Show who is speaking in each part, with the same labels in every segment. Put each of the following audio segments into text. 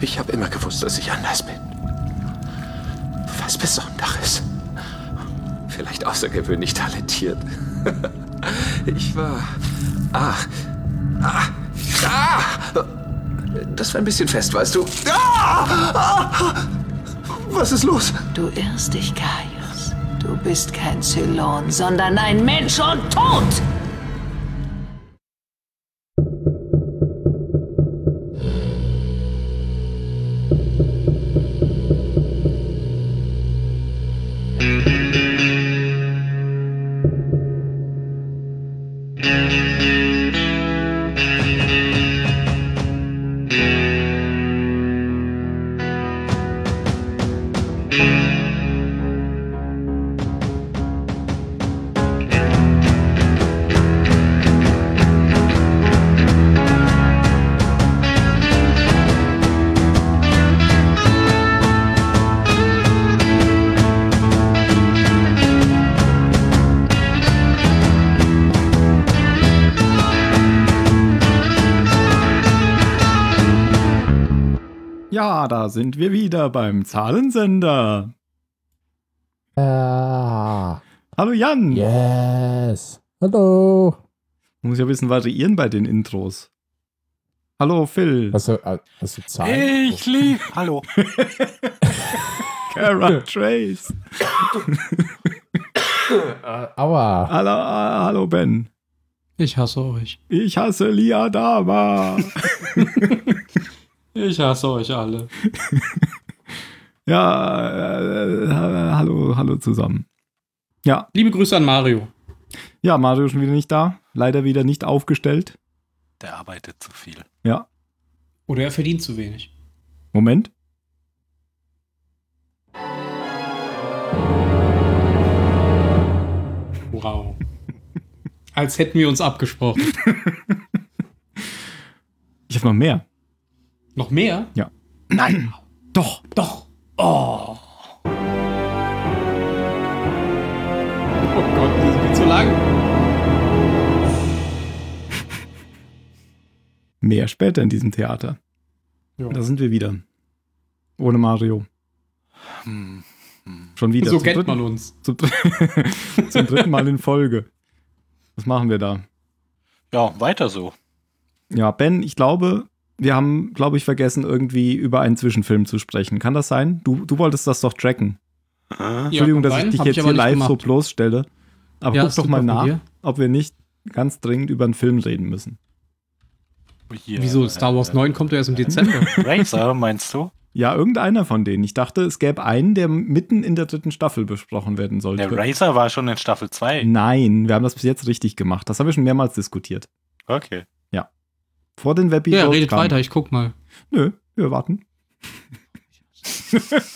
Speaker 1: Ich habe immer gewusst, dass ich anders bin. Was Besonderes. Vielleicht außergewöhnlich talentiert. Ich war. Ah. Ah. Ah. Das war ein bisschen fest, weißt du. Ah! Ah! Was ist los?
Speaker 2: Du irrst dich, Kaius. Du bist kein Zylon, sondern ein Mensch und tot!
Speaker 3: Ja, da sind wir wieder beim Zahlensender.
Speaker 4: Ah.
Speaker 5: Ja.
Speaker 3: Hallo Jan.
Speaker 5: Yes. Hallo.
Speaker 3: Muss ja ein bisschen variieren bei den Intros. Hallo Phil.
Speaker 5: Hast du, äh, hast du Zahlen?
Speaker 6: Ich liebe. Hallo.
Speaker 3: Kara Trace.
Speaker 5: Aua.
Speaker 3: Hallo, hallo Ben.
Speaker 6: Ich hasse euch.
Speaker 3: Ich hasse Liadama.
Speaker 6: Ich hasse euch alle.
Speaker 3: ja, äh, ha- hallo, hallo zusammen. Ja,
Speaker 6: Liebe Grüße an Mario.
Speaker 3: ja, Mario ist schon wieder nicht da. Leider wieder nicht aufgestellt.
Speaker 4: Der arbeitet zu viel.
Speaker 3: Ja,
Speaker 6: Oder er Oh, verdient zu wenig.
Speaker 3: Moment.
Speaker 6: Wow. Als hätten wir uns abgesprochen.
Speaker 3: Ich habe noch mehr.
Speaker 6: Noch mehr?
Speaker 3: Ja. Nein. Doch.
Speaker 6: Doch. Oh. Oh Gott, das ist viel zu lang.
Speaker 3: Mehr später in diesem Theater.
Speaker 6: Ja.
Speaker 3: Da sind wir wieder. Ohne Mario.
Speaker 4: Hm, hm.
Speaker 3: Schon wieder.
Speaker 6: So
Speaker 3: zum
Speaker 6: kennt
Speaker 3: dritten-
Speaker 6: man uns.
Speaker 3: Zum, dr- zum dritten Mal in Folge. Was machen wir da?
Speaker 4: Ja, weiter so.
Speaker 3: Ja, Ben, ich glaube, wir haben, glaube ich, vergessen, irgendwie über einen Zwischenfilm zu sprechen. Kann das sein? Du, du wolltest das doch tracken. Entschuldigung, dass ich dich jetzt hier live so bloßstelle. Aber
Speaker 6: Ja,
Speaker 3: guck
Speaker 6: ist
Speaker 3: doch
Speaker 6: super
Speaker 3: mal
Speaker 6: von
Speaker 3: nach,
Speaker 6: dir.
Speaker 3: ob wir nicht ganz dringend über einen Film reden müssen.
Speaker 4: Hier,
Speaker 6: Wieso? Star Wars 9 kommt ja erst im Dezember.
Speaker 4: Racer, äh, meinst du?
Speaker 3: Ja, irgendeiner von denen. Ich dachte, es gäbe einen, der mitten in der dritten Staffel besprochen werden
Speaker 4: Der
Speaker 3: sollte.
Speaker 4: Racer war schon in Staffel
Speaker 5: Hm.
Speaker 4: 2.
Speaker 3: Nein, wir haben das bis jetzt richtig gemacht. Das haben wir schon mehrmals diskutiert.
Speaker 4: Okay.
Speaker 3: Vor den Webby
Speaker 6: Ja,
Speaker 3: Gold
Speaker 6: redet
Speaker 3: kam-
Speaker 6: weiter, ich guck mal.
Speaker 3: Nö, wir warten.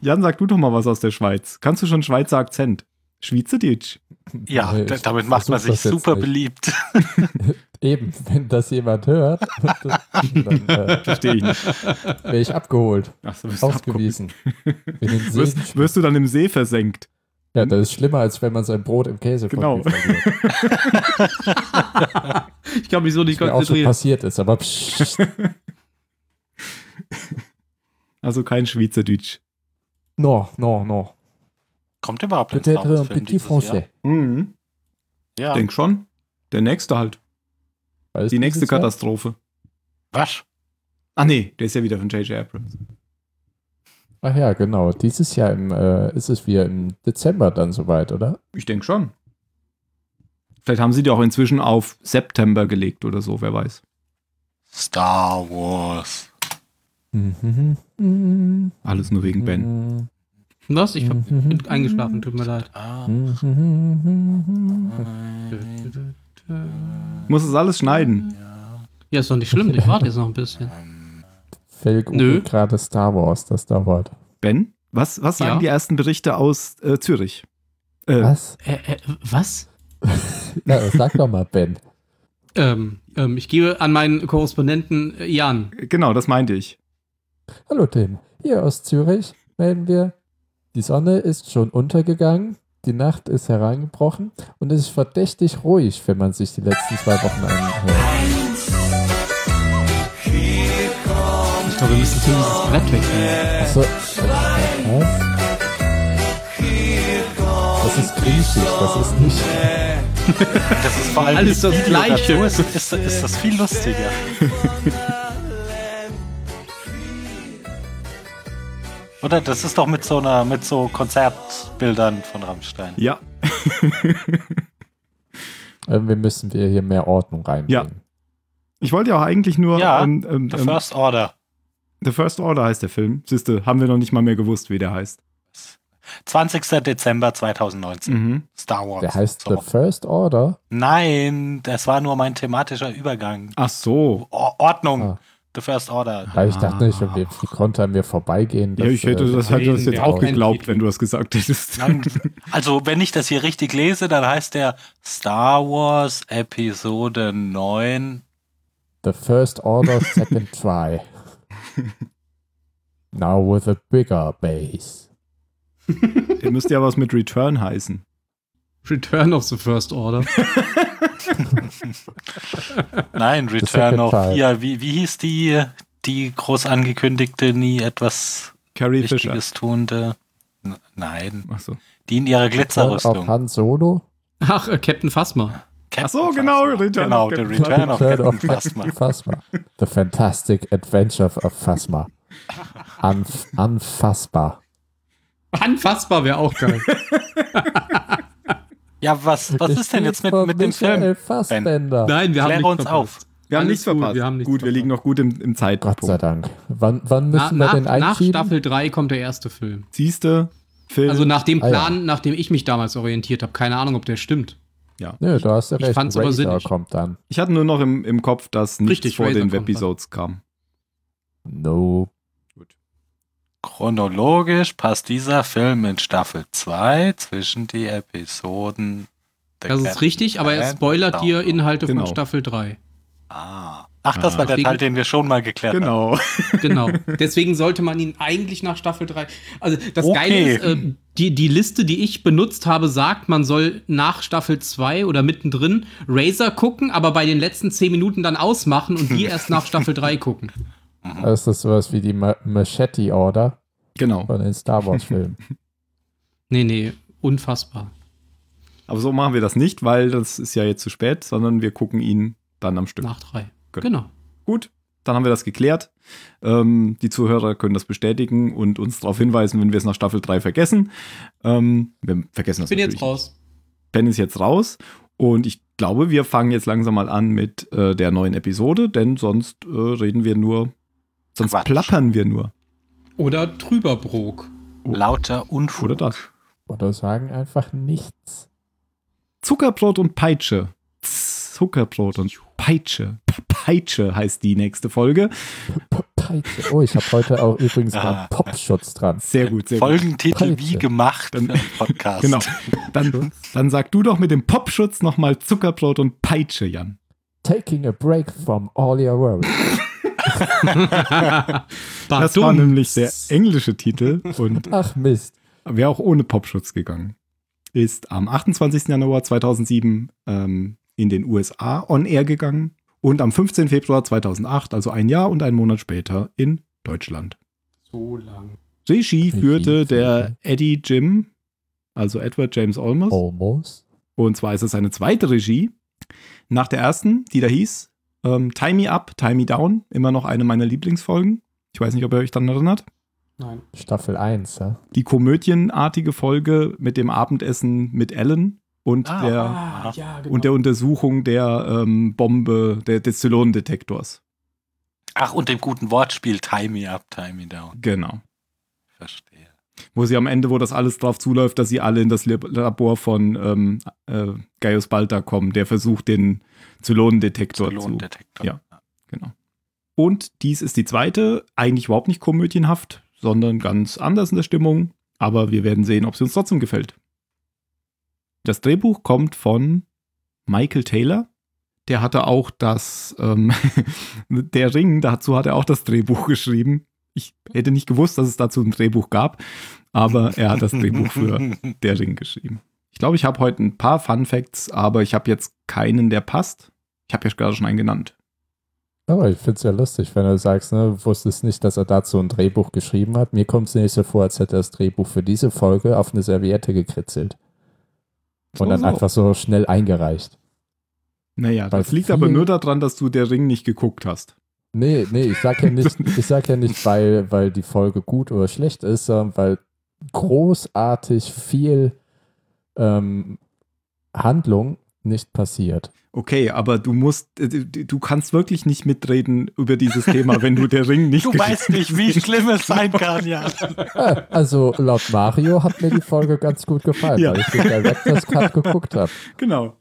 Speaker 3: Jan, sag du doch mal was aus der Schweiz. Kannst du schon Schweizer Akzent? Schweizerdeutsch.
Speaker 4: Ja,
Speaker 5: Nee,
Speaker 4: da-
Speaker 5: ich
Speaker 4: damit macht man
Speaker 5: versuch
Speaker 4: sich
Speaker 5: das jetzt
Speaker 4: super
Speaker 5: nicht.
Speaker 4: beliebt.
Speaker 5: Eben, wenn das jemand hört, dann äh,
Speaker 3: Verstehe ich nicht.
Speaker 5: wäre ich abgeholt.
Speaker 3: Ach, so, wirst du
Speaker 5: Ausgewiesen. Bin in den
Speaker 3: abgeguckt.
Speaker 5: See
Speaker 3: Wirst, wirst du dann im See versenkt?
Speaker 5: ja, das ist schlimmer, als wenn man sein Brot im Käse
Speaker 3: Genau.
Speaker 5: verliert.
Speaker 6: Ich kann mich so nicht
Speaker 5: Mir auch schon
Speaker 6: konzentrieren.
Speaker 5: passiert ist, aber psch,
Speaker 3: Also kein Schweizerdeutsch.
Speaker 5: no, no, no.
Speaker 4: Kommt überhaupt ein Star
Speaker 5: Peut-être un
Speaker 4: Wars Film
Speaker 5: petit
Speaker 4: dieses Jahr?
Speaker 5: français.
Speaker 3: Mhm.
Speaker 4: Ja.
Speaker 3: Denk schon. Der nächste halt.
Speaker 5: Weißt
Speaker 3: Die
Speaker 5: du
Speaker 3: nächste
Speaker 5: dieses Jahr?
Speaker 3: Katastrophe.
Speaker 4: Was?
Speaker 3: Ah nee, der ist ja wieder von J.J. Abrams.
Speaker 5: Ach ja, genau. Dieses Jahr im, äh, ist es wieder im Dezember dann soweit, oder?
Speaker 3: Ich denke schon. Vielleicht haben sie die auch inzwischen auf September gelegt oder so, wer weiß.
Speaker 4: Star Wars.
Speaker 5: Mhm. Mhm.
Speaker 3: Alles nur wegen Ben.
Speaker 6: Was? Ich hab-
Speaker 3: Mhm.
Speaker 6: bin eingeschlafen, tut mir leid.
Speaker 4: Ah.
Speaker 5: Mhm.
Speaker 3: Muss es alles schneiden.
Speaker 5: Mhm.
Speaker 6: Ja, ist doch nicht schlimm, ich warte jetzt noch ein bisschen.
Speaker 5: Phil
Speaker 6: Nö.
Speaker 5: googelt gerade Star Wars, das dauert.
Speaker 3: Ben, was, was sagen
Speaker 6: Ja.
Speaker 3: die ersten Berichte aus äh, Zürich? Äh,
Speaker 5: Was?
Speaker 6: Äh, äh, was?
Speaker 5: Ja, sag doch mal, Ben.
Speaker 6: Ähm, ähm, ich gebe an meinen Korrespondenten äh, Jan.
Speaker 3: Genau, das meinte ich.
Speaker 5: Hallo Tim, hier aus Zürich melden wir, die Sonne ist schon untergegangen, die Nacht ist herangebrochen und es ist verdächtig ruhig, wenn man sich die letzten zwei Wochen anhört.
Speaker 6: jetzt hier dieses Brett wegnehmen?
Speaker 5: Achso. Also, Was? Das ist griechisch, das ist nicht. äh,
Speaker 4: Das ist vor allem
Speaker 6: Alles das Gleiche.
Speaker 4: Dazu ist, ist, ist das viel lustiger. Oder das ist doch mit so einer, mit so Konzertbildern von Rammstein.
Speaker 3: Ja,
Speaker 5: Irgendwie müssen wir hier mehr Ordnung reinbringen.
Speaker 3: ich wollte ja auch eigentlich nur
Speaker 4: Ja,
Speaker 3: ähm, ähm,
Speaker 4: The
Speaker 3: ähm,
Speaker 4: First Order.
Speaker 3: The First Order heißt der Film. Siehste, haben wir noch nicht mal mehr gewusst, wie der heißt.
Speaker 4: 20. Dezember 2019.
Speaker 3: Mhm.
Speaker 4: Star Wars.
Speaker 5: hm. Der heißt
Speaker 4: So.
Speaker 5: The First Order.
Speaker 4: Nein, das war nur mein thematischer Übergang.
Speaker 3: Ach so.
Speaker 4: O Ordnung.
Speaker 5: Ah.
Speaker 4: The First Order.
Speaker 5: Weil ich dachte nicht, um wie wie konnte er mir vorbeigehen?
Speaker 3: Ja,
Speaker 5: dass,
Speaker 3: ich hätte
Speaker 5: äh,
Speaker 3: das, hätte das jetzt
Speaker 6: der
Speaker 3: auch
Speaker 6: auch ein
Speaker 3: geglaubt,
Speaker 6: Titel.
Speaker 3: wenn du das gesagt hättest.
Speaker 4: Nein, also, wenn ich das hier richtig lese, dann heißt der Star Wars Episode 9.
Speaker 5: The First Order Second Try. Now with a bigger base.
Speaker 3: Ihr müsst ja was mit Return heißen.
Speaker 6: Return of the First Order.
Speaker 4: Nein, Return
Speaker 5: Second
Speaker 4: of
Speaker 5: Child.
Speaker 4: ja, wie, wie hieß die, die groß angekündigte, nie etwas
Speaker 3: Carrie Fisher.
Speaker 4: Wichtiges tunte? N- Nein,
Speaker 3: Ach so.
Speaker 4: die in ihrer
Speaker 5: Turn Auf
Speaker 4: Glitzerrüstung.
Speaker 5: Han Solo.
Speaker 6: Ach, äh, Captain Phasma.
Speaker 3: Ach so, genau, Return
Speaker 4: Return genau,
Speaker 3: of
Speaker 4: the
Speaker 3: Captain
Speaker 4: Return of
Speaker 5: Turn
Speaker 4: Captain
Speaker 5: auf
Speaker 4: Phasma.
Speaker 5: Captain Phasma. The Fantastic Adventure of Phasma. Unf unfassbar.
Speaker 6: Anfassbar wäre auch geil.
Speaker 4: Ja, was, was
Speaker 5: Das
Speaker 4: ist denn
Speaker 5: Lied
Speaker 4: jetzt mit,
Speaker 5: von
Speaker 4: mit dem
Speaker 5: Michael
Speaker 4: Film?
Speaker 5: Fassbender.
Speaker 6: Nein, wir haben
Speaker 4: Kläre
Speaker 6: nichts
Speaker 4: uns
Speaker 6: verpasst.
Speaker 4: auf.
Speaker 3: Wir haben
Speaker 6: Alles
Speaker 3: nichts
Speaker 6: gut,
Speaker 3: verpasst.
Speaker 6: wir haben nichts
Speaker 3: gut, wir
Speaker 6: verpasst.
Speaker 3: liegen noch gut im, im
Speaker 5: Gott sei
Speaker 3: Zeitpunkt.
Speaker 5: Dank. Wann, wann
Speaker 6: Na,
Speaker 5: müssen
Speaker 6: nach,
Speaker 5: wir den
Speaker 6: nach
Speaker 5: einschieben?
Speaker 6: Staffel 3 kommt der erste Film.
Speaker 3: Siehste, Film.
Speaker 6: Also nach dem
Speaker 5: Ah, ja.
Speaker 6: Plan, nach dem ich mich damals orientiert habe. Keine Ahnung, ob der stimmt.
Speaker 5: Nö, du hast ja
Speaker 6: Ich
Speaker 5: recht.
Speaker 6: fand's aber
Speaker 5: Razor
Speaker 6: sinnig.
Speaker 5: kommt dann.
Speaker 3: ich hatte nur noch im, im Kopf, dass nichts
Speaker 6: Richtig,
Speaker 3: vor
Speaker 6: Razor
Speaker 3: den
Speaker 6: kommt dann.
Speaker 3: Webisodes kam.
Speaker 5: No.
Speaker 4: Chronologisch passt dieser Film in Staffel 2 zwischen die Episoden. The
Speaker 6: Das ist
Speaker 4: Captain
Speaker 6: richtig, aber er
Speaker 4: Planet
Speaker 6: spoilert
Speaker 4: und
Speaker 6: dir
Speaker 4: Download.
Speaker 6: Inhalte
Speaker 3: Äh, Genau.
Speaker 6: von Staffel 3.
Speaker 4: Ah. Ach, das war der
Speaker 6: Deswegen-
Speaker 4: Teil, den wir schon mal geklärt haben.
Speaker 3: Genau.
Speaker 6: Genau. Deswegen sollte man ihn eigentlich nach Staffel 3. Also das
Speaker 4: Okay.
Speaker 6: Geile ist, äh, die, die Liste, die ich benutzt habe, sagt, man soll nach Staffel 2 oder mittendrin Razor gucken, aber bei den letzten 10 Minuten dann ausmachen und die erst nach Staffel 3 gucken.
Speaker 5: Das ist sowas wie die Ma Machete Order
Speaker 3: genau.
Speaker 5: von den Star Wars Filmen.
Speaker 6: Nee, nee, unfassbar.
Speaker 3: Aber so machen wir das nicht, weil das ist ja jetzt zu spät, sondern wir gucken ihn dann am Stück.
Speaker 6: Nach 3.
Speaker 3: Gut.
Speaker 6: Genau.
Speaker 3: Gut, dann haben wir das geklärt. Ähm, die Zuhörer können das bestätigen und uns darauf hinweisen, wenn wir es nach Staffel 3 vergessen. Ähm, wir vergessen das
Speaker 6: Ich bin
Speaker 3: natürlich.
Speaker 6: jetzt raus.
Speaker 3: Ben ist jetzt raus. Und ich glaube, wir fangen jetzt langsam mal an mit äh, der neuen Episode, denn sonst äh, reden wir nur, sonst
Speaker 4: Quatsch.
Speaker 3: plappern wir nur.
Speaker 6: Oder Trüberbrook.
Speaker 4: Lauter Unfug.
Speaker 3: Oder das.
Speaker 5: Oder sagen einfach nichts.
Speaker 3: Zuckerbrot und Peitsche. Zuckerbrot und Peitsche. P Peitsche heißt die nächste Folge.
Speaker 5: P Peitsche. Oh, ich habe heute auch übrigens
Speaker 4: Ah.
Speaker 5: mal Popschutz dran.
Speaker 3: Sehr gut, sehr gut.
Speaker 4: Folgentitel
Speaker 5: Peitsche.
Speaker 4: wie gemacht
Speaker 3: Dann-
Speaker 4: im Podcast.
Speaker 3: Genau. Dann, dann sag du doch mit dem Popschutz nochmal Zuckerbrot und Peitsche, Jan.
Speaker 5: Taking a break from all your worries.
Speaker 3: Das
Speaker 6: Badum.
Speaker 3: war nämlich der englische Titel und
Speaker 5: Ach Mist.
Speaker 3: wäre auch ohne Popschutz gegangen. Ist am 28. Januar 2007 ähm, in den USA on air gegangen und am 15. Februar 2008, also ein Jahr und einen Monat später, in Deutschland. e-
Speaker 6: So lang.
Speaker 3: Regie führte
Speaker 5: Regie,
Speaker 3: der Oh. Eddie Jim, also Edward James Olmos.
Speaker 5: Almost.
Speaker 3: Und zwar ist es eine zweite Regie nach der ersten, die da hieß ähm, Time Me Up, Time Me Down. Immer noch eine meiner Lieblingsfolgen. Ich weiß nicht, ob ihr euch daran erinnert.
Speaker 6: Nein.
Speaker 5: Staffel 1, ja?
Speaker 3: Die komödienartige Folge mit dem Abendessen mit Ellen und,
Speaker 4: Ah.
Speaker 3: der,
Speaker 6: Ah, ja, genau.
Speaker 3: und der Untersuchung der ähm, Bombe, der, des Zylonendetektors.
Speaker 4: Ach, und dem guten Wortspiel Time Me Up, Time Me Down.
Speaker 3: Genau.
Speaker 4: Verstehe.
Speaker 3: Wo sie am Ende, wo das alles drauf zuläuft, dass sie alle in das Lab- Labor von ähm, äh, Gaius Balta kommen, der versucht, den Zylonendetektor zu
Speaker 4: Lohndetektor.
Speaker 3: Ja. Genau. Und dies ist die zweite, eigentlich überhaupt nicht komödienhaft, sondern ganz anders in der Stimmung. Aber wir werden sehen, ob sie uns trotzdem gefällt. Das Drehbuch kommt von Michael Taylor. Der hatte auch das, ähm, der Ring, dazu hat er auch das Drehbuch geschrieben. Ich hätte nicht gewusst, dass es dazu ein Drehbuch gab, aber er hat das Drehbuch für der Ring geschrieben. Ich glaube, ich habe heute ein paar Fun Facts, aber ich habe jetzt keinen, der passt. Ich habe ja gerade schon einen genannt.
Speaker 5: Aber ich finde es ja lustig, wenn du sagst, ne, wusstest nicht, dass er dazu ein Drehbuch geschrieben hat. Mir kommt es nicht so vor, als hätte er das Drehbuch für diese Folge auf eine Serviette gekritzelt. Und dann
Speaker 3: So, so.
Speaker 5: einfach so schnell eingereicht.
Speaker 3: Naja,
Speaker 5: Bei
Speaker 3: das liegt
Speaker 5: vielen-
Speaker 3: aber nur daran, dass du der Ring nicht geguckt hast.
Speaker 5: Nee, nee, ich sag ja nicht, ich sag ja nicht, weil, weil die Folge gut oder schlecht ist, sondern weil großartig viel ähm, Handlung nicht passiert.
Speaker 3: Okay, aber du musst, äh, du du kannst wirklich nicht mitreden über dieses Thema, wenn du der Ring nicht
Speaker 4: Du
Speaker 3: geguckt
Speaker 4: weißt nicht, wie schlimm es sein kann, ja.
Speaker 5: Ah, Also laut Mario hat mir die Folge ganz gut gefallen,
Speaker 3: Ja.
Speaker 5: weil ich den Directors Cut geguckt habe.
Speaker 3: Genau.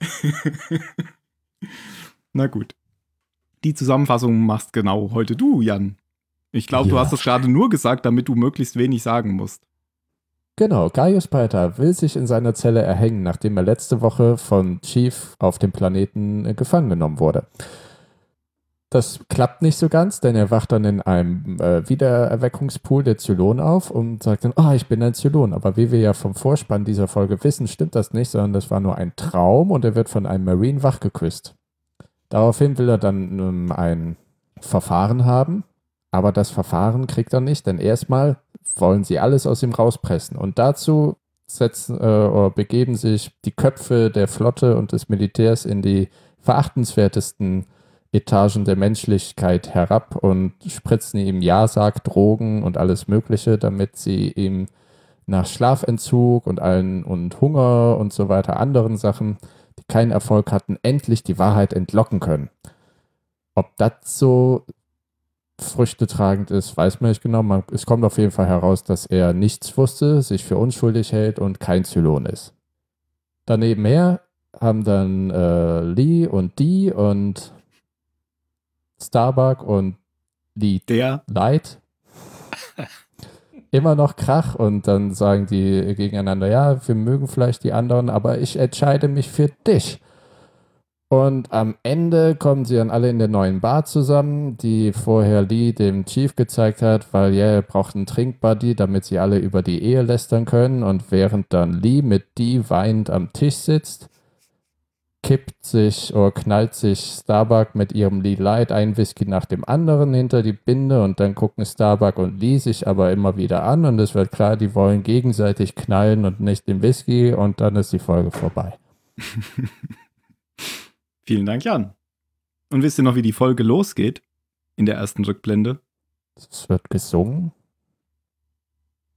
Speaker 3: Na gut. Die Zusammenfassung machst genau heute du, Jan. Ich glaube, du
Speaker 5: Ja.
Speaker 3: hast es gerade nur gesagt, damit du möglichst wenig sagen musst.
Speaker 5: Genau, Gaius Pater will sich in seiner Zelle erhängen, nachdem er letzte Woche von Chief auf dem Planeten äh, gefangen genommen wurde. Das klappt nicht so ganz, denn er wacht dann in einem äh, Wiedererweckungspool der Zylon auf und sagt dann, ah, ich bin ein Zylon. Aber wie wir ja vom Vorspann dieser Folge wissen, stimmt das nicht, sondern das war nur ein Traum und er wird von einem Marine wachgeküsst. Daraufhin will er dann ähm, ein Verfahren haben, aber das Verfahren kriegt er nicht, denn erstmal wollen sie alles aus ihm rauspressen. Und dazu setzen, äh, oder begeben sich die Köpfe der Flotte und des Militärs in die verachtenswertesten Etagen der Menschlichkeit herab und spritzen ihm Ja-Sag, Drogen und alles Mögliche, damit sie ihm nach Schlafentzug und allen und Hunger und so weiter anderen Sachen, die keinen Erfolg hatten, endlich die Wahrheit entlocken können. Ob das so Früchte tragend ist, weiß man nicht genau. Man, es kommt auf jeden Fall heraus, dass er nichts wusste, sich für unschuldig hält und kein Zylon ist. Daneben her haben dann äh, Lee und Dee und Starbuck und Lee
Speaker 3: Der.
Speaker 5: Leid. Immer noch Krach und dann sagen die gegeneinander, ja, wir mögen vielleicht die anderen, aber ich entscheide mich für dich. Und am Ende kommen sie dann alle in der neuen Bar zusammen, die vorher Lee dem Chief gezeigt hat, weil ja, er braucht einen Trinkbuddy, damit sie alle über die Ehe lästern können. Und während dann Lee mit Dee weinend am Tisch sitzt, kippt sich oder knallt sich Starbuck mit ihrem Lee Light ein Whisky nach dem anderen hinter die Binde und dann gucken Starbuck und Lee sich aber immer wieder an und es wird klar, die wollen gegenseitig knallen und nicht den Whisky und dann ist die Folge vorbei.
Speaker 3: Vielen Dank, Jan. Und wisst ihr noch, wie die Folge losgeht? In der ersten Rückblende?
Speaker 5: Es wird gesungen.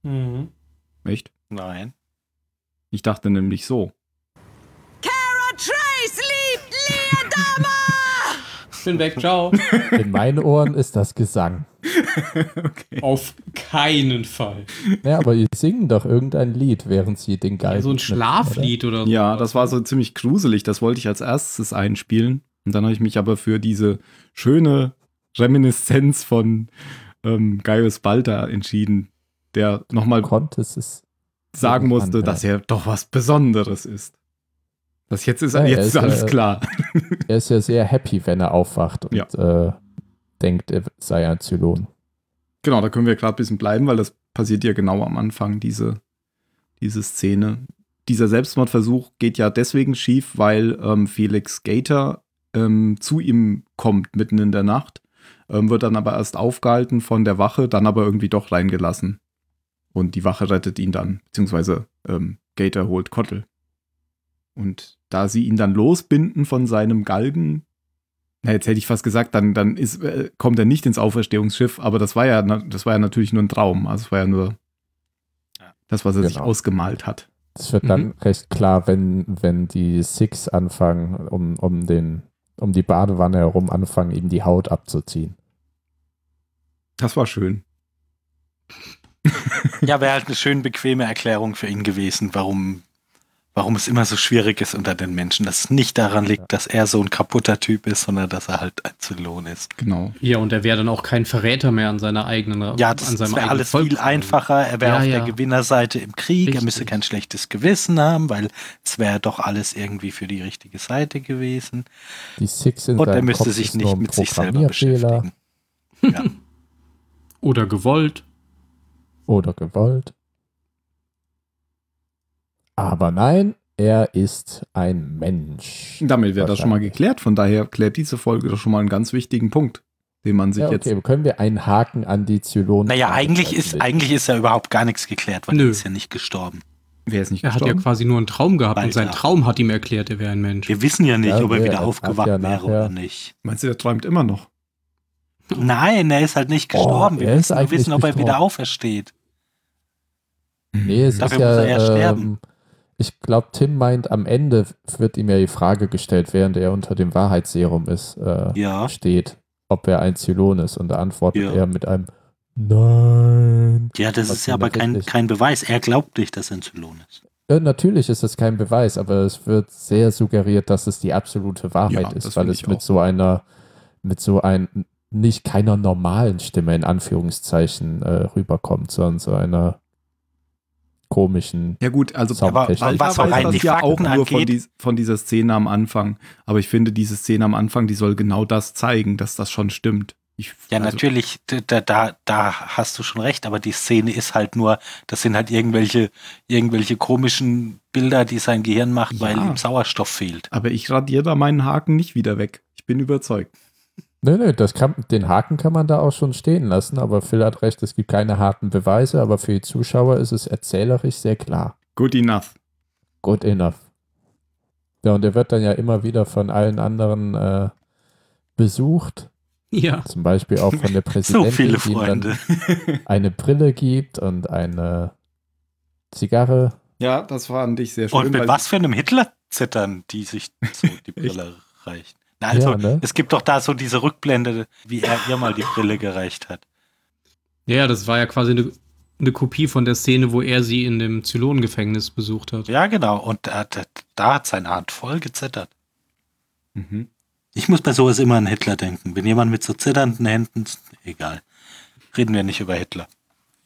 Speaker 6: genau. Mhm.
Speaker 3: Echt?
Speaker 4: Nein.
Speaker 3: Ich dachte nämlich so.
Speaker 2: Kara Trace liebt Leodama!
Speaker 6: Ich bin weg, ciao.
Speaker 5: In meinen Ohren ist das Gesang.
Speaker 3: okay.
Speaker 6: Auf keinen Fall.
Speaker 5: Ja, aber die singen doch irgendein Lied, während sie den Geil.
Speaker 6: so ein Schlaflied oder so.
Speaker 3: Ja, das war so ziemlich gruselig. Das wollte ich als erstes einspielen. Und dann habe ich mich aber für diese schöne Reminiszenz von ähm, Gaius Balta entschieden, der nochmal
Speaker 5: Konntest es.
Speaker 3: sagen musste,
Speaker 5: Interessant,
Speaker 3: dass er doch was Besonderes ist. Das jetzt ist,
Speaker 5: Ja, er
Speaker 3: jetzt
Speaker 5: ist,
Speaker 3: ist alles
Speaker 5: äh,
Speaker 3: klar.
Speaker 5: Er ist ja sehr happy, wenn er aufwacht und äh, denkt, er sei ein Zylon.
Speaker 3: Genau, da können wir gerade ein bisschen bleiben, weil das passiert ja genau am Anfang, diese, diese Szene. Dieser Selbstmordversuch geht ja deswegen schief, weil ähm, Felix Gator ähm, zu ihm kommt mitten in der Nacht, ähm, wird dann aber erst aufgehalten von der Wache, dann aber irgendwie doch reingelassen. Und die Wache rettet ihn dann, beziehungsweise ähm, Gator holt Kottel. Und da sie ihn dann losbinden von seinem Galgen, na, jetzt hätte ich fast gesagt, dann, dann ist, äh, kommt er nicht ins Auferstehungsschiff, aber das war ja, na- das war ja natürlich nur ein Traum. Also es war ja nur das, was er sich
Speaker 5: Genau.
Speaker 3: ausgemalt hat.
Speaker 5: Es wird
Speaker 4: Mhm.
Speaker 5: dann recht klar, wenn, wenn die Six anfangen, um, um, den, um die Badewanne herum anfangen, ihm die Haut abzuziehen.
Speaker 3: Das war schön.
Speaker 4: Ja, wäre halt eine schön bequeme Erklärung für ihn gewesen, warum, warum es immer so schwierig ist unter den Menschen. Dass es nicht daran liegt, dass er so ein kaputter Typ ist, sondern dass er halt ein Zylon ist.
Speaker 3: Genau.
Speaker 6: Ja, und er wäre dann auch kein Verräter mehr an seiner eigenen
Speaker 4: Ja, das,
Speaker 6: an
Speaker 4: das
Speaker 6: seinem
Speaker 4: wäre
Speaker 6: eigenen
Speaker 4: alles
Speaker 6: Volk.
Speaker 4: viel einfacher. Er wäre
Speaker 6: Ja,
Speaker 4: auf
Speaker 6: ja.
Speaker 4: der Gewinnerseite im Krieg. Er müsste
Speaker 6: Richtig.
Speaker 4: kein schlechtes Gewissen haben, weil es wäre doch alles irgendwie für die richtige Seite gewesen.
Speaker 5: Die Six in
Speaker 4: Und er
Speaker 5: seinem
Speaker 4: müsste
Speaker 5: Kopf
Speaker 4: sich
Speaker 5: ist nur
Speaker 4: nicht
Speaker 5: ein
Speaker 4: mit sich selber
Speaker 5: Programmierfehler
Speaker 4: beschäftigen. Ja.
Speaker 6: Oder gewollt.
Speaker 5: oder gewollt. Aber nein, er ist ein Mensch.
Speaker 3: Damit wäre das schon mal
Speaker 5: Wahrscheinlich.
Speaker 3: geklärt. Von daher klärt diese Folge doch schon mal einen ganz wichtigen Punkt. den man sich
Speaker 5: Ja,
Speaker 3: jetzt.
Speaker 5: okay, können wir einen Haken an die Zylonen?
Speaker 4: Naja, eigentlich ist, eigentlich ist ja überhaupt gar nichts geklärt, weil
Speaker 6: Nö.
Speaker 4: er ist ja nicht gestorben.
Speaker 3: Wer ist nicht
Speaker 6: Er hat ja
Speaker 3: gestorben?
Speaker 6: quasi nur einen Traum gehabt und sein
Speaker 4: Alter.
Speaker 6: Traum hat ihm erklärt, er wäre ein Mensch.
Speaker 4: Wir wissen ja nicht,
Speaker 5: Ja,
Speaker 4: ob er
Speaker 5: nee,
Speaker 4: wieder
Speaker 5: er hat
Speaker 4: aufgewacht
Speaker 5: ja
Speaker 4: wäre
Speaker 5: nachher-
Speaker 4: oder nicht.
Speaker 3: Meinst du, der träumt immer noch?
Speaker 4: Nein, er ist halt nicht gestorben.
Speaker 5: Oh,
Speaker 4: wir
Speaker 5: er ist
Speaker 4: wissen, wir
Speaker 5: eigentlich
Speaker 4: wissen, ob er
Speaker 5: gestorben.
Speaker 4: wieder aufersteht.
Speaker 3: Mhm.
Speaker 5: Nee, es
Speaker 4: Dafür
Speaker 5: ist ja,
Speaker 4: muss er ja
Speaker 5: ähm,
Speaker 4: sterben.
Speaker 5: ich glaube, Tim meint, am Ende wird ihm ja die Frage gestellt, während er unter dem Wahrheitsserum ist, äh,
Speaker 4: Ja.
Speaker 5: steht, ob er ein Zylon ist. Und da antwortet
Speaker 4: Ja.
Speaker 5: er mit einem Nein.
Speaker 4: Ja, das
Speaker 5: Was
Speaker 4: ist ja
Speaker 5: denn
Speaker 4: aber kein,
Speaker 5: tatsächlich?
Speaker 4: kein Beweis. Er glaubt nicht, dass er ein Zylon ist.
Speaker 5: Ja, natürlich ist das kein Beweis, aber es wird sehr suggeriert, dass es die absolute Wahrheit
Speaker 3: Ja, das
Speaker 5: ist, weil
Speaker 3: finde
Speaker 5: es
Speaker 3: ich
Speaker 5: mit
Speaker 3: auch.
Speaker 5: so einer, mit so ein nicht keiner normalen Stimme in Anführungszeichen äh, rüberkommt, sondern so einer komischen.
Speaker 3: Ja, gut, also
Speaker 5: Sound-
Speaker 4: Aber
Speaker 5: Technik.
Speaker 4: was
Speaker 3: weiß
Speaker 4: rein
Speaker 3: das
Speaker 4: die
Speaker 3: ja auch
Speaker 4: Fakten
Speaker 3: nur von,
Speaker 4: angeht,
Speaker 3: dies- von dieser Szene am Anfang. Aber ich finde, diese Szene am Anfang, die soll genau das zeigen, dass das schon stimmt. Ich,
Speaker 4: Ja,
Speaker 3: also,
Speaker 4: natürlich, d- da, da, da hast du schon recht, aber die Szene ist halt nur, das sind halt irgendwelche, irgendwelche komischen Bilder, die sein Gehirn macht, weil
Speaker 3: Ja.
Speaker 4: ihm Sauerstoff fehlt.
Speaker 3: Aber ich radiere da meinen Haken nicht wieder weg. Ich bin überzeugt.
Speaker 5: Nö, nö, das kann, den Haken kann man da auch schon stehen lassen, aber Phil hat recht, es gibt keine harten Beweise, aber für die Zuschauer ist es erzählerisch sehr klar.
Speaker 3: Good enough.
Speaker 5: Good enough. Ja, und er wird dann ja immer wieder von allen anderen äh, besucht,
Speaker 6: Ja.
Speaker 5: zum Beispiel auch von der Präsidentin,
Speaker 4: So viele
Speaker 5: die ihm dann
Speaker 4: Freunde.
Speaker 5: eine Brille gibt und eine Zigarre.
Speaker 3: Ja, das fand ich sehr schön.
Speaker 4: Und mit
Speaker 3: weil-
Speaker 4: was für einem Hitler zittern, die sich so die Brille reicht. Na, also,
Speaker 5: Ja, ne?
Speaker 4: es gibt doch da so diese Rückblende, wie er ihr mal die Brille gereicht hat.
Speaker 6: Ja, ja, das war ja quasi eine, eine Kopie von der Szene, wo er sie in dem Zylonengefängnis besucht hat.
Speaker 4: Ja, genau. Und da, da, da hat sein Hand voll gezittert.
Speaker 3: Mhm.
Speaker 4: Ich muss bei sowas immer an Hitler denken. Wenn jemand mit so zitternden Händen, egal. Reden wir nicht über Hitler.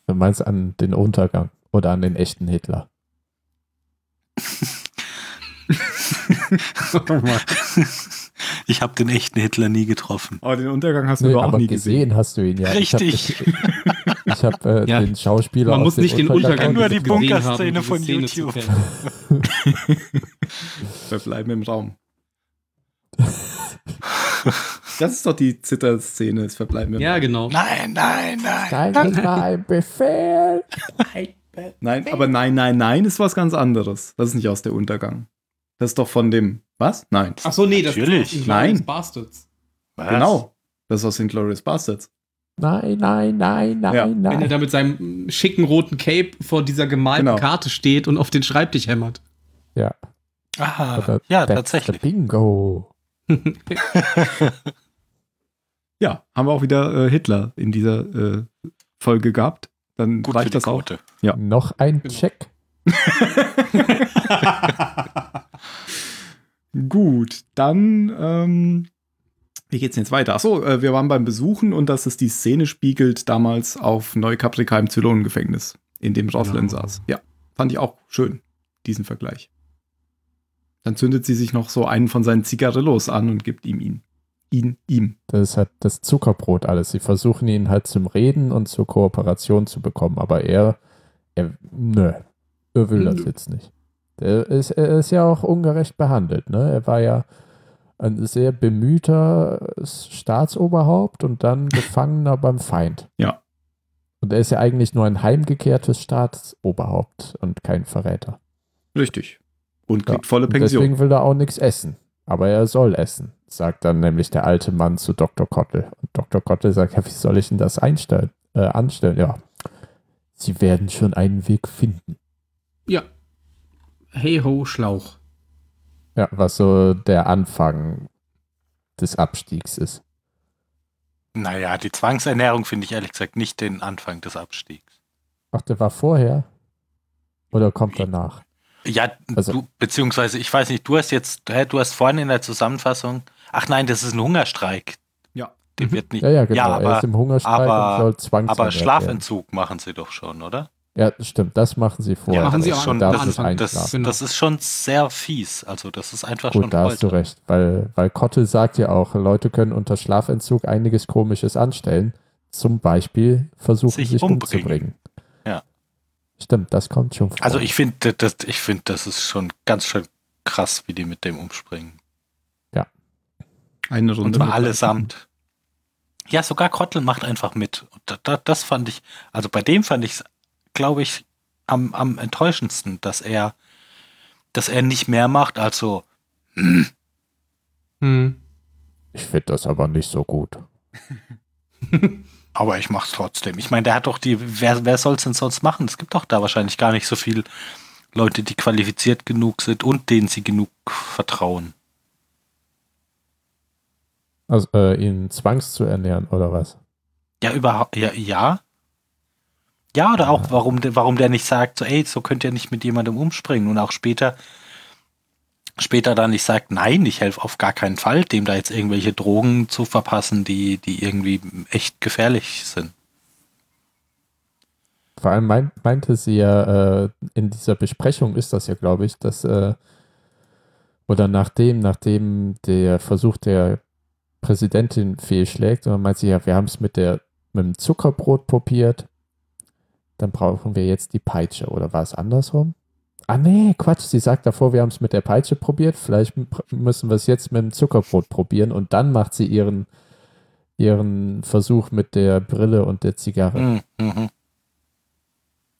Speaker 5: Du meinst an den Untergang oder an den echten Hitler.
Speaker 4: Ich habe den echten Hitler nie getroffen.
Speaker 3: Aber den Untergang hast du
Speaker 5: Nö,
Speaker 3: doch auch
Speaker 5: aber
Speaker 3: nie
Speaker 5: gesehen,
Speaker 3: gesehen.
Speaker 5: hast du ihn ja.
Speaker 4: Richtig.
Speaker 5: Ich habe äh,
Speaker 3: Ja.
Speaker 5: den Schauspieler
Speaker 6: Man
Speaker 5: aus
Speaker 6: muss
Speaker 5: dem
Speaker 6: nicht den Untergang
Speaker 4: Nur die
Speaker 6: gesehen haben, um
Speaker 4: Bunkerszene
Speaker 6: diese
Speaker 4: von
Speaker 6: Szene zu
Speaker 4: YouTube.
Speaker 6: kennen.
Speaker 3: Wir bleiben im Raum. das ist doch die Zitterszene, das Verbleiben im
Speaker 6: Ja,
Speaker 3: Raum.
Speaker 6: genau.
Speaker 4: Nein, nein, nein.
Speaker 5: Nein, das war ein Befehl.
Speaker 3: Nein, aber nein, nein, nein ist was ganz anderes. Das ist nicht aus der Untergang. Das ist doch von dem. Was? Nein.
Speaker 6: Ach so, nee, das
Speaker 4: Natürlich.
Speaker 6: ist
Speaker 3: Nein.
Speaker 6: Nein. Bastards.
Speaker 4: Was?
Speaker 3: Genau. Das ist aus Inglourious Bastards.
Speaker 5: Nein, nein, nein, nein,
Speaker 3: Ja,
Speaker 6: Wenn er
Speaker 5: nein.
Speaker 6: da mit seinem schicken roten Cape vor dieser gemalten
Speaker 3: Genau.
Speaker 6: Karte steht und auf den Schreibtisch hämmert.
Speaker 5: Ja,
Speaker 4: Aha.
Speaker 5: oder
Speaker 4: Ah, Ja,
Speaker 5: that's
Speaker 4: tatsächlich.
Speaker 5: the Bingo.
Speaker 3: Ja, haben wir auch wieder äh, Hitler in dieser äh, Folge gehabt. Dann
Speaker 4: Gut für
Speaker 3: reicht
Speaker 4: die
Speaker 3: das auch.
Speaker 4: Quote.
Speaker 3: Ja.
Speaker 5: Noch ein
Speaker 3: Genau.
Speaker 5: Check.
Speaker 3: Gut, dann ähm, wie geht's denn jetzt weiter? Achso, äh, wir waren beim Besuchen und dass es die Szene spiegelt, damals auf Neukaprika im Zylonengefängnis, in dem Roslin
Speaker 6: Genau.
Speaker 3: saß. Ja, fand ich auch schön, diesen Vergleich. Dann zündet sie sich noch so einen von seinen Zigarillos an und gibt ihm ihn. Ihn, ihm.
Speaker 5: Das ist halt das Zuckerbrot alles. Sie versuchen ihn halt zum Reden und zur Kooperation zu bekommen, aber er, er nö, er will das
Speaker 6: Nö.
Speaker 5: jetzt nicht. Er ist, er ist ja auch ungerecht behandelt, ne? Er war ja ein sehr bemühter Staatsoberhaupt und dann Gefangener beim Feind.
Speaker 3: Ja.
Speaker 5: Und er ist ja eigentlich nur ein heimgekehrtes Staatsoberhaupt und kein Verräter.
Speaker 3: Richtig. Und
Speaker 5: Ja,
Speaker 3: kriegt volle
Speaker 5: Und
Speaker 3: Pension.
Speaker 5: Deswegen will er auch nichts essen. Aber er soll essen, sagt dann nämlich der alte Mann zu Dr. Kottel. Und Dr. Kottel sagt, ja, wie soll ich denn das einstellen, äh, anstellen? Ja, sie werden schon einen Weg finden.
Speaker 6: Ja. Hey ho, Schlauch.
Speaker 5: Ja, was so der Anfang des Abstiegs ist.
Speaker 4: Naja, die Zwangsernährung finde ich ehrlich gesagt nicht den Anfang des Abstiegs.
Speaker 5: Ach, der war vorher? Oder kommt danach?
Speaker 4: Ja,
Speaker 5: Also-
Speaker 4: du, beziehungsweise, ich weiß nicht, du hast jetzt, hä, du hast vorhin in der Zusammenfassung, ach nein, das ist ein Hungerstreik.
Speaker 3: Ja.
Speaker 4: Den wird nicht,
Speaker 5: Ja, ja, genau. er
Speaker 4: aber,
Speaker 5: ist im Hungerstreik
Speaker 4: aber-
Speaker 5: und soll zwangsweise.
Speaker 4: aber Schlafentzug machen sie doch schon, oder?
Speaker 5: Ja, stimmt, das machen sie vorher. Also
Speaker 6: machen
Speaker 4: das
Speaker 6: sie
Speaker 4: ist
Speaker 6: auch
Speaker 4: schon,
Speaker 6: am
Speaker 4: das,
Speaker 5: das ist
Speaker 6: Anfang.
Speaker 4: das,
Speaker 5: einschlafen.
Speaker 6: Genau.
Speaker 4: das ist schon sehr fies. Also, das ist einfach schon
Speaker 5: Gut, da hast du
Speaker 4: Folter.
Speaker 5: recht, weil, weil Kotte sagt ja auch, Leute können unter Schlafentzug einiges Komisches anstellen. Zum Beispiel versuchen, sich,
Speaker 4: Sich
Speaker 5: umzubringen.
Speaker 4: umbringen. Ja.
Speaker 5: Stimmt, das kommt schon vor.
Speaker 4: Also, ich finde, das, ich finde, das ist schon ganz schön krass, wie die mit dem umspringen.
Speaker 3: Eine
Speaker 4: Und
Speaker 3: Runde.
Speaker 4: zwar
Speaker 3: mit-
Speaker 4: allesamt. Ja, sogar Krottel macht einfach mit. Und da, da, das fand ich, also bei dem fand ich es, glaube ich, am, am enttäuschendsten, dass er, dass er nicht mehr macht, Also, als so,
Speaker 6: Hm.
Speaker 5: Ich finde das aber nicht so gut.
Speaker 4: aber ich mach's trotzdem. Ich meine, der hat doch die, wer, wer soll's denn sonst machen? Es gibt doch da wahrscheinlich gar nicht so viel Leute, die qualifiziert genug sind und denen sie genug vertrauen.
Speaker 5: Also äh, ihn zwangs zu ernähren oder was?
Speaker 4: Ja, überhaupt, ja, ja. Ja, oder auch, warum, der- warum der nicht sagt, so, ey, so könnt ihr nicht mit jemandem umspringen und auch später, später dann nicht sagt, nein, ich helfe auf gar keinen Fall, dem da jetzt irgendwelche Drogen zu verpassen, die, die irgendwie echt gefährlich sind.
Speaker 5: Vor allem mein, meinte sie ja, äh, in dieser Besprechung ist das ja, glaube ich, dass, äh, oder nachdem, nachdem der Versuch der Präsidentin fehlschlägt, und dann meint sie ja, wir haben es mit, der- mit dem Zuckerbrot probiert, dann brauchen wir jetzt die Peitsche, oder war es andersrum? Ah nee, Quatsch, sie sagt davor, wir haben es mit der Peitsche probiert, vielleicht m- pr- müssen wir es jetzt mit dem Zuckerbrot probieren und dann macht sie ihren, ihren Versuch mit der Brille und der Zigarre
Speaker 4: Mhm, mhm.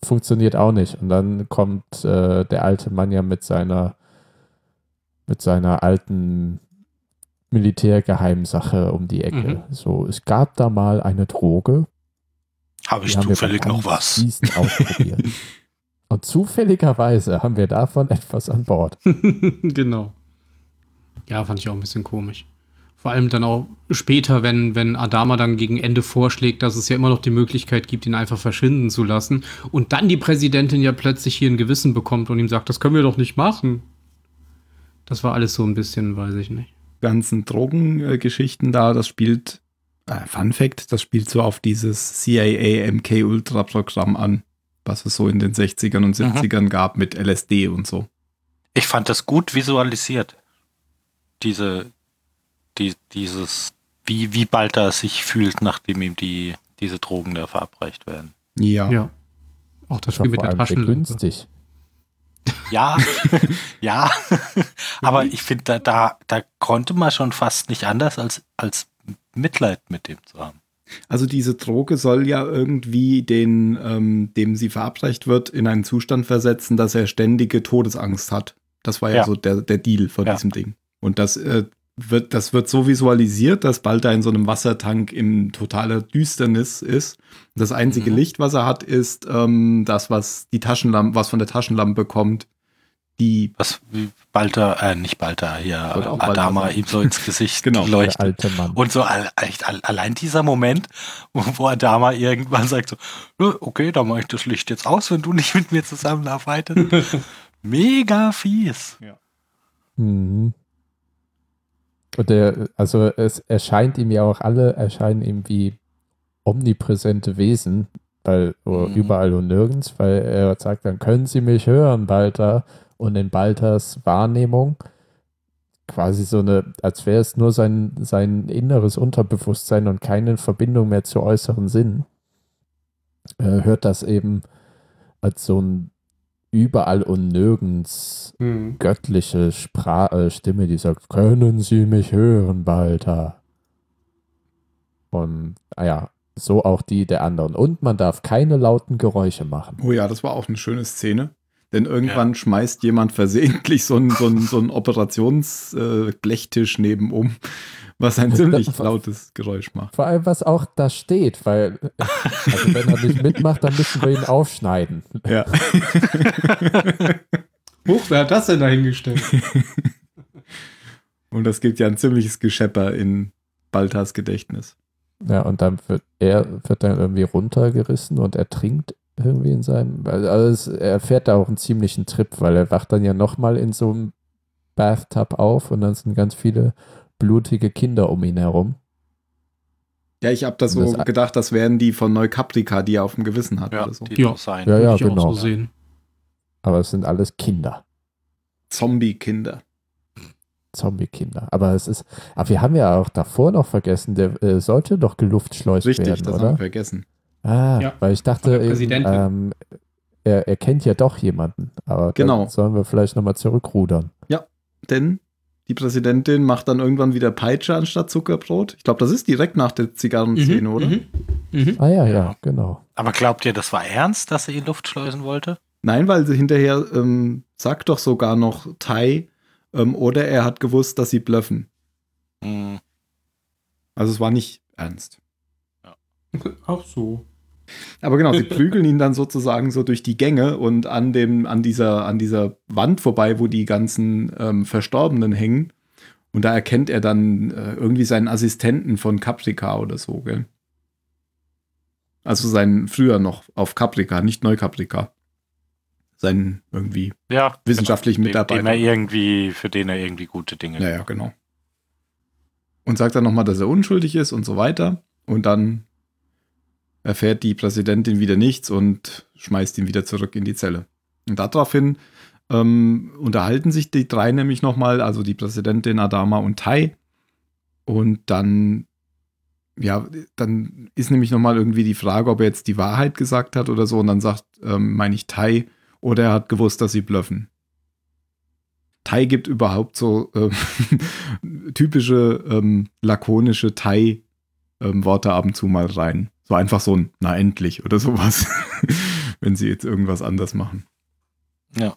Speaker 5: funktioniert auch nicht. Und dann kommt äh, der alte Mann ja mit seiner, mit seiner alten Militärgeheimsache um die Ecke. So, es gab da mal eine Droge.
Speaker 4: Habe ich
Speaker 5: die haben wir
Speaker 4: zufällig
Speaker 5: beim
Speaker 4: noch was?
Speaker 5: Anschießen ausprobiert. Und zufälligerweise haben wir davon etwas an Bord.
Speaker 6: genau. Ja, fand ich auch ein bisschen komisch. Vor allem dann auch später, wenn, wenn Adama dann gegen Ende vorschlägt, dass es ja immer noch die Möglichkeit gibt, ihn einfach verschwinden zu lassen. Und dann die Präsidentin ja plötzlich hier ein Gewissen bekommt und ihm sagt, das können wir doch nicht machen. Das war alles so ein bisschen, weiß ich nicht.
Speaker 3: ganzen Drogengeschichten da, das spielt, äh, Fun Fact, das spielt so auf dieses CIA MK Ultra Programm an, was es so in den 60ern und 70ern gab mit LSD und so.
Speaker 4: Ich fand das gut visualisiert. Diese, die, dieses, wie, wie bald er sich fühlt, nachdem ihm die, diese Drogen da verabreicht werden.
Speaker 3: Ja.
Speaker 6: Auch das
Speaker 5: Das war
Speaker 6: Spiel mit
Speaker 5: vor
Speaker 6: der
Speaker 5: allem
Speaker 6: Taschenlampe.
Speaker 5: begünstigt.
Speaker 4: Ja, ja. Aber ich finde, da, da, da konnte man schon fast nicht anders, als, als Mitleid mit dem zu haben.
Speaker 3: Also diese Droge soll ja irgendwie den, ähm, dem sie verabreicht wird, in einen Zustand versetzen, dass er ständige Todesangst hat. Das war ja,
Speaker 4: Ja.
Speaker 3: so der, der Deal von
Speaker 4: Ja.
Speaker 3: diesem Ding. Und das äh, wird, das wird so visualisiert, dass Balta in so einem Wassertank in totaler Düsternis ist. Das einzige
Speaker 4: Mhm.
Speaker 3: Licht, was er hat, ist ähm, das, was die Taschenlampe, was von der Taschenlampe kommt, die
Speaker 4: Was wie Balter, äh, nicht Balter, hier, äh,
Speaker 3: Wollte auch
Speaker 4: Adama
Speaker 3: Balter sagen.
Speaker 4: ihm so ins Gesicht
Speaker 3: Genau.
Speaker 5: Der
Speaker 4: leuchtet.
Speaker 5: alte Mann.
Speaker 4: Und so alle- echt, alle- allein dieser Moment, wo wo Adama irgendwann sagt so, "Nö, okay, dann mache ich das Licht jetzt aus, wenn du nicht mit mir zusammenarbeitest. Mega fies.
Speaker 5: Mhm. Und der, also es erscheint ihm ja auch alle, erscheinen ihm wie omnipräsente Wesen, weil oder
Speaker 4: Mhm.
Speaker 5: überall und nirgends, weil er sagt, dann können sie mich hören, Balter. Und in Balters Wahrnehmung quasi so eine, als wäre es nur sein, sein inneres Unterbewusstsein und keine Verbindung mehr zu äußeren Sinnen, äh, hört das eben als so ein überall und nirgends
Speaker 6: Mhm.
Speaker 5: göttliche Spra äh, Stimme, die sagt, können Sie mich hören, Balta? Und, ah ja, so auch die der anderen. Und man darf keine lauten Geräusche machen.
Speaker 3: Oh ja, das war auch eine schöne Szene. Denn irgendwann schmeißt jemand versehentlich so einen, so einen, so einen Operationsblechtisch äh, Blechtisch nebenom, was ein ziemlich lautes Geräusch macht.
Speaker 5: Vor allem, was auch da steht, weil also wenn er nicht mitmacht, dann müssen wir ihn aufschneiden.
Speaker 3: Ja.
Speaker 6: Huch, wer hat das denn da hingestellt?
Speaker 3: Und das gibt ja ein ziemliches Geschepper in Baltas Gedächtnis.
Speaker 5: Ja, und dann wird er wird dann irgendwie runtergerissen und ertrinkt irgendwie in seinem. Also es, er fährt da auch einen ziemlichen Trip, weil er wacht dann ja nochmal in so einem Bathtub auf und dann sind ganz viele blutige Kinder um ihn herum.
Speaker 3: Ja, ich habe das so
Speaker 5: Das-
Speaker 3: gedacht, das wären die von Neukaprika, die er auf dem Gewissen hat. oder so.
Speaker 4: die
Speaker 6: Ja.
Speaker 4: muss sein.
Speaker 5: Ja, ja,
Speaker 6: Würde ich
Speaker 5: genau.
Speaker 6: auch so sehen.
Speaker 5: Aber es sind alles Kinder,
Speaker 3: Zombie-Kinder.
Speaker 5: Zombie-Kinder. Aber es ist, aber wir haben ja auch davor noch vergessen, der äh, sollte doch geluftschleust
Speaker 3: Richtig,
Speaker 5: werden,
Speaker 3: das
Speaker 5: oder?
Speaker 3: haben wir vergessen.
Speaker 5: Ah,
Speaker 6: Ja,
Speaker 5: weil ich dachte,
Speaker 6: von der
Speaker 5: eben,
Speaker 6: Präsidentin.
Speaker 5: ähm, er, er kennt ja doch jemanden. Aber dann
Speaker 3: Genau.
Speaker 5: sollen wir vielleicht nochmal zurückrudern.
Speaker 3: Denn Die Präsidentin macht dann irgendwann wieder Peitsche anstatt Zuckerbrot. Ich glaube, das ist direkt nach der
Speaker 6: Mhm.
Speaker 3: Zigarrenszene, oder?
Speaker 5: Ah ja, ja, genau.
Speaker 4: Aber glaubt ihr, das war ernst, dass er ihn Luft schleusen wollte?
Speaker 3: Nein, weil sie hinterher ähm, sagt doch sogar noch Tai ähm, oder er hat gewusst, dass sie blöffen.
Speaker 4: Hm.
Speaker 3: Also es war nicht ernst.
Speaker 6: Auch so.
Speaker 3: Aber genau, sie prügeln ihn dann sozusagen so durch die Gänge und an dem, an dieser, an dieser Wand vorbei, wo die ganzen ähm, Verstorbenen hängen. Und da erkennt er dann äh, irgendwie seinen Assistenten von Caprica oder so, gell? Also seinen früher noch auf Caprica, nicht Neu-Caprica. Seinen irgendwie
Speaker 4: Ja.
Speaker 3: wissenschaftlichen
Speaker 4: Dem, dem er
Speaker 3: Mitarbeiter.
Speaker 4: irgendwie, für den er irgendwie gute Dinge.
Speaker 3: Ja, ja, genau. Und sagt dann nochmal, dass er unschuldig ist und so weiter. Und dann erfährt die Präsidentin wieder nichts und schmeißt ihn wieder zurück in die Zelle. Und daraufhin ähm, unterhalten sich die drei nämlich nochmal, also die Präsidentin, Adama und Tai. Und dann, ja, dann ist nämlich nochmal irgendwie die Frage, ob er jetzt die Wahrheit gesagt hat oder so. Und dann sagt, ähm, meine ich, Tai, oder er hat gewusst, dass sie blöffen. Tai gibt überhaupt so ähm, typische ähm, lakonische Tai-Worte ab und zu mal rein. So einfach so ein, na endlich oder sowas, wenn sie jetzt irgendwas anders machen.
Speaker 4: Ja,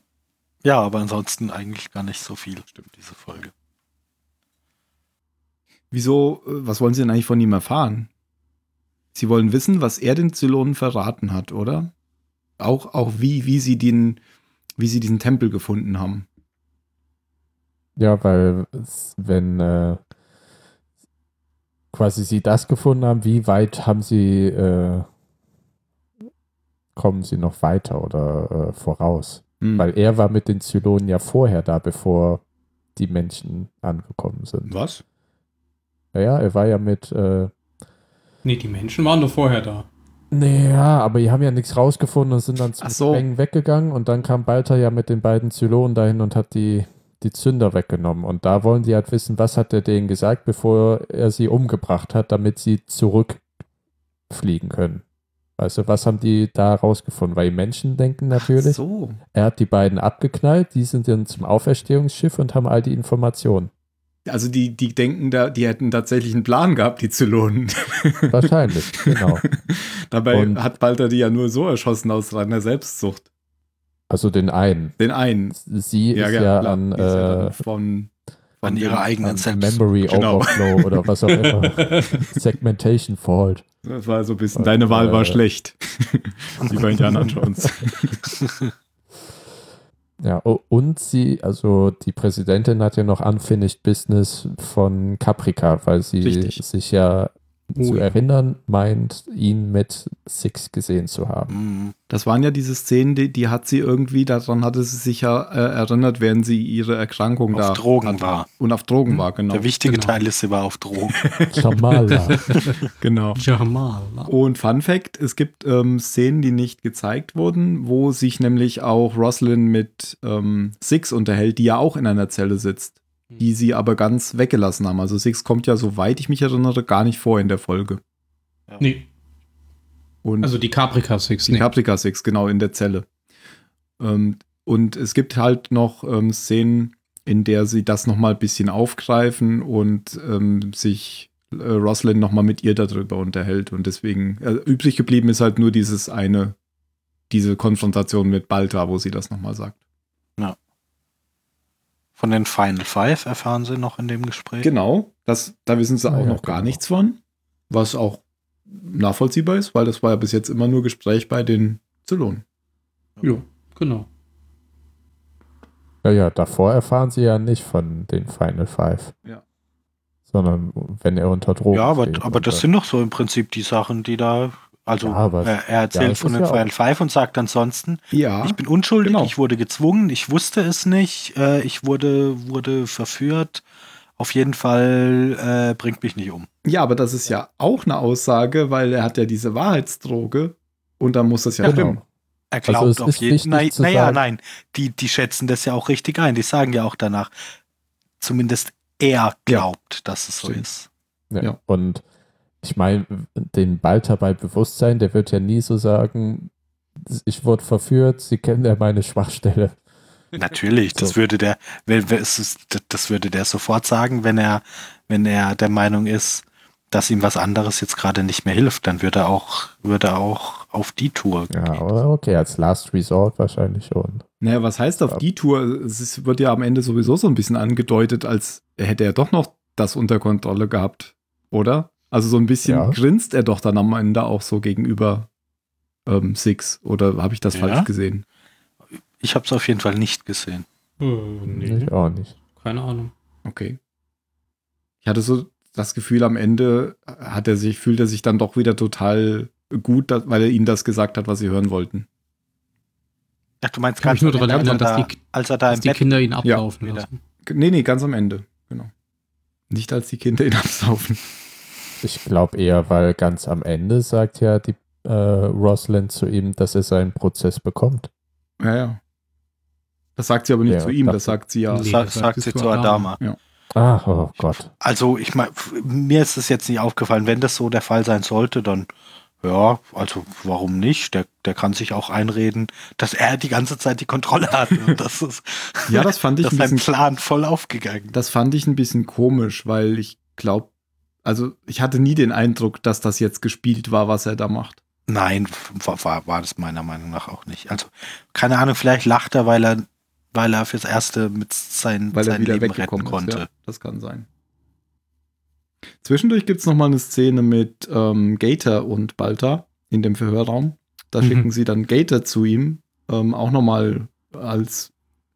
Speaker 4: aber ansonsten eigentlich gar nicht so viel, stimmt, diese Folge.
Speaker 3: Wieso, äh, was wollen sie denn eigentlich von ihm erfahren? Sie wollen wissen, was er den Zylonen verraten hat, oder? Auch, auch wie, wie, sie den, wie sie diesen Tempel gefunden haben.
Speaker 5: Ja, weil es, wenn äh, quasi sie das gefunden haben, wie weit haben sie, äh, kommen sie noch weiter oder äh, voraus?
Speaker 3: Hm.
Speaker 5: Weil er war mit den Zylonen ja vorher da, bevor die Menschen angekommen sind.
Speaker 3: was?
Speaker 5: Naja, er war ja mit, äh,
Speaker 6: Nee, die Menschen waren doch vorher da.
Speaker 5: naja, aber die haben ja nichts rausgefunden und sind dann zum
Speaker 3: Ach so.
Speaker 5: Sprengen weggegangen und dann kam Balta ja mit den beiden Zylonen dahin und hat die, die Zünder weggenommen. Und da wollen die halt wissen, was hat er denen gesagt, bevor er sie umgebracht hat, damit sie zurückfliegen können. Weißt du, was haben die da rausgefunden? Weil die Menschen denken natürlich,
Speaker 3: So.
Speaker 5: er hat die beiden abgeknallt, die sind dann zum Auferstehungsschiff und haben all die Informationen.
Speaker 3: Also die, die denken da, die hätten tatsächlich einen Plan gehabt, die Zylonen.
Speaker 5: Wahrscheinlich, genau.
Speaker 3: Dabei
Speaker 5: Und-
Speaker 3: hat Balter die ja nur so erschossen aus reiner Selbstsucht.
Speaker 5: Also den einen.
Speaker 3: Den einen.
Speaker 5: Sie ist ja
Speaker 3: klar,
Speaker 5: an
Speaker 3: die ist ja dann
Speaker 5: äh,
Speaker 3: von, von
Speaker 4: An ihrer
Speaker 3: ihrem-
Speaker 4: eigenen
Speaker 5: an
Speaker 4: Selbst.
Speaker 5: Memory
Speaker 3: Genau.
Speaker 5: Overflow oder was auch immer. Segmentation Fault.
Speaker 3: Das war so ein bisschen,
Speaker 5: Und,
Speaker 3: deine Wahl war
Speaker 5: äh,
Speaker 3: schlecht. Wie bei Indiana Jones.
Speaker 5: Ja, o- und sie, also die Präsidentin hat ja noch Unfinished Business von Caprica, weil sie
Speaker 3: Richtig.
Speaker 5: sich ja zu
Speaker 6: Ui.
Speaker 5: erinnern meint, ihn mit Six gesehen zu haben.
Speaker 4: Mhm.
Speaker 3: Das waren ja diese Szenen, die, die hat sie irgendwie, daran hatte sie sich ja äh, erinnert, während sie ihre Erkrankung
Speaker 4: Auf
Speaker 3: da
Speaker 4: Drogen
Speaker 3: hatte.
Speaker 4: war.
Speaker 3: Und auf Drogen war, genau.
Speaker 4: Der wichtige
Speaker 6: Genau.
Speaker 4: Teil ist, sie war auf Drogen.
Speaker 5: Jamala.
Speaker 3: Genau.
Speaker 6: Jamal.
Speaker 3: Und Fun Fact: Es gibt ähm, Szenen, die nicht gezeigt wurden, wo sich nämlich auch Roslyn mit ähm, Six unterhält, die ja auch in einer Zelle sitzt, die sie aber ganz weggelassen haben. Also Six kommt ja, soweit ich mich erinnere, gar nicht vor in der Folge.
Speaker 6: Nee,
Speaker 3: Und
Speaker 6: also die Caprica Six.
Speaker 3: die
Speaker 6: Nee.
Speaker 3: Caprica Six, genau, in der Zelle. Ähm, und es gibt halt noch ähm, Szenen, in der sie das nochmal ein bisschen aufgreifen und ähm, sich äh, Roslyn nochmal mit ihr darüber unterhält. Und deswegen, äh, übrig geblieben ist halt nur dieses eine, diese Konfrontation mit Balta, wo sie das nochmal sagt.
Speaker 4: Von den Final Five erfahren sie noch in dem Gespräch.
Speaker 3: Genau, das, da wissen sie
Speaker 5: Ah
Speaker 3: auch
Speaker 5: ja,
Speaker 3: noch gar
Speaker 5: genau.
Speaker 3: nichts von, was auch nachvollziehbar ist, weil das war ja bis jetzt immer nur Gespräch bei den Zylonen.
Speaker 6: Jo, genau.
Speaker 5: Naja, davor erfahren sie ja nicht von den Final Five.
Speaker 3: Ja.
Speaker 5: Sondern wenn er unter Drogen
Speaker 4: Ja, aber,
Speaker 5: steht.
Speaker 4: aber das
Speaker 5: Und,
Speaker 4: sind doch so im Prinzip die Sachen, die da. Also,
Speaker 5: Ja, aber-
Speaker 4: er, er erzählt
Speaker 5: ja, es
Speaker 4: von
Speaker 5: ist
Speaker 4: den
Speaker 5: ja auch-
Speaker 4: Final Five und sagt ansonsten,
Speaker 3: Ja,
Speaker 4: ich bin unschuldig,
Speaker 3: genau.
Speaker 4: ich wurde gezwungen, ich wusste es nicht, äh, ich wurde, wurde verführt. Auf jeden Fall äh, bringt mich nicht um.
Speaker 3: Ja, aber das ist ja auch eine Aussage, weil er hat ja diese Wahrheitsdroge und dann muss das ja
Speaker 5: Genau.
Speaker 3: stimmen.
Speaker 4: Er
Speaker 5: Also
Speaker 4: glaubt
Speaker 5: es
Speaker 4: auf
Speaker 5: ist
Speaker 4: jeden
Speaker 5: wichtig
Speaker 4: Fall.
Speaker 5: zu
Speaker 4: Naja,
Speaker 5: sagen-
Speaker 4: nein, die, die schätzen das ja auch richtig ein. Die sagen ja auch danach, zumindest er glaubt, dass es so
Speaker 3: Stimmt.
Speaker 4: ist.
Speaker 5: ja.
Speaker 3: ja.
Speaker 5: und ich meine, den Balter bei Bewusstsein, der wird ja nie so sagen, ich wurde verführt, sie kennen ja meine Schwachstelle.
Speaker 4: Natürlich, das
Speaker 5: So.
Speaker 4: würde der, wenn- wenn- es ist- das- das würde der sofort sagen, wenn er, wenn er der Meinung ist, dass ihm was anderes jetzt gerade nicht mehr hilft, dann würde er auch, würde er auch auf die Tour
Speaker 5: Ja, aber okay, als Last Resort wahrscheinlich schon.
Speaker 3: Naja, Ne, was heißt auf die Tour? Es ist, wird ja am Ende sowieso so ein bisschen angedeutet, als hätte er doch noch das unter Kontrolle gehabt, oder? Also so ein bisschen
Speaker 5: Ja.
Speaker 3: grinst er doch dann am Ende auch so gegenüber ähm, Six, oder habe ich das
Speaker 4: Ja.
Speaker 3: falsch gesehen?
Speaker 4: Ich habe es auf jeden Fall nicht gesehen.
Speaker 6: Äh, nee,
Speaker 5: Ich auch nicht.
Speaker 6: keine Ahnung.
Speaker 3: Okay. Ich hatte so das Gefühl, am Ende hat er sich, fühlt er sich dann doch wieder total gut, dass- weil er ihnen das gesagt hat, was sie hören wollten.
Speaker 4: Ach, du meinst
Speaker 6: Kann mich nur
Speaker 4: am
Speaker 6: daran
Speaker 4: Ende,
Speaker 6: erinnern,
Speaker 4: als er
Speaker 6: dass
Speaker 4: da- als er da
Speaker 6: Dass
Speaker 4: im
Speaker 6: die
Speaker 4: Bett
Speaker 6: Kinder ihn ablaufen
Speaker 4: wieder.
Speaker 6: lassen.
Speaker 3: G- Nee, nee, ganz am Ende. Genau. Nicht als die Kinder ihn absaufen.
Speaker 5: Ich glaube eher, weil ganz am Ende sagt ja die äh, Rosalind zu ihm, dass er seinen Prozess bekommt.
Speaker 3: Ja, ja. Das sagt sie aber nicht
Speaker 5: Ja,
Speaker 3: zu ihm,
Speaker 5: dachte-
Speaker 3: das sagt sie ja.
Speaker 6: Nee.
Speaker 4: sa-
Speaker 6: das
Speaker 4: sagt
Speaker 6: sagt
Speaker 4: sie
Speaker 6: es
Speaker 4: zu
Speaker 6: zu Adama.
Speaker 4: Adama.
Speaker 5: Ah, oh Gott.
Speaker 4: Also ich meine, mir ist es jetzt nicht aufgefallen, wenn das so der Fall sein sollte, dann ja, also warum nicht? Der, der kann sich auch einreden, dass er die ganze Zeit die Kontrolle hat. Und das ist,
Speaker 3: Ja, das fand ich
Speaker 4: dass
Speaker 3: ein
Speaker 4: sein
Speaker 3: bisschen
Speaker 4: Plan voll aufgegangen.
Speaker 3: Das fand ich ein bisschen komisch, weil ich glaube, also ich hatte nie den Eindruck, dass das jetzt gespielt war, was er da macht.
Speaker 4: Nein, war, war, war das meiner Meinung nach auch nicht. Also, keine Ahnung, vielleicht lacht er, weil er, weil er fürs Erste mit sein,
Speaker 3: Weil er
Speaker 4: sein
Speaker 3: wieder
Speaker 4: Leben retten
Speaker 3: weggekommen ist.
Speaker 4: konnte.
Speaker 3: Ja, das kann sein. Zwischendurch gibt es mal eine Szene mit ähm, Gator und Balta in dem Verhörraum. Da
Speaker 6: Mhm.
Speaker 3: schicken sie dann Gator zu ihm, ähm, auch nochmal als,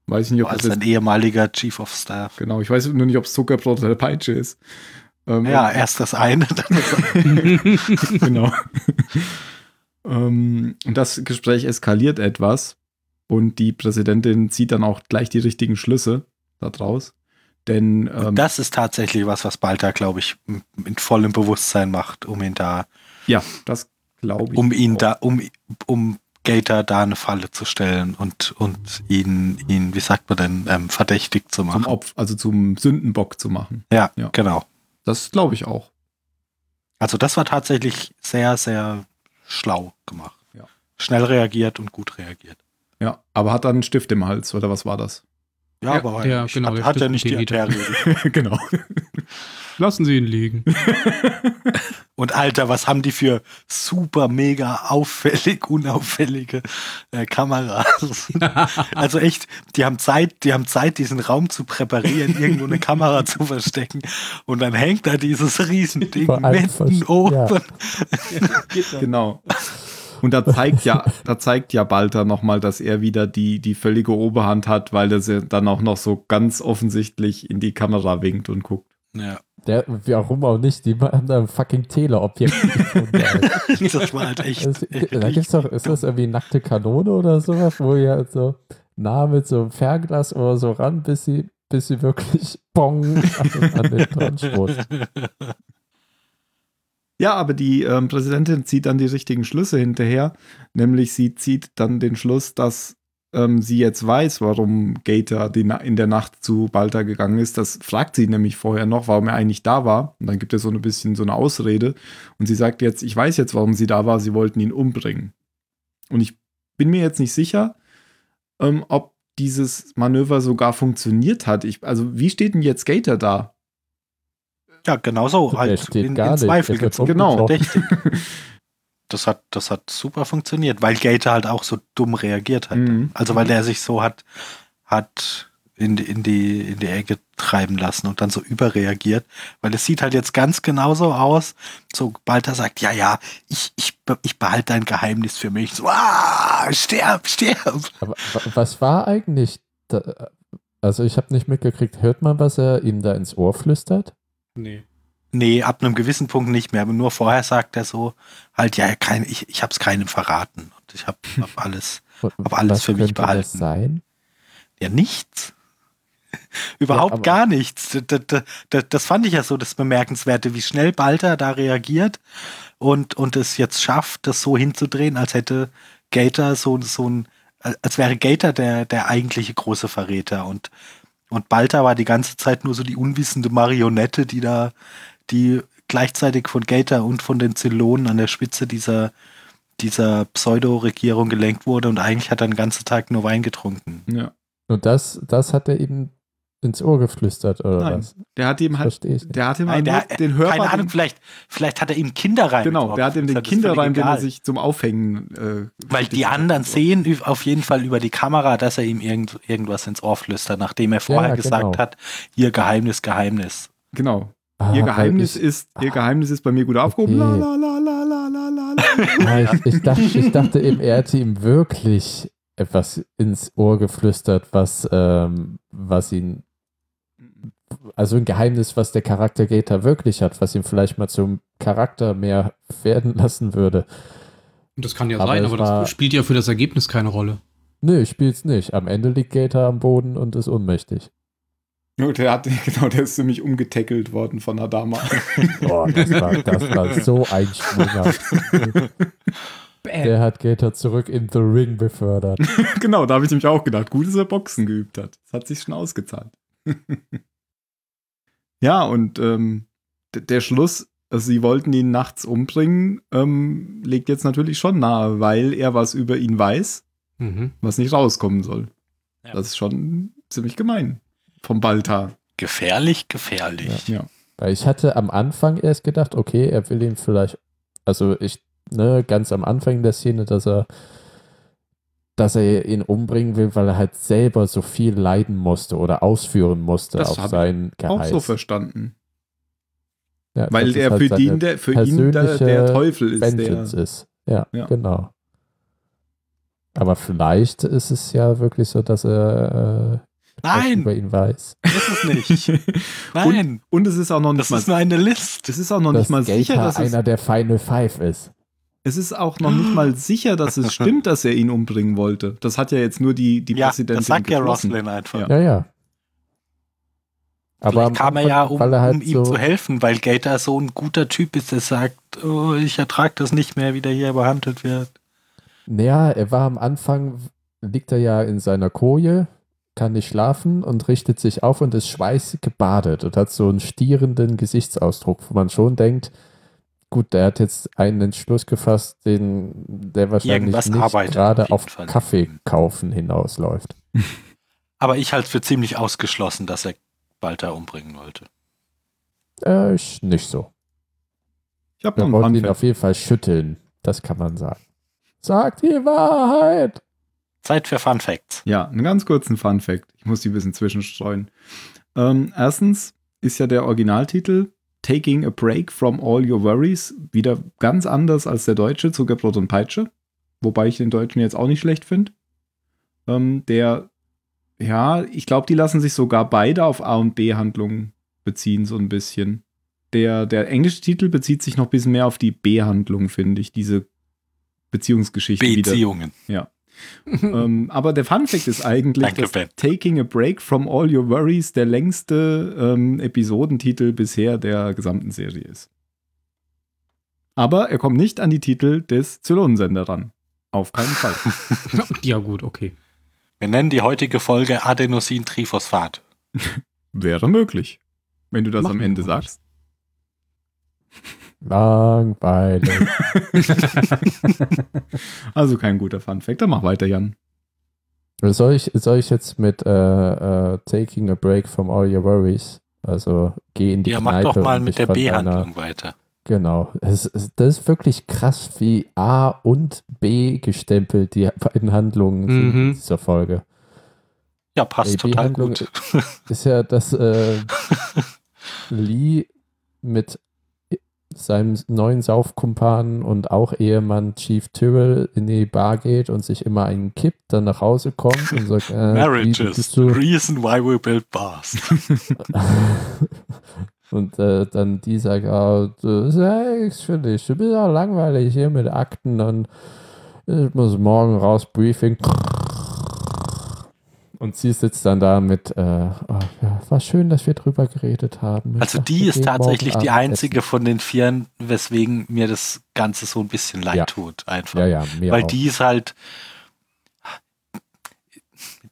Speaker 3: weiß ich nicht, ob
Speaker 4: Als
Speaker 3: das jetzt,
Speaker 4: sein ehemaliger Chief of Staff.
Speaker 3: genau, ich weiß nur nicht, ob es Zuckerbrot oder Peitsche ist. Ähm,
Speaker 4: Ja, erst das eine, dann das andere.
Speaker 3: genau. ähm, und das Gespräch eskaliert etwas und die Präsidentin zieht dann auch gleich die richtigen Schlüsse daraus. Denn ähm,
Speaker 4: Das ist tatsächlich was, was Balta, glaube ich, m- in vollem Bewusstsein macht, um ihn da,
Speaker 3: ja, das glaube ich.
Speaker 4: um ihn
Speaker 3: auch.
Speaker 4: da, um, um Gator da eine Falle zu stellen und, und ihn, ihn, wie sagt man denn, ähm, verdächtig zu
Speaker 3: zum
Speaker 4: machen.
Speaker 3: Opf, also zum Sündenbock zu machen.
Speaker 4: Ja,
Speaker 3: Ja.
Speaker 4: genau.
Speaker 3: Das glaube ich auch.
Speaker 4: Also das war tatsächlich sehr, sehr schlau gemacht.
Speaker 3: Ja.
Speaker 4: Schnell reagiert und gut reagiert.
Speaker 3: Ja, aber hat dann einen Stift im Hals oder was war das?
Speaker 4: Ja,
Speaker 6: Ja,
Speaker 4: aber
Speaker 6: ja,
Speaker 4: ich-
Speaker 6: genau,
Speaker 4: hat,
Speaker 6: der
Speaker 4: hat ja
Speaker 6: stimmt
Speaker 4: nicht die
Speaker 6: den wieder.
Speaker 4: Arterie.
Speaker 3: genau.
Speaker 6: Lassen Sie ihn liegen.
Speaker 4: Und Alter, was haben die für super, mega auffällig, unauffällige äh, Kameras? also echt, die haben Zeit, die haben Zeit, diesen Raum zu präparieren, irgendwo eine Kamera zu verstecken. Und dann hängt da dieses Riesending
Speaker 5: Vor allem
Speaker 4: mitten
Speaker 5: fast-
Speaker 4: oben.
Speaker 3: Genau. Und da zeigt ja, da zeigt ja Balta nochmal, dass er wieder die, die völlige Oberhand hat, weil er sie dann auch noch so ganz offensichtlich in die Kamera winkt und guckt.
Speaker 4: Ja.
Speaker 5: Der, warum auch nicht? Die haben da ein fucking Teleobjektiv. und, äh,
Speaker 4: Das war halt echt.
Speaker 5: es,
Speaker 4: echt
Speaker 5: äh, da gibt's doch, ist das irgendwie nackte Kanone oder sowas, wo ihr halt so nah mit so einem Fernglas oder so ran, bis sie, bis sie wirklich bong an, an den Transport.
Speaker 3: Ja, aber die ähm, Präsidentin zieht dann die richtigen Schlüsse hinterher, nämlich sie zieht dann den Schluss, dass ähm, sie jetzt weiß, warum Gator die Na in der Nacht zu Balta gegangen ist. Das fragt sie nämlich vorher noch, warum er eigentlich da war. Und dann gibt es so ein bisschen so eine Ausrede. Und sie sagt jetzt, ich weiß jetzt, warum sie da war, sie wollten ihn umbringen. Und ich bin mir jetzt nicht sicher, ähm, ob dieses Manöver sogar funktioniert hat. Ich, also wie steht denn jetzt Gator da?
Speaker 4: Ja, genau so.
Speaker 5: Der
Speaker 4: Halt
Speaker 5: steht
Speaker 4: in,
Speaker 5: gar
Speaker 4: in
Speaker 5: nicht.
Speaker 4: Zweifel
Speaker 5: Der wird
Speaker 4: gezogen.
Speaker 3: Genau.
Speaker 5: umgezogen.
Speaker 4: Verdächtig. Das hat, das hat super funktioniert, weil Gator halt auch so dumm reagiert hat.
Speaker 3: Mhm.
Speaker 4: Also weil der sich so hat, hat in, die- in, die, in die Ecke treiben lassen und dann so überreagiert. Weil es sieht halt jetzt ganz genauso aus. So Balter sagt, ja, ja, ich, ich, be- ich behalte dein Geheimnis für mich. So, ah, sterb, sterb.
Speaker 5: Aber wa- was war eigentlich? Da, also ich habe nicht mitgekriegt, hört man, was er ihm da ins Ohr flüstert?
Speaker 6: Nee.
Speaker 4: Nee, ab einem gewissen Punkt nicht mehr. Aber nur vorher sagt er so, halt, ja, kein, ich, ich hab's keinem verraten. Und ich hab, hab alles.
Speaker 5: Und
Speaker 4: Aber alles
Speaker 5: was
Speaker 4: für
Speaker 5: könnte
Speaker 4: mich
Speaker 5: Das
Speaker 4: behalten.
Speaker 5: sein?
Speaker 4: Ja, nichts. Überhaupt
Speaker 5: aber-
Speaker 4: gar nichts. Das, das, das, das fand ich ja so das Bemerkenswerte, wie schnell Balta da reagiert und, und es jetzt schafft, das so hinzudrehen, als hätte Gator so, so ein, als wäre Gator der, der eigentliche große Verräter und, und Balta war die ganze Zeit nur so die unwissende Marionette, die da, die gleichzeitig von Gator und von den Zylonen an der Spitze dieser, dieser Pseudo-Regierung gelenkt wurde und eigentlich hat er den ganzen Tag nur Wein getrunken.
Speaker 3: Ja.
Speaker 5: Und das, das hat er eben ins Ohr geflüstert, oder
Speaker 3: Nein,
Speaker 5: was?
Speaker 3: der hat ihm halt,
Speaker 5: Verstehe ich nicht.
Speaker 3: der hat ihm
Speaker 4: Nein,
Speaker 3: halt nur
Speaker 4: der,
Speaker 3: den Hörer,
Speaker 4: keine Ahnung,
Speaker 3: den,
Speaker 4: vielleicht, vielleicht hat er ihm Kinderreim.
Speaker 3: genau,
Speaker 4: ins
Speaker 3: der
Speaker 4: Ohr
Speaker 3: hat ihm den
Speaker 4: geflüstert, das ist völlig
Speaker 3: Kinderreim, den er
Speaker 4: egal.
Speaker 3: sich zum Aufhängen. Äh,
Speaker 4: Weil die anderen sehen üb- auf jeden Fall über die Kamera, dass er ihm irgend, irgendwas ins Ohr flüstert, nachdem er vorher
Speaker 5: ja,
Speaker 4: gesagt
Speaker 5: genau.
Speaker 4: hat, ihr Geheimnis, Geheimnis.
Speaker 3: Genau.
Speaker 5: Ah,
Speaker 3: ihr
Speaker 5: weil
Speaker 3: Geheimnis
Speaker 5: ich,
Speaker 3: ist, Ah. ihr Geheimnis ist bei mir gut aufgehoben. La,
Speaker 5: Okay.
Speaker 3: la, la, la, la, la, la, la.
Speaker 5: Ah, ich, ich, dachte, ich dachte eben, er hätte ihm wirklich etwas ins Ohr geflüstert, was, ähm, was ihn. Also ein Geheimnis, was der Charakter Gator wirklich hat, was ihn vielleicht mal zum Charakter mehr werden lassen würde.
Speaker 6: Und das kann ja
Speaker 5: Aber
Speaker 6: sein,
Speaker 5: es
Speaker 6: aber das
Speaker 5: war-
Speaker 6: spielt ja für das Ergebnis keine Rolle.
Speaker 5: Nö, ich spiel's nicht. Am Ende liegt Gator am Boden und ist ohnmächtig.
Speaker 3: Ja, der hat, genau, der ist ziemlich umgetackelt worden von Adama.
Speaker 5: Boah, das war, das war so ein Schwinger. Der hat Gator zurück in The Ring befördert.
Speaker 3: genau, da habe ich nämlich auch gedacht. Gut, dass er Boxen geübt hat. Das hat sich schon ausgezahlt. ja, und ähm, d- der Schluss, also sie wollten ihn nachts umbringen, ähm, legt jetzt natürlich schon nahe, weil er was über ihn weiß,
Speaker 6: Mhm.
Speaker 3: was nicht rauskommen soll.
Speaker 4: Ja.
Speaker 3: Das ist schon ziemlich gemein. Vom Baltar.
Speaker 4: Gefährlich, gefährlich.
Speaker 3: Ja.
Speaker 5: Weil ich hatte am Anfang erst gedacht, okay, er will ihn vielleicht, also ich, ne, ganz am Anfang der Szene, dass er, dass er ihn umbringen will, weil er halt selber so viel leiden musste oder ausführen musste
Speaker 3: Das hab
Speaker 5: auf
Speaker 3: ich
Speaker 5: sein
Speaker 3: Auch
Speaker 5: Geheiß.
Speaker 3: so verstanden.
Speaker 5: Ja,
Speaker 3: Weil
Speaker 5: dass es
Speaker 3: er
Speaker 5: halt
Speaker 3: für,
Speaker 5: seine
Speaker 3: den, der, für ihn der, der
Speaker 5: persönliche
Speaker 3: Teufel ist. Der,
Speaker 5: Vengeance ist. Ja,
Speaker 3: Ja.
Speaker 5: genau. Aber vielleicht ist es ja wirklich so, dass er äh, was über
Speaker 4: Nein,
Speaker 5: ihn weiß.
Speaker 4: das ist nicht. Nein,
Speaker 3: Und es ist auch noch nicht
Speaker 4: das
Speaker 3: mal,
Speaker 4: ist nur eine List.
Speaker 3: es ist auch noch
Speaker 5: Dass
Speaker 3: nicht mal
Speaker 5: Gator
Speaker 3: sicher, dass es,
Speaker 5: einer der Final Five ist.
Speaker 3: es ist auch noch nicht mal sicher, dass es stimmt, dass er ihn umbringen wollte. Das hat ja jetzt nur die, die
Speaker 4: Ja,
Speaker 3: Präsidentin
Speaker 4: das sagt ja
Speaker 3: geschlossen.
Speaker 4: Roslyn einfach.
Speaker 3: Ja.
Speaker 5: Ja, ja. Aber
Speaker 4: Vielleicht
Speaker 5: am
Speaker 4: kam er
Speaker 5: Anfang,
Speaker 4: ja, um,
Speaker 5: weil er halt
Speaker 4: um ihm
Speaker 5: so,
Speaker 4: zu helfen, weil Gator so ein guter Typ ist, der sagt, oh, ich ertrage das nicht mehr, wie der hier behandelt wird.
Speaker 5: Naja, er war am Anfang, liegt er ja in seiner Koje, kann nicht schlafen und richtet sich auf und ist schweißgebadet und hat so einen stierenden Gesichtsausdruck, wo man schon denkt, gut, der hat jetzt einen Entschluss gefasst, den der wahrscheinlich
Speaker 4: Irgendwas
Speaker 5: nicht
Speaker 4: arbeitet auf
Speaker 5: gerade
Speaker 4: jeden
Speaker 5: auf
Speaker 4: Fall.
Speaker 5: Kaffee kaufen hinausläuft.
Speaker 4: Aber ich halte es für ziemlich ausgeschlossen, dass er Walter umbringen wollte.
Speaker 5: Äh, ist nicht so.
Speaker 3: Ich habe
Speaker 5: Wir
Speaker 3: noch
Speaker 5: wollten
Speaker 3: einen
Speaker 5: ihn
Speaker 3: Fun
Speaker 5: auf jeden Fall schütteln, das kann man sagen. Sagt die Wahrheit!
Speaker 4: Zeit für Fun Facts.
Speaker 3: Ja, einen ganz kurzen Fun Fact. Ich muss die ein bisschen zwischenstreuen. Ähm, erstens ist ja der Originaltitel Taking a Break from All Your Worries wieder ganz anders als der deutsche Zuckerbrot und Peitsche. Wobei ich den deutschen jetzt auch nicht schlecht finde. Ähm, der, ja, ich glaube, die lassen sich sogar beide auf A- und B-Handlungen beziehen, so ein bisschen. Der, der englische Titel bezieht sich noch ein bisschen mehr auf die B-Handlung, finde ich. Diese Beziehungsgeschichte wieder.
Speaker 4: Beziehungen.
Speaker 3: Ähm, aber der Fun Fact ist eigentlich,
Speaker 4: Danke,
Speaker 3: dass
Speaker 4: Ben.
Speaker 3: Taking a Break from All Your Worries der längste ähm, Episodentitel bisher der gesamten Serie ist. Aber er kommt nicht an die Titel des Zylonensender ran. Auf keinen Fall.
Speaker 6: Ja, gut, okay.
Speaker 4: Wir nennen die heutige Folge Adenosin-Triphosphat.
Speaker 3: Wäre möglich, wenn du das
Speaker 6: Machen
Speaker 3: am Ende
Speaker 6: wir
Speaker 3: sagst.
Speaker 5: Langweilig.
Speaker 3: Also kein guter Fun Fact. Dann mach weiter, Jan.
Speaker 5: Soll ich, soll ich jetzt mit äh, äh, Taking a Break from All Your Worries, also geh in die
Speaker 4: Ja, mach
Speaker 5: Kneipe
Speaker 4: doch mal
Speaker 5: und
Speaker 4: mit
Speaker 5: dich von
Speaker 4: der
Speaker 5: deiner-
Speaker 4: B-Handlung weiter.
Speaker 5: Genau. Es, es, das ist wirklich krass, wie A und B gestempelt die beiden Handlungen sind in
Speaker 6: Mhm.
Speaker 5: dieser Folge.
Speaker 4: Ja, passt
Speaker 5: Ey,
Speaker 4: total
Speaker 5: B-Handlung
Speaker 4: gut.
Speaker 5: Ist ja, dass äh, Lee mit seinem neuen Saufkumpan und auch Ehemann Chief Tyrrell in die Bar geht und sich immer einen kippt, dann nach Hause kommt und sagt, äh, Lee,
Speaker 4: Marriage is
Speaker 5: bist
Speaker 4: the
Speaker 5: du,
Speaker 4: reason why we build bars.
Speaker 5: und äh, dann die sagt, ah, das ist ja nichts für dich, du bist auch langweilig hier mit Akten, dann ich muss morgen raus, Briefing. Und sie sitzt dann da mit, äh, oh, ja, war schön, dass wir drüber geredet haben. Ich
Speaker 4: Also
Speaker 5: dachte,
Speaker 4: die
Speaker 5: wir
Speaker 4: ist
Speaker 5: gehen morgen
Speaker 4: tatsächlich die
Speaker 5: Abendessen.
Speaker 4: einzige von den Vieren, weswegen mir das Ganze so ein bisschen leid
Speaker 5: Ja.
Speaker 4: tut. Einfach.
Speaker 5: Ja, ja, mir
Speaker 4: Weil
Speaker 5: auch.
Speaker 4: die ist halt.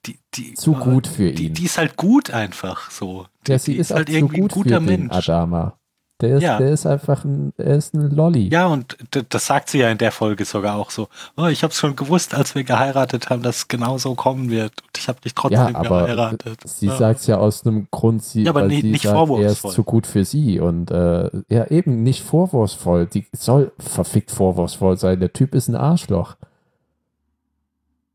Speaker 4: Die, die,
Speaker 5: zu gut für
Speaker 4: äh, Die,
Speaker 5: ihn.
Speaker 4: die ist halt gut einfach so. Die,
Speaker 5: ja, sie
Speaker 4: die
Speaker 5: ist, auch zu gut für den Adama. Der ist,
Speaker 4: Ja.
Speaker 5: der ist einfach ein, er ist ein Lolli.
Speaker 4: Ja, und d- das sagt sie ja in der Folge sogar auch so. Oh, ich habe es schon gewusst, als wir geheiratet haben, dass es genau so kommen wird. Und ich habe dich
Speaker 5: Ja,
Speaker 4: trotzdem
Speaker 5: aber
Speaker 4: geheiratet.
Speaker 5: sie
Speaker 4: ja.
Speaker 5: sagt es ja aus einem Grund, sie,
Speaker 4: ne? Ja, aber
Speaker 5: weil
Speaker 4: nicht-
Speaker 5: sie
Speaker 4: nicht
Speaker 5: sagt, er ist
Speaker 4: vorwurfsvoll.
Speaker 5: zu gut für sie und äh, ja, eben nicht vorwurfsvoll. Die soll verfickt vorwurfsvoll sein. Der Typ ist ein Arschloch.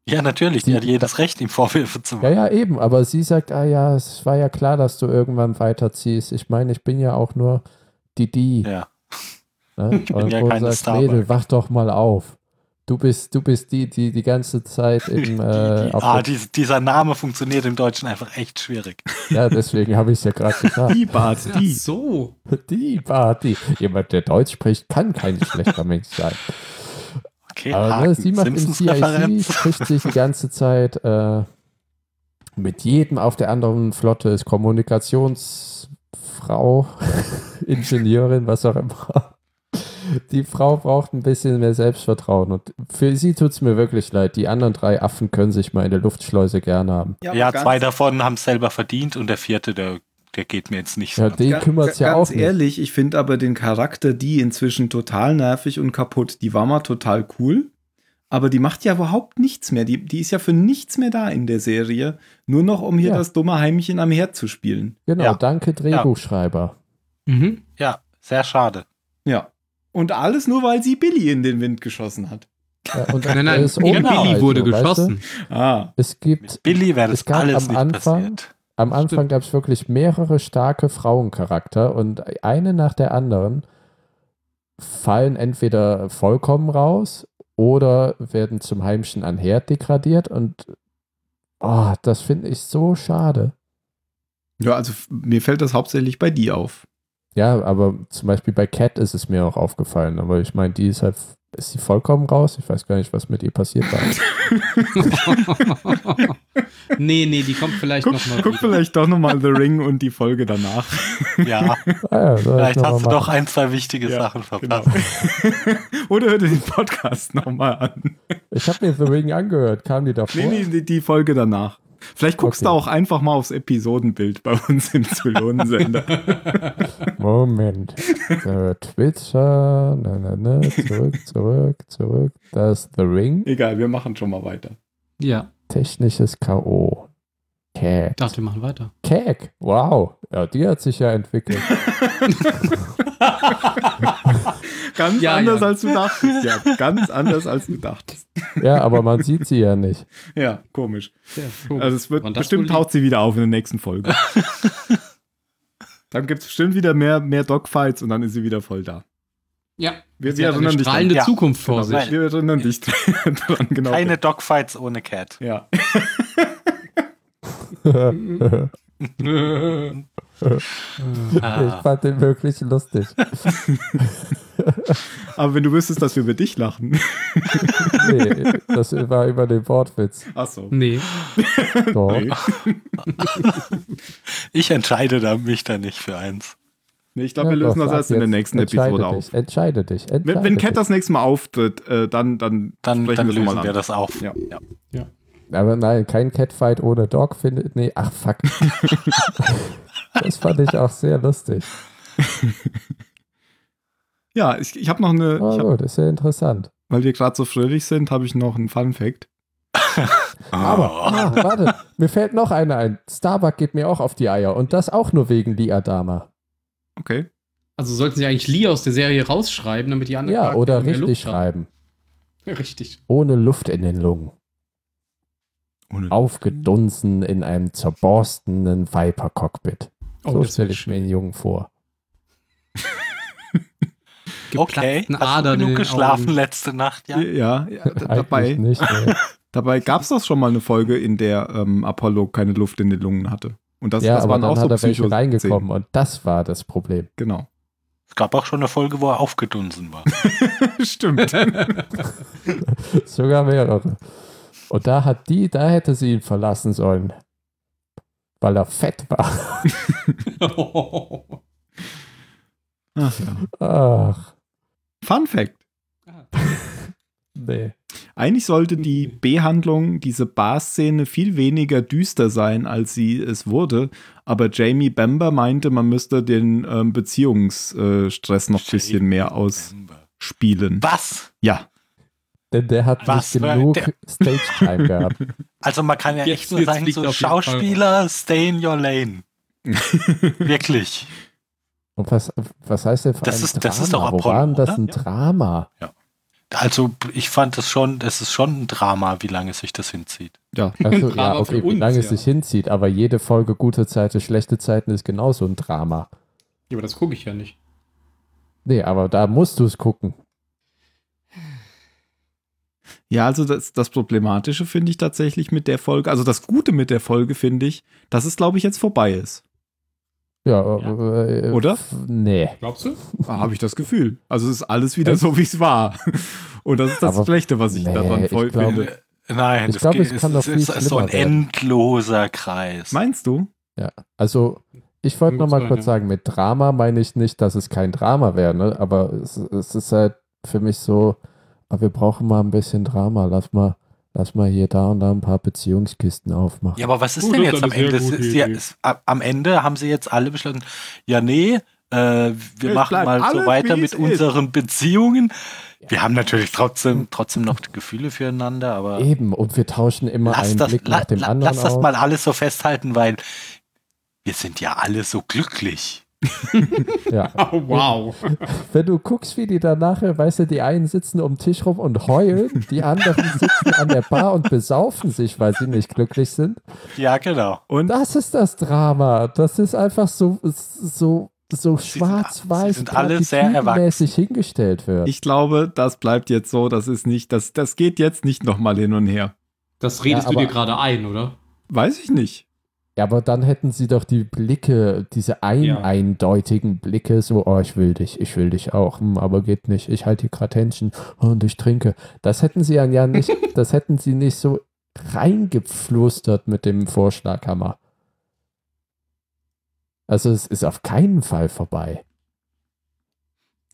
Speaker 4: ja, natürlich,
Speaker 5: sie-
Speaker 4: die hat jedes Recht, ihm Vorwürfe zu
Speaker 5: Ja,
Speaker 4: machen.
Speaker 5: ja, eben, aber sie sagt, ah ja, es war ja klar, dass du irgendwann weiterziehst. Ich meine, ich bin ja auch nur die Die.
Speaker 4: Ja,
Speaker 5: Ne? Ich
Speaker 4: bin ja keine Starbuck.
Speaker 5: Mädel, wach doch mal auf. Du bist, du bist die, die die ganze Zeit im, äh,
Speaker 4: die, die,
Speaker 5: auf
Speaker 4: ah,
Speaker 5: der-
Speaker 4: dies- dieser Name funktioniert im Deutschen einfach echt schwierig.
Speaker 5: ja, deswegen habe ich es ja gerade gesagt.
Speaker 3: Die Bart,
Speaker 6: Ach
Speaker 3: die.
Speaker 6: so.
Speaker 5: Die Party. Jemand, der Deutsch spricht, kann kein schlechter Mensch sein.
Speaker 4: Okay,
Speaker 5: Aber ne,
Speaker 4: Haken.
Speaker 5: sie macht im CIC,
Speaker 4: Simpsons-Referenz.
Speaker 5: spricht sich die ganze Zeit äh, mit jedem auf der anderen Flotte, ist Kommunikationsfrau, Ingenieurin, was auch immer. Die Frau braucht ein bisschen mehr Selbstvertrauen und für sie tut es mir wirklich leid. Die anderen drei Affen können sich mal in der Luftschleuse gern haben.
Speaker 4: Ja, zwei davon haben es selber verdient und der vierte, der, der geht mir jetzt nicht so.
Speaker 5: Ja,
Speaker 4: an.
Speaker 5: den kümmert es ja
Speaker 3: ganz
Speaker 5: auch nicht.
Speaker 3: ehrlich, ich finde aber den Charakter die inzwischen total nervig und kaputt. Die war mal total cool, aber die macht ja überhaupt nichts mehr. Die, die ist ja für nichts mehr da in der Serie, nur noch um hier
Speaker 5: Ja.
Speaker 3: das dumme Heimchen am Herd zu spielen.
Speaker 5: Genau,
Speaker 4: Ja.
Speaker 5: danke Drehbuchschreiber.
Speaker 6: Mhm.
Speaker 4: Ja, sehr schade.
Speaker 3: Ja. Und alles nur, weil sie Billy in den Wind geschossen hat.
Speaker 5: Ja. und
Speaker 6: Nein,
Speaker 5: er
Speaker 6: nein,
Speaker 5: ist
Speaker 6: ihr
Speaker 5: Opa,
Speaker 6: Billy wurde
Speaker 5: also, weißt du?
Speaker 6: geschossen.
Speaker 3: Ah.
Speaker 5: Es gibt
Speaker 4: Mit Billy wäre das
Speaker 5: Es gab am
Speaker 4: alles nicht
Speaker 5: Anfang-
Speaker 4: passiert.
Speaker 5: Am Anfang gab es wirklich mehrere starke Frauencharakter und eine nach der anderen fallen entweder vollkommen raus oder werden zum Heimchen an Herd degradiert und oh, das finde ich so schade.
Speaker 3: Ja, also f- mir fällt das hauptsächlich bei dir auf.
Speaker 5: Ja, aber zum Beispiel bei Cat ist es mir auch aufgefallen, aber ich meine, die ist halt, ist sie vollkommen raus? Ich weiß gar nicht, was mit ihr passiert war.
Speaker 6: nee, nee, die kommt vielleicht
Speaker 3: Guck,
Speaker 6: nochmal.
Speaker 3: guck vielleicht doch nochmal The Ring und die Folge danach.
Speaker 4: Ja,
Speaker 5: Ah, ja, soll ich
Speaker 4: vielleicht
Speaker 5: noch mal
Speaker 4: hast du
Speaker 5: machen?
Speaker 4: doch ein, zwei wichtige
Speaker 3: Ja,
Speaker 4: Sachen verpasst.
Speaker 3: Genau. Oder hör dir den Podcast nochmal an.
Speaker 5: Ich habe mir The Ring angehört, kam die davor?
Speaker 3: Nee, nee, die, die Folge danach. Vielleicht guckst
Speaker 5: Okay.
Speaker 3: du auch einfach mal aufs Episodenbild bei uns im Zylonensender.
Speaker 5: Moment. Äh, Twitter. Na, na, na, zurück, zurück, zurück. Das The Ring.
Speaker 3: Egal, wir machen schon mal weiter.
Speaker 6: Ja,
Speaker 5: Technisches K.O. Keg.
Speaker 6: dachte, wir machen weiter.
Speaker 5: Keg. Wow. Ja, die hat sich ja entwickelt.
Speaker 3: Ganz
Speaker 6: Ja,
Speaker 3: anders
Speaker 6: ja.
Speaker 3: als du dachtest. Ja, ganz anders als du dachtest.
Speaker 5: ja, aber man sieht sie ja nicht.
Speaker 3: Ja, komisch.
Speaker 6: Ja,
Speaker 3: Also es wird
Speaker 6: Wann das wohl
Speaker 3: bestimmt
Speaker 6: liegt?
Speaker 3: taucht sie wieder auf in der nächsten Folge. dann gibt es bestimmt wieder mehr, mehr Dogfights und dann ist sie wieder voll da.
Speaker 6: ja.
Speaker 3: Wir
Speaker 6: Sie hat eine
Speaker 3: erinnern dich dran.
Speaker 6: strahlende
Speaker 4: Ja.
Speaker 6: Zukunft vor
Speaker 3: Genau,
Speaker 6: sich.
Speaker 3: wir erinnern dich dran, genau.
Speaker 4: Keine Dogfights ohne Cat.
Speaker 3: Ja.
Speaker 5: ich
Speaker 4: Ah,
Speaker 5: fand den wirklich lustig.
Speaker 3: Aber wenn du wüsstest, dass wir über dich lachen.
Speaker 5: Nee, das war über den Wortwitz.
Speaker 3: Ach so.
Speaker 6: Nee.
Speaker 5: Doch.
Speaker 3: Nee.
Speaker 4: ich entscheide da mich da nicht für eins.
Speaker 3: Nee, ich glaube,
Speaker 5: Ja,
Speaker 3: wir lösen
Speaker 5: doch,
Speaker 3: das
Speaker 5: ab
Speaker 3: erst in der
Speaker 5: jetzt
Speaker 3: nächsten
Speaker 5: entscheide
Speaker 3: Episode auf.
Speaker 5: dich, Entscheide dich. Entscheide
Speaker 3: Wenn, wenn Cat
Speaker 5: dich.
Speaker 3: das nächste Mal auftritt, äh, dann, dann,
Speaker 4: Dann,
Speaker 3: sprechen
Speaker 4: dann
Speaker 3: wir es
Speaker 4: lösen
Speaker 3: nochmal
Speaker 4: wir
Speaker 3: an.
Speaker 4: das auf.
Speaker 3: Ja.
Speaker 5: Aber nein, kein Catfight ohne Dog findet. Nee, ach fuck. das fand ich auch sehr lustig.
Speaker 3: Ja, ich, ich habe noch eine,
Speaker 5: Aber
Speaker 3: ich hab,
Speaker 5: gut, ist ja interessant.
Speaker 3: weil wir gerade so fröhlich sind, habe ich noch einen Fun Fact.
Speaker 5: Aber, ah, warte, mir fällt noch einer ein. Starbuck geht mir auch auf die Eier und das auch nur wegen Lia Dama.
Speaker 3: Okay.
Speaker 6: Also sollten sie eigentlich Lee aus der Serie rausschreiben, damit die anderen
Speaker 5: Ja,
Speaker 6: Charaktere
Speaker 5: oder
Speaker 6: mehr
Speaker 5: richtig
Speaker 6: Luft
Speaker 5: schreiben.
Speaker 6: haben. Richtig.
Speaker 5: Ohne Luft in den Lungen.
Speaker 3: Ohne-
Speaker 5: Aufgedunsen in einem zerborstenen Viper-Cockpit.
Speaker 6: Oh,
Speaker 5: so
Speaker 6: das
Speaker 5: stelle
Speaker 6: wird
Speaker 5: ich mir den Jungen vor.
Speaker 4: Okay,
Speaker 6: Geplatzten
Speaker 4: hast du
Speaker 6: Adern in
Speaker 4: genug
Speaker 6: den
Speaker 4: geschlafen
Speaker 6: Augen.
Speaker 4: letzte Nacht? Ja,
Speaker 3: Ja, ja d-
Speaker 5: Eigentlich
Speaker 3: dabei,
Speaker 5: nicht. Ne?
Speaker 3: dabei gab es doch schon mal eine Folge, in der ähm, Apollo keine Luft in den Lungen hatte. Und das,
Speaker 5: ja,
Speaker 3: das
Speaker 5: aber
Speaker 3: waren
Speaker 5: dann
Speaker 3: auch
Speaker 5: hat
Speaker 3: so
Speaker 5: er welche
Speaker 3: Psycho
Speaker 5: reingekommen und das war das Problem.
Speaker 3: Genau.
Speaker 4: Es gab auch schon eine Folge, wo er aufgedunsen war.
Speaker 3: Stimmt.
Speaker 5: Sogar mehrere. Und da hat die, da hätte sie ihn verlassen sollen. Weil er fett war.
Speaker 3: Ach, ja.
Speaker 5: Ach,
Speaker 3: Fun Fact.
Speaker 5: nee.
Speaker 3: Eigentlich sollte die
Speaker 5: Mhm.
Speaker 3: Behandlung, diese Bar-Szene, viel weniger düster sein, als sie es wurde. Aber Jamie Bamber meinte, man müsste den ähm, Beziehungsstress noch ein bisschen mehr ausspielen.
Speaker 4: Was?
Speaker 3: Ja.
Speaker 5: Denn der hat
Speaker 4: Was
Speaker 5: nicht
Speaker 4: für-
Speaker 5: genug
Speaker 4: der-
Speaker 5: Stage-Time gehabt.
Speaker 4: Also man kann ja
Speaker 6: Jetzt-
Speaker 4: echt nur
Speaker 6: jetzt
Speaker 4: sagen,
Speaker 6: liegt
Speaker 4: so
Speaker 6: auf jeden Fall-
Speaker 4: Schauspieler, stay in your lane. Wirklich.
Speaker 5: Und was, was heißt denn für
Speaker 4: Das
Speaker 5: ein
Speaker 4: ist-
Speaker 5: Drama?
Speaker 4: das ist doch
Speaker 5: Wo
Speaker 4: Apollo,
Speaker 5: war denn das
Speaker 4: oder?
Speaker 5: ein Drama?
Speaker 4: Also ich fand das schon, es ist schon ein Drama, wie lange sich das hinzieht.
Speaker 3: Ja.
Speaker 5: Achso,
Speaker 6: Ein Drama
Speaker 5: ja, okay,
Speaker 6: für
Speaker 5: wie
Speaker 6: uns,
Speaker 5: lange es
Speaker 6: ja.
Speaker 5: sich hinzieht, aber jede Folge gute Zeiten, schlechte Zeiten ist genauso ein Drama.
Speaker 6: Ja, aber das gucke ich ja nicht.
Speaker 5: Nee, aber da musst du es gucken.
Speaker 3: Ja, also das, das Problematische finde ich tatsächlich mit der Folge, also das Gute mit der Folge finde ich, dass es, glaube ich, jetzt vorbei ist.
Speaker 5: Ja, Äh,
Speaker 3: Oder?
Speaker 5: f- Nee.
Speaker 6: Glaubst du?
Speaker 3: Ah, Habe ich das Gefühl. Also es ist alles wieder so, wie es war. Und das ist das
Speaker 5: Aber-
Speaker 3: Schlechte, was ich
Speaker 5: nee,
Speaker 3: daran
Speaker 5: ich
Speaker 3: voll
Speaker 5: glaube-
Speaker 3: finde.
Speaker 4: Nein,
Speaker 5: Ich
Speaker 4: das
Speaker 5: glaub,
Speaker 4: geht-
Speaker 5: es kann doch viel
Speaker 4: ist, ist so ein
Speaker 5: schlimmer werden.
Speaker 4: endloser Kreis.
Speaker 3: Meinst du?
Speaker 5: Ja, also ich wollte noch
Speaker 6: Kann gut
Speaker 5: mal
Speaker 6: sein,
Speaker 5: kurz
Speaker 6: ja.
Speaker 5: sagen, mit Drama meine ich nicht, dass es kein Drama wäre, ne? aber es, es ist halt für mich so, ah, wir brauchen mal ein bisschen Drama, lass mal, lass mal hier da und da ein paar Beziehungskisten aufmachen.
Speaker 4: Ja, aber was ist
Speaker 6: Gut,
Speaker 4: denn
Speaker 6: das ist
Speaker 4: jetzt am
Speaker 6: eine sehr
Speaker 4: Ende? Es
Speaker 6: gute
Speaker 4: ist ja,
Speaker 6: Idee.
Speaker 4: es, ab- am Ende haben sie jetzt alle beschlossen, ja, nee, äh, wir
Speaker 3: Es
Speaker 4: machen
Speaker 3: bleibt
Speaker 4: mal so
Speaker 3: alles,
Speaker 4: weiter
Speaker 3: wie
Speaker 4: mit
Speaker 3: es
Speaker 4: unseren Beziehungen. Wir haben natürlich trotzdem, trotzdem noch Gefühle füreinander, aber
Speaker 5: Eben, und wir tauschen immer
Speaker 4: lass
Speaker 5: einen
Speaker 4: das,
Speaker 5: Blick
Speaker 4: la,
Speaker 5: nach dem
Speaker 4: la,
Speaker 5: anderen
Speaker 4: lass das
Speaker 5: aus.
Speaker 4: mal alles so festhalten, weil wir sind ja alle so glücklich.
Speaker 5: Ja.
Speaker 6: Oh, wow.
Speaker 5: Wenn du guckst, wie die da nachher, weißt du, die einen sitzen um den Tisch rum und heulen, die anderen sitzen an der Bar und besaufen sich, weil sie nicht glücklich sind.
Speaker 4: Ja, genau.
Speaker 5: Und das ist das Drama. Das ist einfach so, so, so
Speaker 4: sind-
Speaker 5: schwarz-weiß,
Speaker 4: sie sind alle sehr
Speaker 5: platitüdenmäßig hingestellt wird.
Speaker 3: Ich glaube, das bleibt jetzt so. Das ist nicht, das, das geht jetzt nicht nochmal hin und her.
Speaker 6: Das redest
Speaker 5: Ja,
Speaker 6: du
Speaker 5: aber-
Speaker 6: dir gerade ein, oder?
Speaker 3: Weiß ich nicht.
Speaker 5: ja, aber dann hätten sie doch die Blicke, diese ein
Speaker 6: Ja.
Speaker 5: eindeutigen Blicke, so, oh, ich will dich, ich will dich auch, hm, aber geht nicht, ich halte hier gerade Händchen und ich trinke. Das hätten sie dann ja nicht, das hätten sie nicht so reingeflustert mit dem Vorschlaghammer. Also es ist auf keinen Fall vorbei.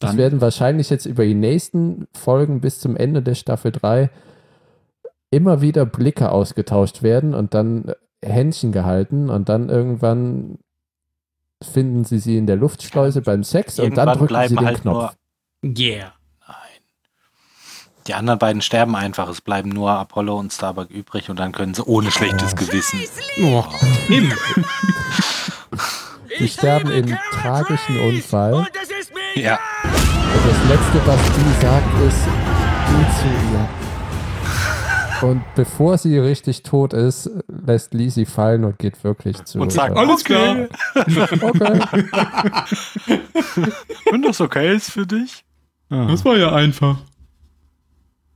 Speaker 5: Es
Speaker 3: Dann,
Speaker 5: werden wahrscheinlich jetzt über die nächsten Folgen bis zum Ende der Staffel 3 immer wieder Blicke ausgetauscht werden und dann äh, Händchen gehalten und dann irgendwann finden sie sie in der Luftschleuse beim Sex und dann
Speaker 4: Irgendwann
Speaker 5: drücken sie
Speaker 4: bleiben
Speaker 5: den
Speaker 4: halt
Speaker 5: Knopf.
Speaker 6: Yeah.
Speaker 4: Die anderen beiden sterben einfach. Es bleiben nur Apollo und Starbuck übrig und dann können sie ohne schlechtes Gewissen.
Speaker 6: Oh, Tim.
Speaker 5: Die sterben im tragischen Unfall. Und
Speaker 4: Ja.
Speaker 5: das Letzte, was die sagt, ist, geh zu ihr. Und bevor sie richtig tot ist, lässt Lee sie fallen und geht wirklich zu
Speaker 4: Und sagt,
Speaker 5: äh,
Speaker 6: Alles klar.
Speaker 5: okay.
Speaker 4: Wenn das okay ist für dich.
Speaker 3: ah.
Speaker 6: Das war ja einfach.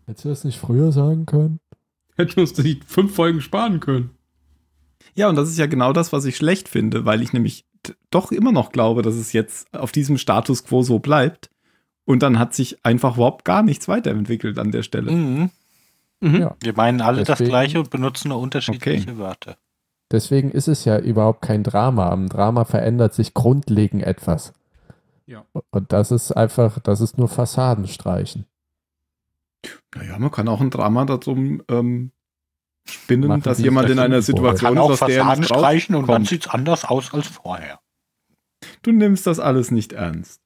Speaker 5: Hättest du das nicht früher sagen können?
Speaker 6: Hätten wir uns die fünf Folgen sparen können.
Speaker 3: Ja, und das ist ja genau das, was ich schlecht finde, weil ich nämlich t- doch immer noch glaube, dass es jetzt auf diesem Status quo so bleibt. Und dann hat sich einfach überhaupt gar nichts weiterentwickelt an der Stelle.
Speaker 4: Mhm.
Speaker 5: Ja.
Speaker 4: Wir meinen alle das
Speaker 5: Deswegen-
Speaker 4: Gleiche und benutzen nur unterschiedliche Wörter.
Speaker 5: Deswegen ist es ja überhaupt kein Drama. Am Drama verändert sich grundlegend etwas.
Speaker 6: Ja.
Speaker 5: Und das ist einfach, das ist nur Fassaden streichen.
Speaker 3: Naja, man kann auch ein Drama darum ähm, spinnen,
Speaker 5: Machen,
Speaker 3: dass
Speaker 5: wie es
Speaker 3: jemand
Speaker 5: der
Speaker 3: in einer
Speaker 5: Film wurde.
Speaker 4: Man kann
Speaker 3: Situation ist,
Speaker 4: auch
Speaker 3: aus der er
Speaker 4: Fassaden
Speaker 3: nicht rauskommt.
Speaker 4: streichen und dann sieht es anders aus als vorher.
Speaker 3: Du nimmst das alles nicht ernst.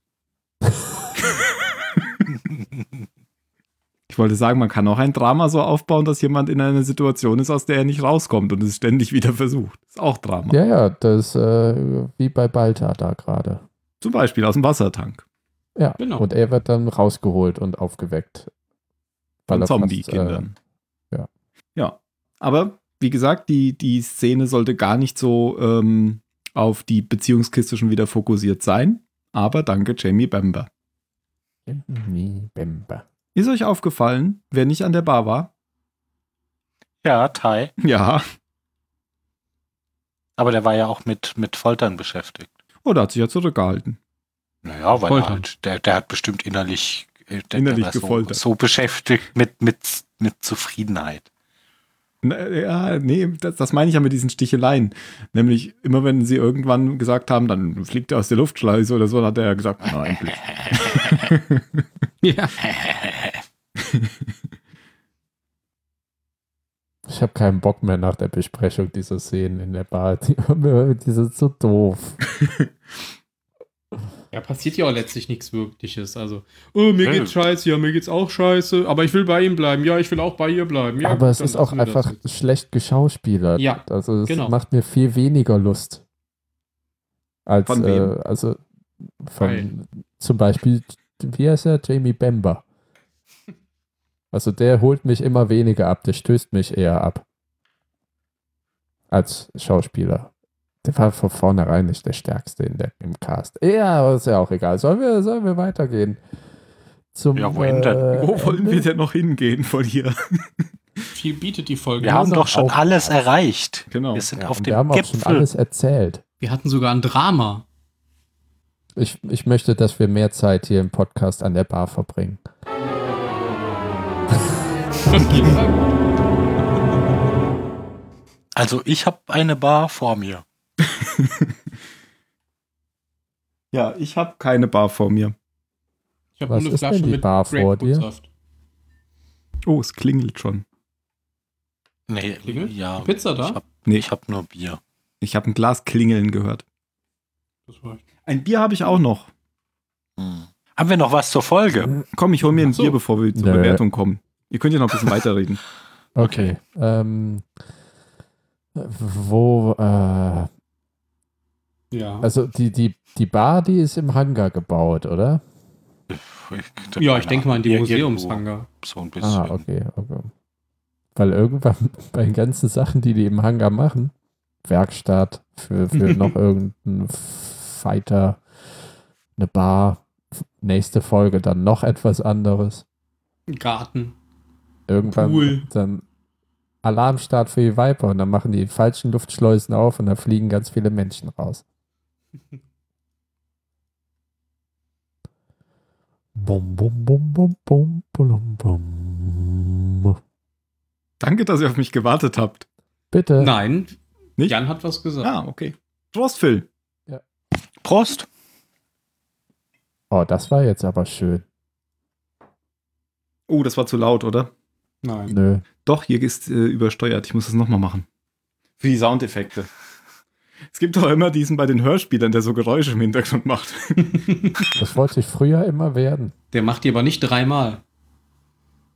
Speaker 3: Ich wollte sagen, man kann auch ein Drama so aufbauen, dass jemand in einer Situation ist, aus der er nicht rauskommt und es ständig wieder versucht. Ist auch Drama.
Speaker 5: Ja, ja, das äh, wie bei Balta da gerade.
Speaker 3: Zum Beispiel aus dem Wassertank.
Speaker 5: Ja.
Speaker 6: Genau.
Speaker 5: Und er wird dann rausgeholt und aufgeweckt. Weil
Speaker 3: Von
Speaker 5: er fast,
Speaker 3: Zombie-Kindern.
Speaker 5: äh, ja.
Speaker 3: Ja. Aber wie gesagt, die, die Szene sollte gar nicht so ähm, auf die Beziehungskiste schon wieder fokussiert sein. Aber danke, Jamie Bamber.
Speaker 5: Äh, Bimbi, Bimba.
Speaker 3: Ist euch aufgefallen, wer nicht an der Bar war?
Speaker 4: Ja, Tai.
Speaker 3: Ja.
Speaker 4: Aber der war ja auch mit, mit Foltern beschäftigt.
Speaker 3: Oder Oh, hat sich ja zurückgehalten.
Speaker 4: Naja, weil er
Speaker 6: Foltern.
Speaker 4: halt, der, der hat bestimmt innerlich, äh, der,
Speaker 3: Innerlich
Speaker 4: der war
Speaker 3: gefoltert.
Speaker 4: So, so beschäftigt mit, mit, mit Zufriedenheit.
Speaker 3: Na, Ja, nee, das, das meine ich ja mit diesen Sticheleien. Nämlich immer, wenn sie irgendwann gesagt haben, dann fliegt er aus der Luftschleuse oder so, dann hat er ja gesagt, nein, Glück.
Speaker 6: Ja.
Speaker 5: keinen Bock mehr nach der Besprechung dieser Szenen in der Bar. Die, die sind so doof.
Speaker 6: Ja, passiert ja auch letztlich nichts Wirkliches. Also, oh, mir geht's scheiße, ja, mir geht's auch scheiße, aber ich will bei ihm bleiben, ja, ich will auch bei ihr bleiben. Ja,
Speaker 5: Aber es
Speaker 6: dann
Speaker 5: ist auch
Speaker 6: lassen wir das
Speaker 5: einfach
Speaker 6: jetzt.
Speaker 5: schlecht geschauspielert.
Speaker 6: Ja,
Speaker 5: Also es
Speaker 6: genau.
Speaker 5: macht mir viel weniger Lust. Als,
Speaker 3: Von wem?
Speaker 5: äh, also von
Speaker 6: Weil-
Speaker 5: zum Beispiel, wie heißt er? Jamie Bemba. Also der holt mich immer weniger ab, der stößt mich eher ab. Als Schauspieler. Der war von vornherein nicht der Stärkste in der, im Cast. Ja, aber ist ja auch egal. Sollen wir, sollen wir weitergehen? Zum,
Speaker 4: Ja, wohin denn?
Speaker 5: äh,
Speaker 3: Wo wollen
Speaker 5: Ende?
Speaker 3: wir denn noch hingehen von hier?
Speaker 6: Viel bietet die Folge.
Speaker 4: Wir haben
Speaker 5: sind
Speaker 4: doch schon
Speaker 5: auch-
Speaker 4: alles erreicht.
Speaker 3: Genau.
Speaker 4: Wir sind
Speaker 5: Ja,
Speaker 4: auf
Speaker 5: und
Speaker 4: dem
Speaker 5: wir haben auch schon
Speaker 4: Gipfel.
Speaker 5: alles erzählt.
Speaker 6: Wir hatten sogar ein Drama.
Speaker 5: Ich, ich möchte, dass wir mehr Zeit hier im Podcast an der Bar verbringen.
Speaker 4: Also ich habe eine Bar vor mir.
Speaker 3: Ja, ich habe keine Bar vor mir.
Speaker 6: Ich habe
Speaker 5: Was ist denn die Bar vor dir?
Speaker 6: Grapefruitsaft.
Speaker 3: Oh, es klingelt schon.
Speaker 4: Nee,
Speaker 6: Klingel?
Speaker 4: ja.
Speaker 6: Die Pizza da?
Speaker 4: Ich habe
Speaker 3: Nee,
Speaker 4: hab nur Bier.
Speaker 3: ich habe ein Glas klingeln gehört.
Speaker 6: Das war-
Speaker 3: Ein Bier habe ich auch noch.
Speaker 4: Hm. Haben wir noch was zur
Speaker 6: Hm.
Speaker 4: Folge?
Speaker 3: Komm, ich hol mir ein
Speaker 6: Ach so.
Speaker 3: Bier, bevor wir zur
Speaker 5: Nö.
Speaker 3: Bewertung kommen. Ihr könnt ja noch ein bisschen weiterreden.
Speaker 5: Okay. Ähm, wo, äh,
Speaker 6: Ja.
Speaker 5: also die, die, die Bar, die ist im Hangar gebaut, oder?
Speaker 6: ja, ich denke mal an die
Speaker 4: Ja,
Speaker 6: Museumshanger.
Speaker 4: irgendwo oh, So ein bisschen.
Speaker 5: Ah, okay, okay. Weil irgendwann bei den ganzen Sachen, die die im Hangar machen, Werkstatt für, für noch irgendeinen Fighter, eine Bar, nächste Folge dann noch etwas anderes.
Speaker 6: Garten.
Speaker 5: Irgendwann
Speaker 6: Pool.
Speaker 5: dann Alarmstart für die Viper und dann machen die falschen Luftschleusen auf und dann fliegen ganz viele Menschen raus. Bum, bum, bum, bum, bum, bum, bum.
Speaker 3: Danke, dass ihr auf mich gewartet habt.
Speaker 5: Bitte.
Speaker 6: Nein,
Speaker 3: Nicht?
Speaker 6: Jan hat was gesagt.
Speaker 3: Ah, okay. Prost, Phil.
Speaker 4: Prost.
Speaker 5: Oh, das war jetzt aber schön.
Speaker 3: Oh, das war zu laut, oder?
Speaker 6: Nein.
Speaker 5: Nö.
Speaker 3: Doch, hier ist äh, übersteuert. Ich muss das nochmal machen. Für die Soundeffekte. Es gibt doch immer diesen bei den Hörspielern, der so Geräusche im Hintergrund macht.
Speaker 5: Das wollte ich früher immer werden.
Speaker 6: Der macht die aber nicht dreimal.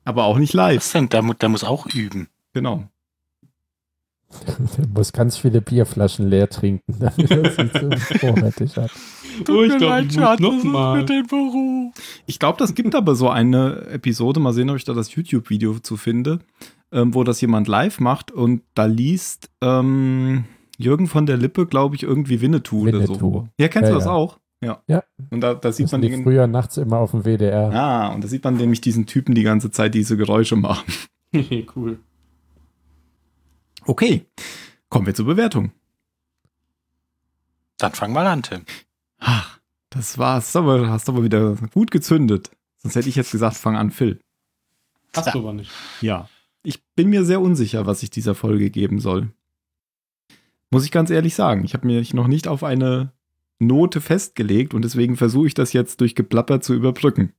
Speaker 3: Aber auch nicht live.
Speaker 4: Was denn? Der, mu- der muss auch üben.
Speaker 3: Genau.
Speaker 5: Der muss ganz viele Bierflaschen leer trinken, damit er sich so vorrätig hat.
Speaker 6: Oh, ich glaube, ich muss noch mal.
Speaker 4: den Beruf.
Speaker 3: Ich glaube, das gibt aber so eine Episode. Mal sehen, ob ich da das YouTube-Video zu finde, ähm, wo das jemand live macht und da liest ähm, Jürgen von der Lippe, glaube ich, irgendwie Winnetou, oder
Speaker 5: Winnetou.
Speaker 3: so. Ja, kennst
Speaker 5: Ja,
Speaker 3: du das
Speaker 5: ja.
Speaker 3: auch? Ja.
Speaker 5: Ja.
Speaker 3: Und da, da sieht
Speaker 5: Das
Speaker 3: man
Speaker 5: sind die
Speaker 3: den.
Speaker 5: früher nachts immer auf dem WDR.
Speaker 3: Ah, und da sieht man nämlich diesen Typen die ganze Zeit diese Geräusche machen.
Speaker 6: cool.
Speaker 3: Okay. Kommen wir zur Bewertung.
Speaker 4: Dann fang mal an, Tim.
Speaker 3: Ach, das war's. Aber hast aber wieder gut gezündet. Sonst hätte ich jetzt gesagt, fang an, Phil.
Speaker 6: Hast du aber nicht.
Speaker 3: Ja. Ich bin mir sehr unsicher, was ich dieser Folge geben soll. Muss ich ganz ehrlich sagen. Ich habe mich noch nicht auf eine Note festgelegt und deswegen versuche ich das jetzt durch Geplapper zu überbrücken.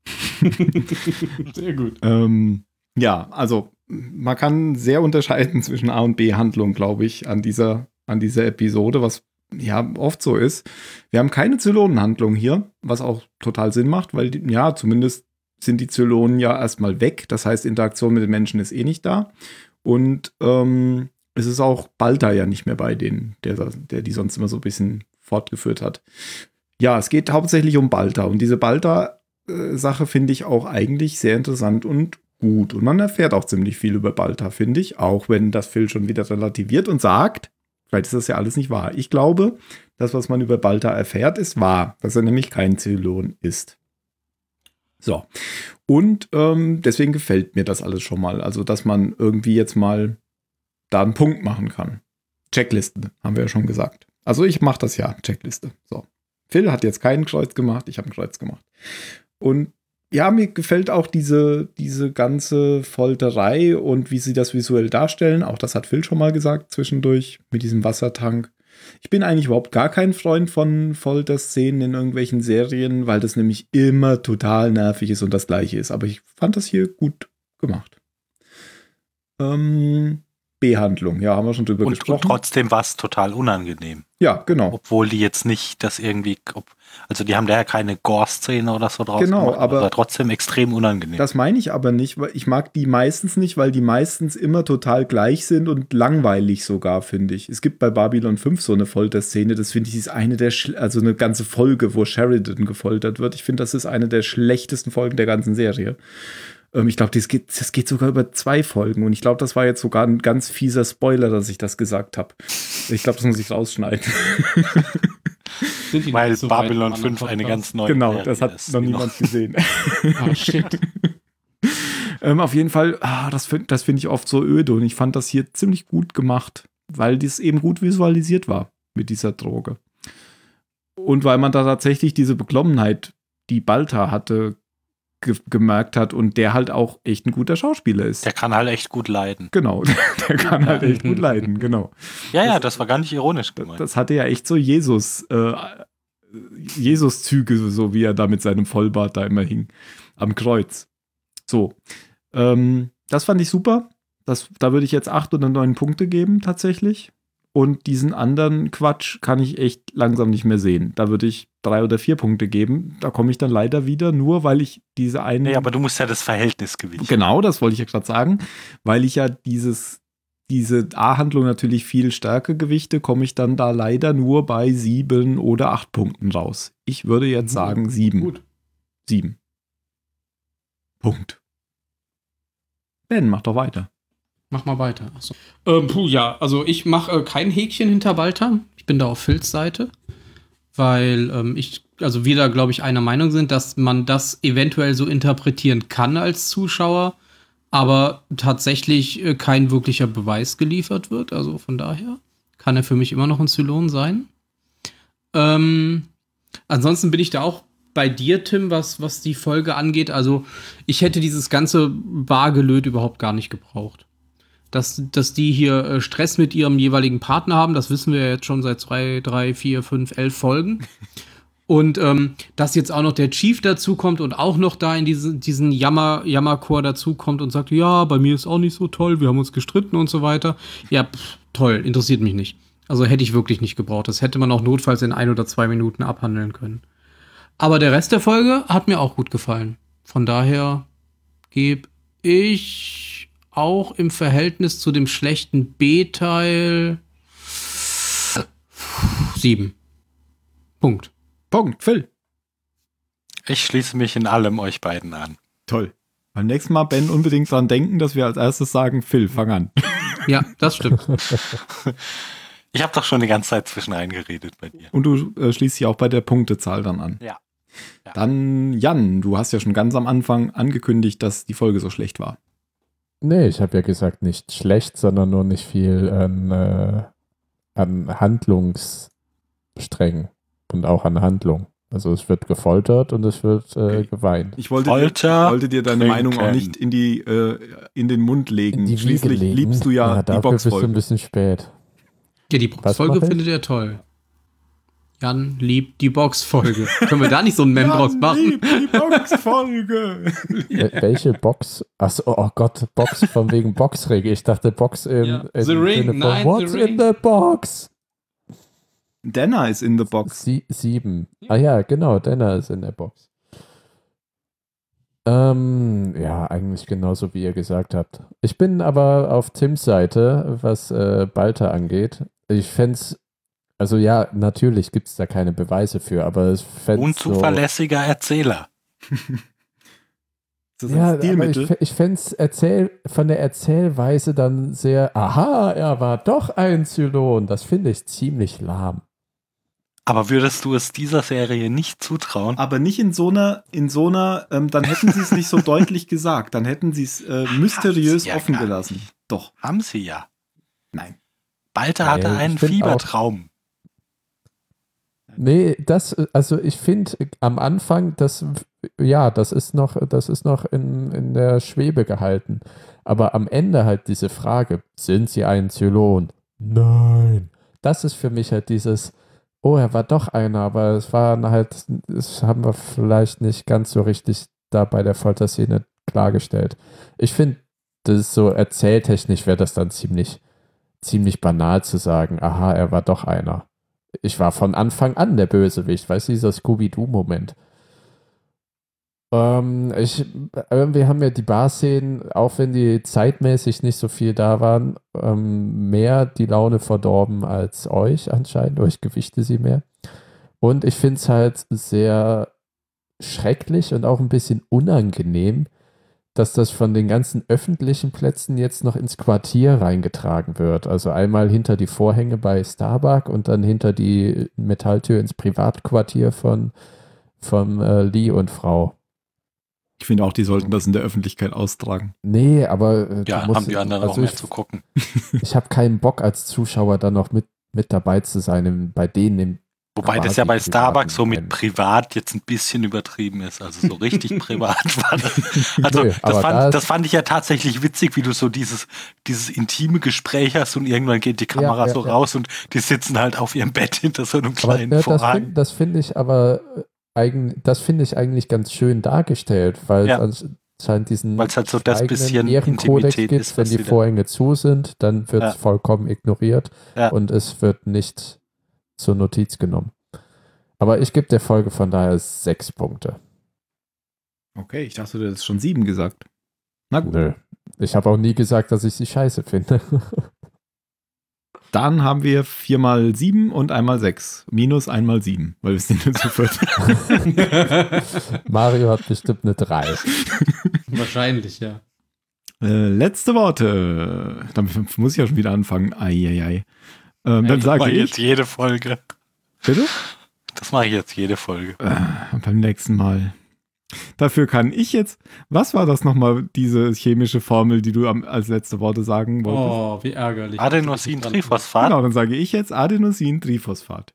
Speaker 6: Sehr gut.
Speaker 3: Ähm, ja, also man kann sehr unterscheiden zwischen A und B Handlung, glaube ich, an dieser, an dieser Episode, was ja oft so ist. Wir haben keine Zylonenhandlung hier, was auch total Sinn macht, weil die- ja, zumindest sind die Zylonen ja erstmal weg. Das heißt, Interaktion mit den Menschen ist eh nicht da. Und ähm, es ist auch Balta ja nicht mehr bei denen, der, der die sonst immer so ein bisschen fortgeführt hat. Ja, es geht hauptsächlich um Balta. Und diese Balta äh, Sache finde ich auch eigentlich sehr interessant und gut. Und man erfährt auch ziemlich viel über Balta, finde ich, auch wenn das Phil schon wieder relativiert und sagt, vielleicht ist das ja alles nicht wahr. Ich glaube, das, was man über Balta erfährt, ist wahr, dass er nämlich kein Zylon ist. So. Und ähm, deswegen gefällt mir das alles schon mal. Also, dass man irgendwie jetzt mal da einen Punkt machen kann. Checklisten, haben wir ja schon gesagt. Also, ich mache das ja, Checkliste. So. Phil hat jetzt keinen Kreuz gemacht, ich habe ein Kreuz gemacht. Und ja, mir gefällt auch diese, diese ganze Folterei und wie sie das visuell darstellen. Auch das hat Phil schon mal gesagt zwischendurch mit diesem Wassertank. Ich bin eigentlich überhaupt gar kein Freund von Folterszenen in irgendwelchen Serien, weil das nämlich immer total nervig ist und das gleiche ist. Aber ich fand das hier gut gemacht. Ähm, Behandlung. Ja, haben wir schon drüber
Speaker 4: Und, und
Speaker 3: gesprochen.
Speaker 4: trotzdem war es total unangenehm.
Speaker 3: ja, genau.
Speaker 4: Obwohl die jetzt nicht das irgendwie, ob, also die haben da ja keine Gore-Szene oder so draus
Speaker 3: Genau,
Speaker 4: gemacht,
Speaker 3: aber-
Speaker 4: war trotzdem extrem unangenehm.
Speaker 3: Das meine ich aber nicht, weil ich mag die meistens nicht, weil die meistens immer total gleich sind und langweilig sogar, finde ich. Es gibt bei Babylon 5 so eine Folterszene, das finde ich ist eine der, schl- also eine ganze Folge, wo Sheridan gefoltert wird. Ich finde, das ist eine der schlechtesten Folgen der ganzen Serie. Ähm, ich glaube, das geht, das geht sogar über zwei Folgen und ich glaube, das war jetzt sogar ein ganz fieser Spoiler, dass ich das gesagt habe. Ich glaube, das muss ich rausschneiden.
Speaker 6: Sind die
Speaker 4: weil
Speaker 6: nicht so weit
Speaker 4: Babylon
Speaker 6: im
Speaker 4: 5 eine
Speaker 6: anderen Podcast?
Speaker 4: ganz neue
Speaker 3: genau,
Speaker 4: Serie
Speaker 3: das hat
Speaker 4: ist,
Speaker 3: noch
Speaker 4: die
Speaker 3: niemand gesehen.
Speaker 6: Ah, shit.
Speaker 3: Ähm, auf jeden Fall, ah, das finde das find ich oft so öde und ich fand das hier ziemlich gut gemacht, weil das eben gut visualisiert war mit dieser Droge. Und weil man da tatsächlich diese Beklommenheit, die Balta hatte, ge gemerkt hat und der halt auch echt ein guter Schauspieler ist.
Speaker 4: Der kann halt echt gut leiden.
Speaker 3: genau, der kann halt echt gut leiden, genau.
Speaker 4: Ja, ja, das war gar nicht ironisch gemeint.
Speaker 3: Das hatte ja echt so Jesus, äh, Jesus-Züge, so wie er da mit seinem Vollbart da immer hing, am Kreuz. So. Ähm, das fand ich super. Das, da würde ich jetzt acht oder neun Punkte geben, tatsächlich. Und diesen anderen Quatsch kann ich echt langsam nicht mehr sehen. Da würde ich drei oder vier Punkte geben. Da komme ich dann leider wieder, nur weil ich diese eine.
Speaker 4: nee, aber du musst ja das Verhältnis gewichten.
Speaker 3: Genau, das wollte ich ja gerade sagen, weil ich ja dieses, diese A-Handlung natürlich viel stärker gewichte, komme ich dann da leider nur bei sieben oder acht Punkten raus. Ich würde jetzt
Speaker 6: Mhm.
Speaker 3: sagen sieben.
Speaker 6: Gut.
Speaker 3: Sieben. Punkt. Ben, mach doch weiter.
Speaker 6: Mach mal weiter. Ach so. Ähm, puh, ja, also ich mache äh, kein Häkchen hinter Balta. Ich bin da auf Phils Seite, weil ähm, ich, also wir da, glaube ich, einer Meinung sind, dass man das eventuell so interpretieren kann als Zuschauer, aber tatsächlich äh, kein wirklicher Beweis geliefert wird. Also von daher kann er für mich immer noch ein Zylon sein. Ähm, ansonsten bin ich da auch bei dir, Tim, was, was die Folge angeht. Also ich hätte dieses ganze Bargelöt überhaupt gar nicht gebraucht dass, dass die hier äh, Stress mit ihrem jeweiligen Partner haben. Das wissen wir ja jetzt schon seit zwei, drei, vier, fünf, elf Folgen. Und ähm, dass jetzt auch noch der Chief dazukommt und auch noch da in diese, diesen Jammer, Jammerchor dazukommt und sagt, ja, bei mir ist auch nicht so toll, wir haben uns gestritten und so weiter. Ja, pff, toll, interessiert mich nicht. Also hätte ich wirklich nicht gebraucht. Das hätte man auch notfalls in ein oder zwei Minuten abhandeln können. Aber der Rest der Folge hat mir auch gut gefallen. Von daher gebe ich auch im Verhältnis zu dem schlechten B-Teil sieben. Punkt.
Speaker 3: Punkt, Phil.
Speaker 4: Ich schließe mich in allem euch beiden an.
Speaker 3: Toll. Beim nächsten Mal, Ben, unbedingt dran denken, dass wir als erstes sagen, Phil, fang an.
Speaker 6: Ja, das stimmt.
Speaker 4: Ich habe doch schon die ganze Zeit zwischen reingeredet bei dir.
Speaker 3: Und du äh, schließt dich auch bei der Punktezahl dann an.
Speaker 4: Ja. Ja.
Speaker 3: Dann, Jan, du hast ja schon ganz am Anfang angekündigt, dass die Folge so schlecht war.
Speaker 5: Nee, ich habe ja gesagt, nicht schlecht, sondern nur nicht viel an, äh, an Handlungssträngen und auch an Handlung. Also es wird gefoltert und es wird äh,
Speaker 3: Okay.
Speaker 5: geweint.
Speaker 3: Ich wollte,
Speaker 4: Folter
Speaker 3: dir, wollte dir deine
Speaker 4: trinken.
Speaker 3: Meinung auch nicht in, die, äh, in den Mund legen.
Speaker 5: In die Wiege
Speaker 3: Schließlich
Speaker 5: legen.
Speaker 3: liebst du ja, die
Speaker 5: dafür bist du ein
Speaker 3: Boxfolge.
Speaker 5: bisschen spät.
Speaker 6: Ja, die
Speaker 5: Was
Speaker 6: Boxfolge
Speaker 5: mache ich?
Speaker 6: findet er toll. Jan liebt die Boxfolge. Können wir da nicht so einen Mem draus
Speaker 3: die
Speaker 6: machen?
Speaker 3: Boxfolge.
Speaker 5: Wel- Welche Box? Achso, oh Gott, Box von wegen Boxring. Ich dachte Box in,
Speaker 6: Ja.
Speaker 5: in
Speaker 6: The Ring,
Speaker 5: Sinne von
Speaker 6: nein, The
Speaker 5: What's
Speaker 6: Ring.
Speaker 5: in the Box?
Speaker 3: Denner ist in the box.
Speaker 5: Sie, sieben. Ah ja, genau, Denner ist in der Box. Ähm, ja, eigentlich genauso wie ihr gesagt habt. Ich bin aber auf Tims Seite, was äh, Balta angeht. Ich fände es, also ja, natürlich gibt es da keine Beweise für, aber ich fände es so,
Speaker 4: Unzuverlässiger Erzähler.
Speaker 3: Das ist
Speaker 5: ja,
Speaker 3: ein
Speaker 5: aber ich,
Speaker 3: Stilmittel.
Speaker 5: fä- ich fände es erzähl, von der Erzählweise dann sehr, aha, er war doch ein Zylon. Das finde ich ziemlich lahm.
Speaker 4: Aber würdest du es dieser Serie nicht zutrauen?
Speaker 5: Ah,
Speaker 3: aber nicht in so einer, in so einer, ähm, dann hätten sie es nicht so deutlich gesagt. Dann hätten sie es äh, mysteriös
Speaker 4: sie ja
Speaker 3: offen
Speaker 4: gar
Speaker 3: gelassen. Doch,
Speaker 4: Haben sie ja.
Speaker 3: nein.
Speaker 4: Balta
Speaker 5: Nee,
Speaker 4: hatte
Speaker 5: ich
Speaker 4: einen
Speaker 5: find auch-
Speaker 4: Fiebertraum.
Speaker 5: Nee, das, also ich finde am Anfang, das, ja, das ist noch, das ist noch in, in der Schwebe gehalten. Aber am Ende halt diese Frage, sind sie ein Zylon? Nein. Das ist für mich halt dieses, oh, er war doch einer, aber es waren halt, das haben wir vielleicht nicht ganz so richtig da bei der Folterszene klargestellt. Ich finde, das ist so erzähltechnisch wäre das dann ziemlich ziemlich banal zu sagen, aha, er war doch einer. Ich war von Anfang an der Bösewicht, weißt du, dieser Scooby-Doo-Moment. Ähm, ich, irgendwie haben mir die Bar-Szenen, auch wenn die zeitmäßig nicht so viel da waren, ähm, mehr die Laune verdorben als euch anscheinend. Euch gewichte sie mehr. Und ich finde es halt sehr schrecklich und auch ein bisschen unangenehm, dass das von den ganzen öffentlichen Plätzen jetzt noch ins Quartier reingetragen wird. Also einmal hinter die Vorhänge bei Starbucks und dann hinter die Metalltür ins Privatquartier von vom, äh, Lee und Frau.
Speaker 3: Ich finde auch, die sollten das in der Öffentlichkeit austragen.
Speaker 5: Nee, aber äh,
Speaker 4: Ja,
Speaker 5: du musst-
Speaker 4: haben die anderen
Speaker 5: also
Speaker 4: auch mehr
Speaker 5: ich,
Speaker 4: zu gucken.
Speaker 5: ich habe keinen Bock als Zuschauer dann noch mit, mit dabei zu sein, im, bei denen im
Speaker 4: Wobei das
Speaker 5: quasi
Speaker 4: ja bei
Speaker 5: privaten
Speaker 4: Starbucks so mit
Speaker 5: Moment.
Speaker 4: privat jetzt ein bisschen übertrieben ist. Also so richtig privat war das. Also
Speaker 5: Nö,
Speaker 4: das,
Speaker 5: aber da-
Speaker 4: fand, das fand ich ja tatsächlich witzig, wie du so dieses, dieses intime Gespräch hast und irgendwann geht die Kamera
Speaker 5: ja,
Speaker 4: so
Speaker 5: ja.
Speaker 4: raus und die sitzen halt auf ihrem Bett hinter so einem
Speaker 5: Aber,
Speaker 4: kleinen
Speaker 5: ne, das
Speaker 4: Vorhang.
Speaker 5: finde das find ich aber äh, eigen, das finde ich eigentlich ganz schön dargestellt, weil
Speaker 4: Ja.
Speaker 5: es anscheinend diesen
Speaker 4: Weil's halt so das
Speaker 5: eigenen
Speaker 4: bisschen
Speaker 5: Ehrenkodex
Speaker 4: Intimität
Speaker 5: gibt,
Speaker 4: ist,
Speaker 5: wenn
Speaker 4: was
Speaker 5: die
Speaker 4: sie da-
Speaker 5: Vorhänge zu sind, dann wird es
Speaker 4: Ja.
Speaker 5: vollkommen ignoriert
Speaker 4: Ja.
Speaker 5: und es wird nicht zur Notiz genommen. Aber ich gebe der Folge von daher sechs Punkte.
Speaker 3: Okay, ich dachte, du hättest schon sieben gesagt. Na gut.
Speaker 5: Nö. Ich habe auch nie gesagt, dass ich sie scheiße finde.
Speaker 3: Dann haben wir viermal sieben und einmal sechs. Minus einmal sieben, weil wir sind nur zu viert.
Speaker 5: Mario hat bestimmt eine 3.
Speaker 6: Wahrscheinlich, ja.
Speaker 3: äh, letzte Worte. Damit muss ich ja schon wieder anfangen. Eieiei. Ähm, dann
Speaker 6: ich
Speaker 4: Mach
Speaker 3: sage
Speaker 4: ich jetzt
Speaker 3: ich.
Speaker 4: jede Folge.
Speaker 3: Bitte?
Speaker 4: Das mache ich jetzt jede Folge.
Speaker 3: Äh, beim nächsten Mal. Dafür kann ich jetzt. Was war das nochmal, diese chemische Formel, die du am, als letzte Worte sagen wolltest?
Speaker 6: Oh, wie ärgerlich.
Speaker 4: Adenosin-Triphosphat.
Speaker 3: Genau, dann sage ich jetzt Adenosin-Triphosphat.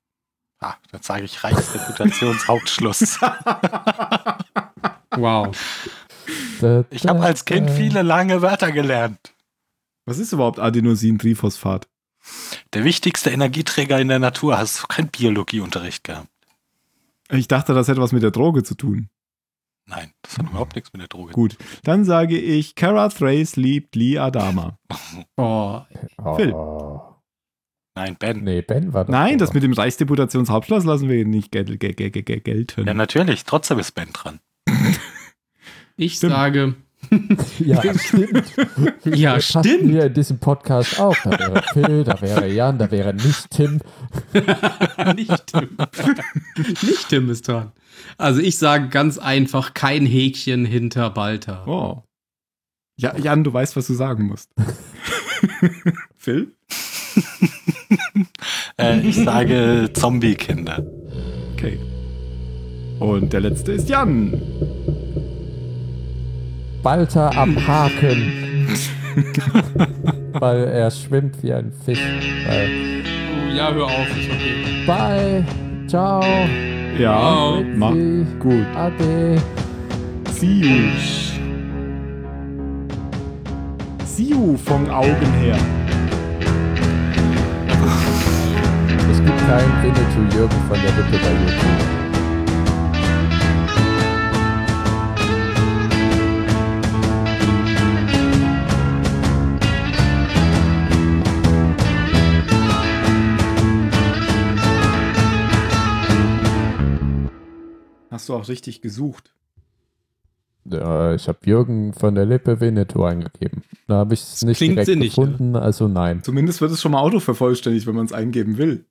Speaker 4: Ah, dann sage ich Reichsdeputationshauptschluss.
Speaker 6: Wow.
Speaker 4: ich habe als
Speaker 5: Äh,
Speaker 4: Kind viele lange Wörter gelernt.
Speaker 3: Was ist überhaupt Adenosin-Triphosphat?
Speaker 4: Der wichtigste Energieträger in der Natur. Hast du keinen Biologieunterricht gehabt?
Speaker 3: Ich dachte, das hätte was mit der Droge zu tun.
Speaker 4: Nein, das hat überhaupt nichts mit der Droge.
Speaker 3: Gut, dann sage ich, Kara Thrace liebt Lee Adama.
Speaker 6: Oh,
Speaker 3: Phil.
Speaker 5: Oh.
Speaker 4: Nein, Ben.
Speaker 5: Nee, Ben war das.
Speaker 3: Nein,
Speaker 5: aber.
Speaker 3: das mit dem Reichsdeputationshauptschloss lassen wir nicht gel gel gel gel gel gelten.
Speaker 4: Ja, natürlich. Trotzdem ist Ben dran.
Speaker 6: ich
Speaker 3: Stimmt.
Speaker 6: sage,
Speaker 5: Ja, stimmt.
Speaker 6: ja,
Speaker 5: Das passt
Speaker 6: stimmt.
Speaker 5: Hier in diesem Podcast auch. Da wäre Phil, da wäre Jan, da wäre nicht Tim.
Speaker 6: Nicht Tim. Nicht Tim ist dran. Also ich sage ganz einfach, kein Häkchen hinter Balta.
Speaker 3: Oh. Ja, Jan, du weißt, was du sagen musst. Phil?
Speaker 4: Äh, ich sage Zombie-Kinder.
Speaker 3: Okay. Und der letzte ist Jan.
Speaker 5: Balter am Haken. Weil er schwimmt wie ein Fisch. Weil.
Speaker 6: Ja, hör auf. Ist okay.
Speaker 5: Bye. Ciao.
Speaker 3: Ja,
Speaker 6: Ciao.
Speaker 3: mach gut.
Speaker 5: Ade.
Speaker 3: See you. See you von Augen her.
Speaker 5: Es gibt keinen Winnetou Jürgen von der Wippe bei YouTube.
Speaker 3: Hast du auch richtig gesucht.
Speaker 5: Ja, ich habe Jürgen von der Lippe Winnetou eingegeben. Da habe ich es nicht
Speaker 6: klingt
Speaker 5: direkt
Speaker 6: sinnig,
Speaker 5: gefunden, also nein.
Speaker 3: Zumindest wird es schon mal autovervollständigt, wenn man es eingeben will.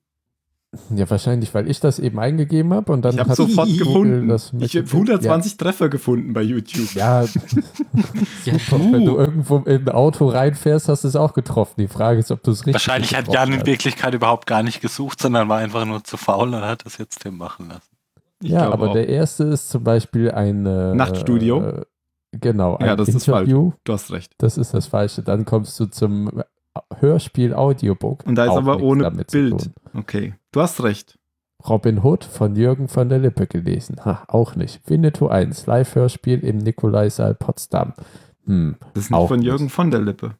Speaker 5: Ja, wahrscheinlich, weil ich das eben eingegeben habe und dann
Speaker 3: Ich habe
Speaker 5: hat
Speaker 3: sofort
Speaker 5: Google
Speaker 3: gefunden.
Speaker 5: das
Speaker 3: Ich
Speaker 5: mit-
Speaker 3: habe 120 Treffer gefunden bei YouTube.
Speaker 5: Ja, ja super, wenn du irgendwo in ein Auto reinfährst, hast du es auch getroffen. Die Frage ist, ob du es richtig
Speaker 4: Wahrscheinlich hat
Speaker 5: getroffen
Speaker 4: Jan in
Speaker 5: hast.
Speaker 4: Wirklichkeit überhaupt gar nicht gesucht, sondern war einfach nur zu faul und hat das jetzt Tim machen lassen.
Speaker 3: Ich
Speaker 5: Ja,
Speaker 3: glaube
Speaker 5: aber
Speaker 3: auch.
Speaker 5: der erste ist zum Beispiel ein äh,
Speaker 3: Nachtstudio.
Speaker 5: Äh, genau, ein
Speaker 3: Ja, das ist falsch.
Speaker 5: Interview.
Speaker 3: Du hast recht.
Speaker 5: Das ist das Falsche. Dann kommst du zum Hörspiel Audiobook.
Speaker 3: Und da ist
Speaker 5: Auch
Speaker 3: aber
Speaker 5: nichts
Speaker 3: ohne
Speaker 5: damit zu
Speaker 3: Bild.
Speaker 5: tun.
Speaker 3: Okay, du hast recht.
Speaker 5: Robin Hood von Jürgen von der Lippe gelesen. Ha, auch nicht. Winnetou 1, Live-Hörspiel im Nikolaisaal Potsdam. Hm,
Speaker 3: Das ist nicht
Speaker 5: Auch
Speaker 3: von Jürgen
Speaker 5: nicht.
Speaker 3: von der Lippe.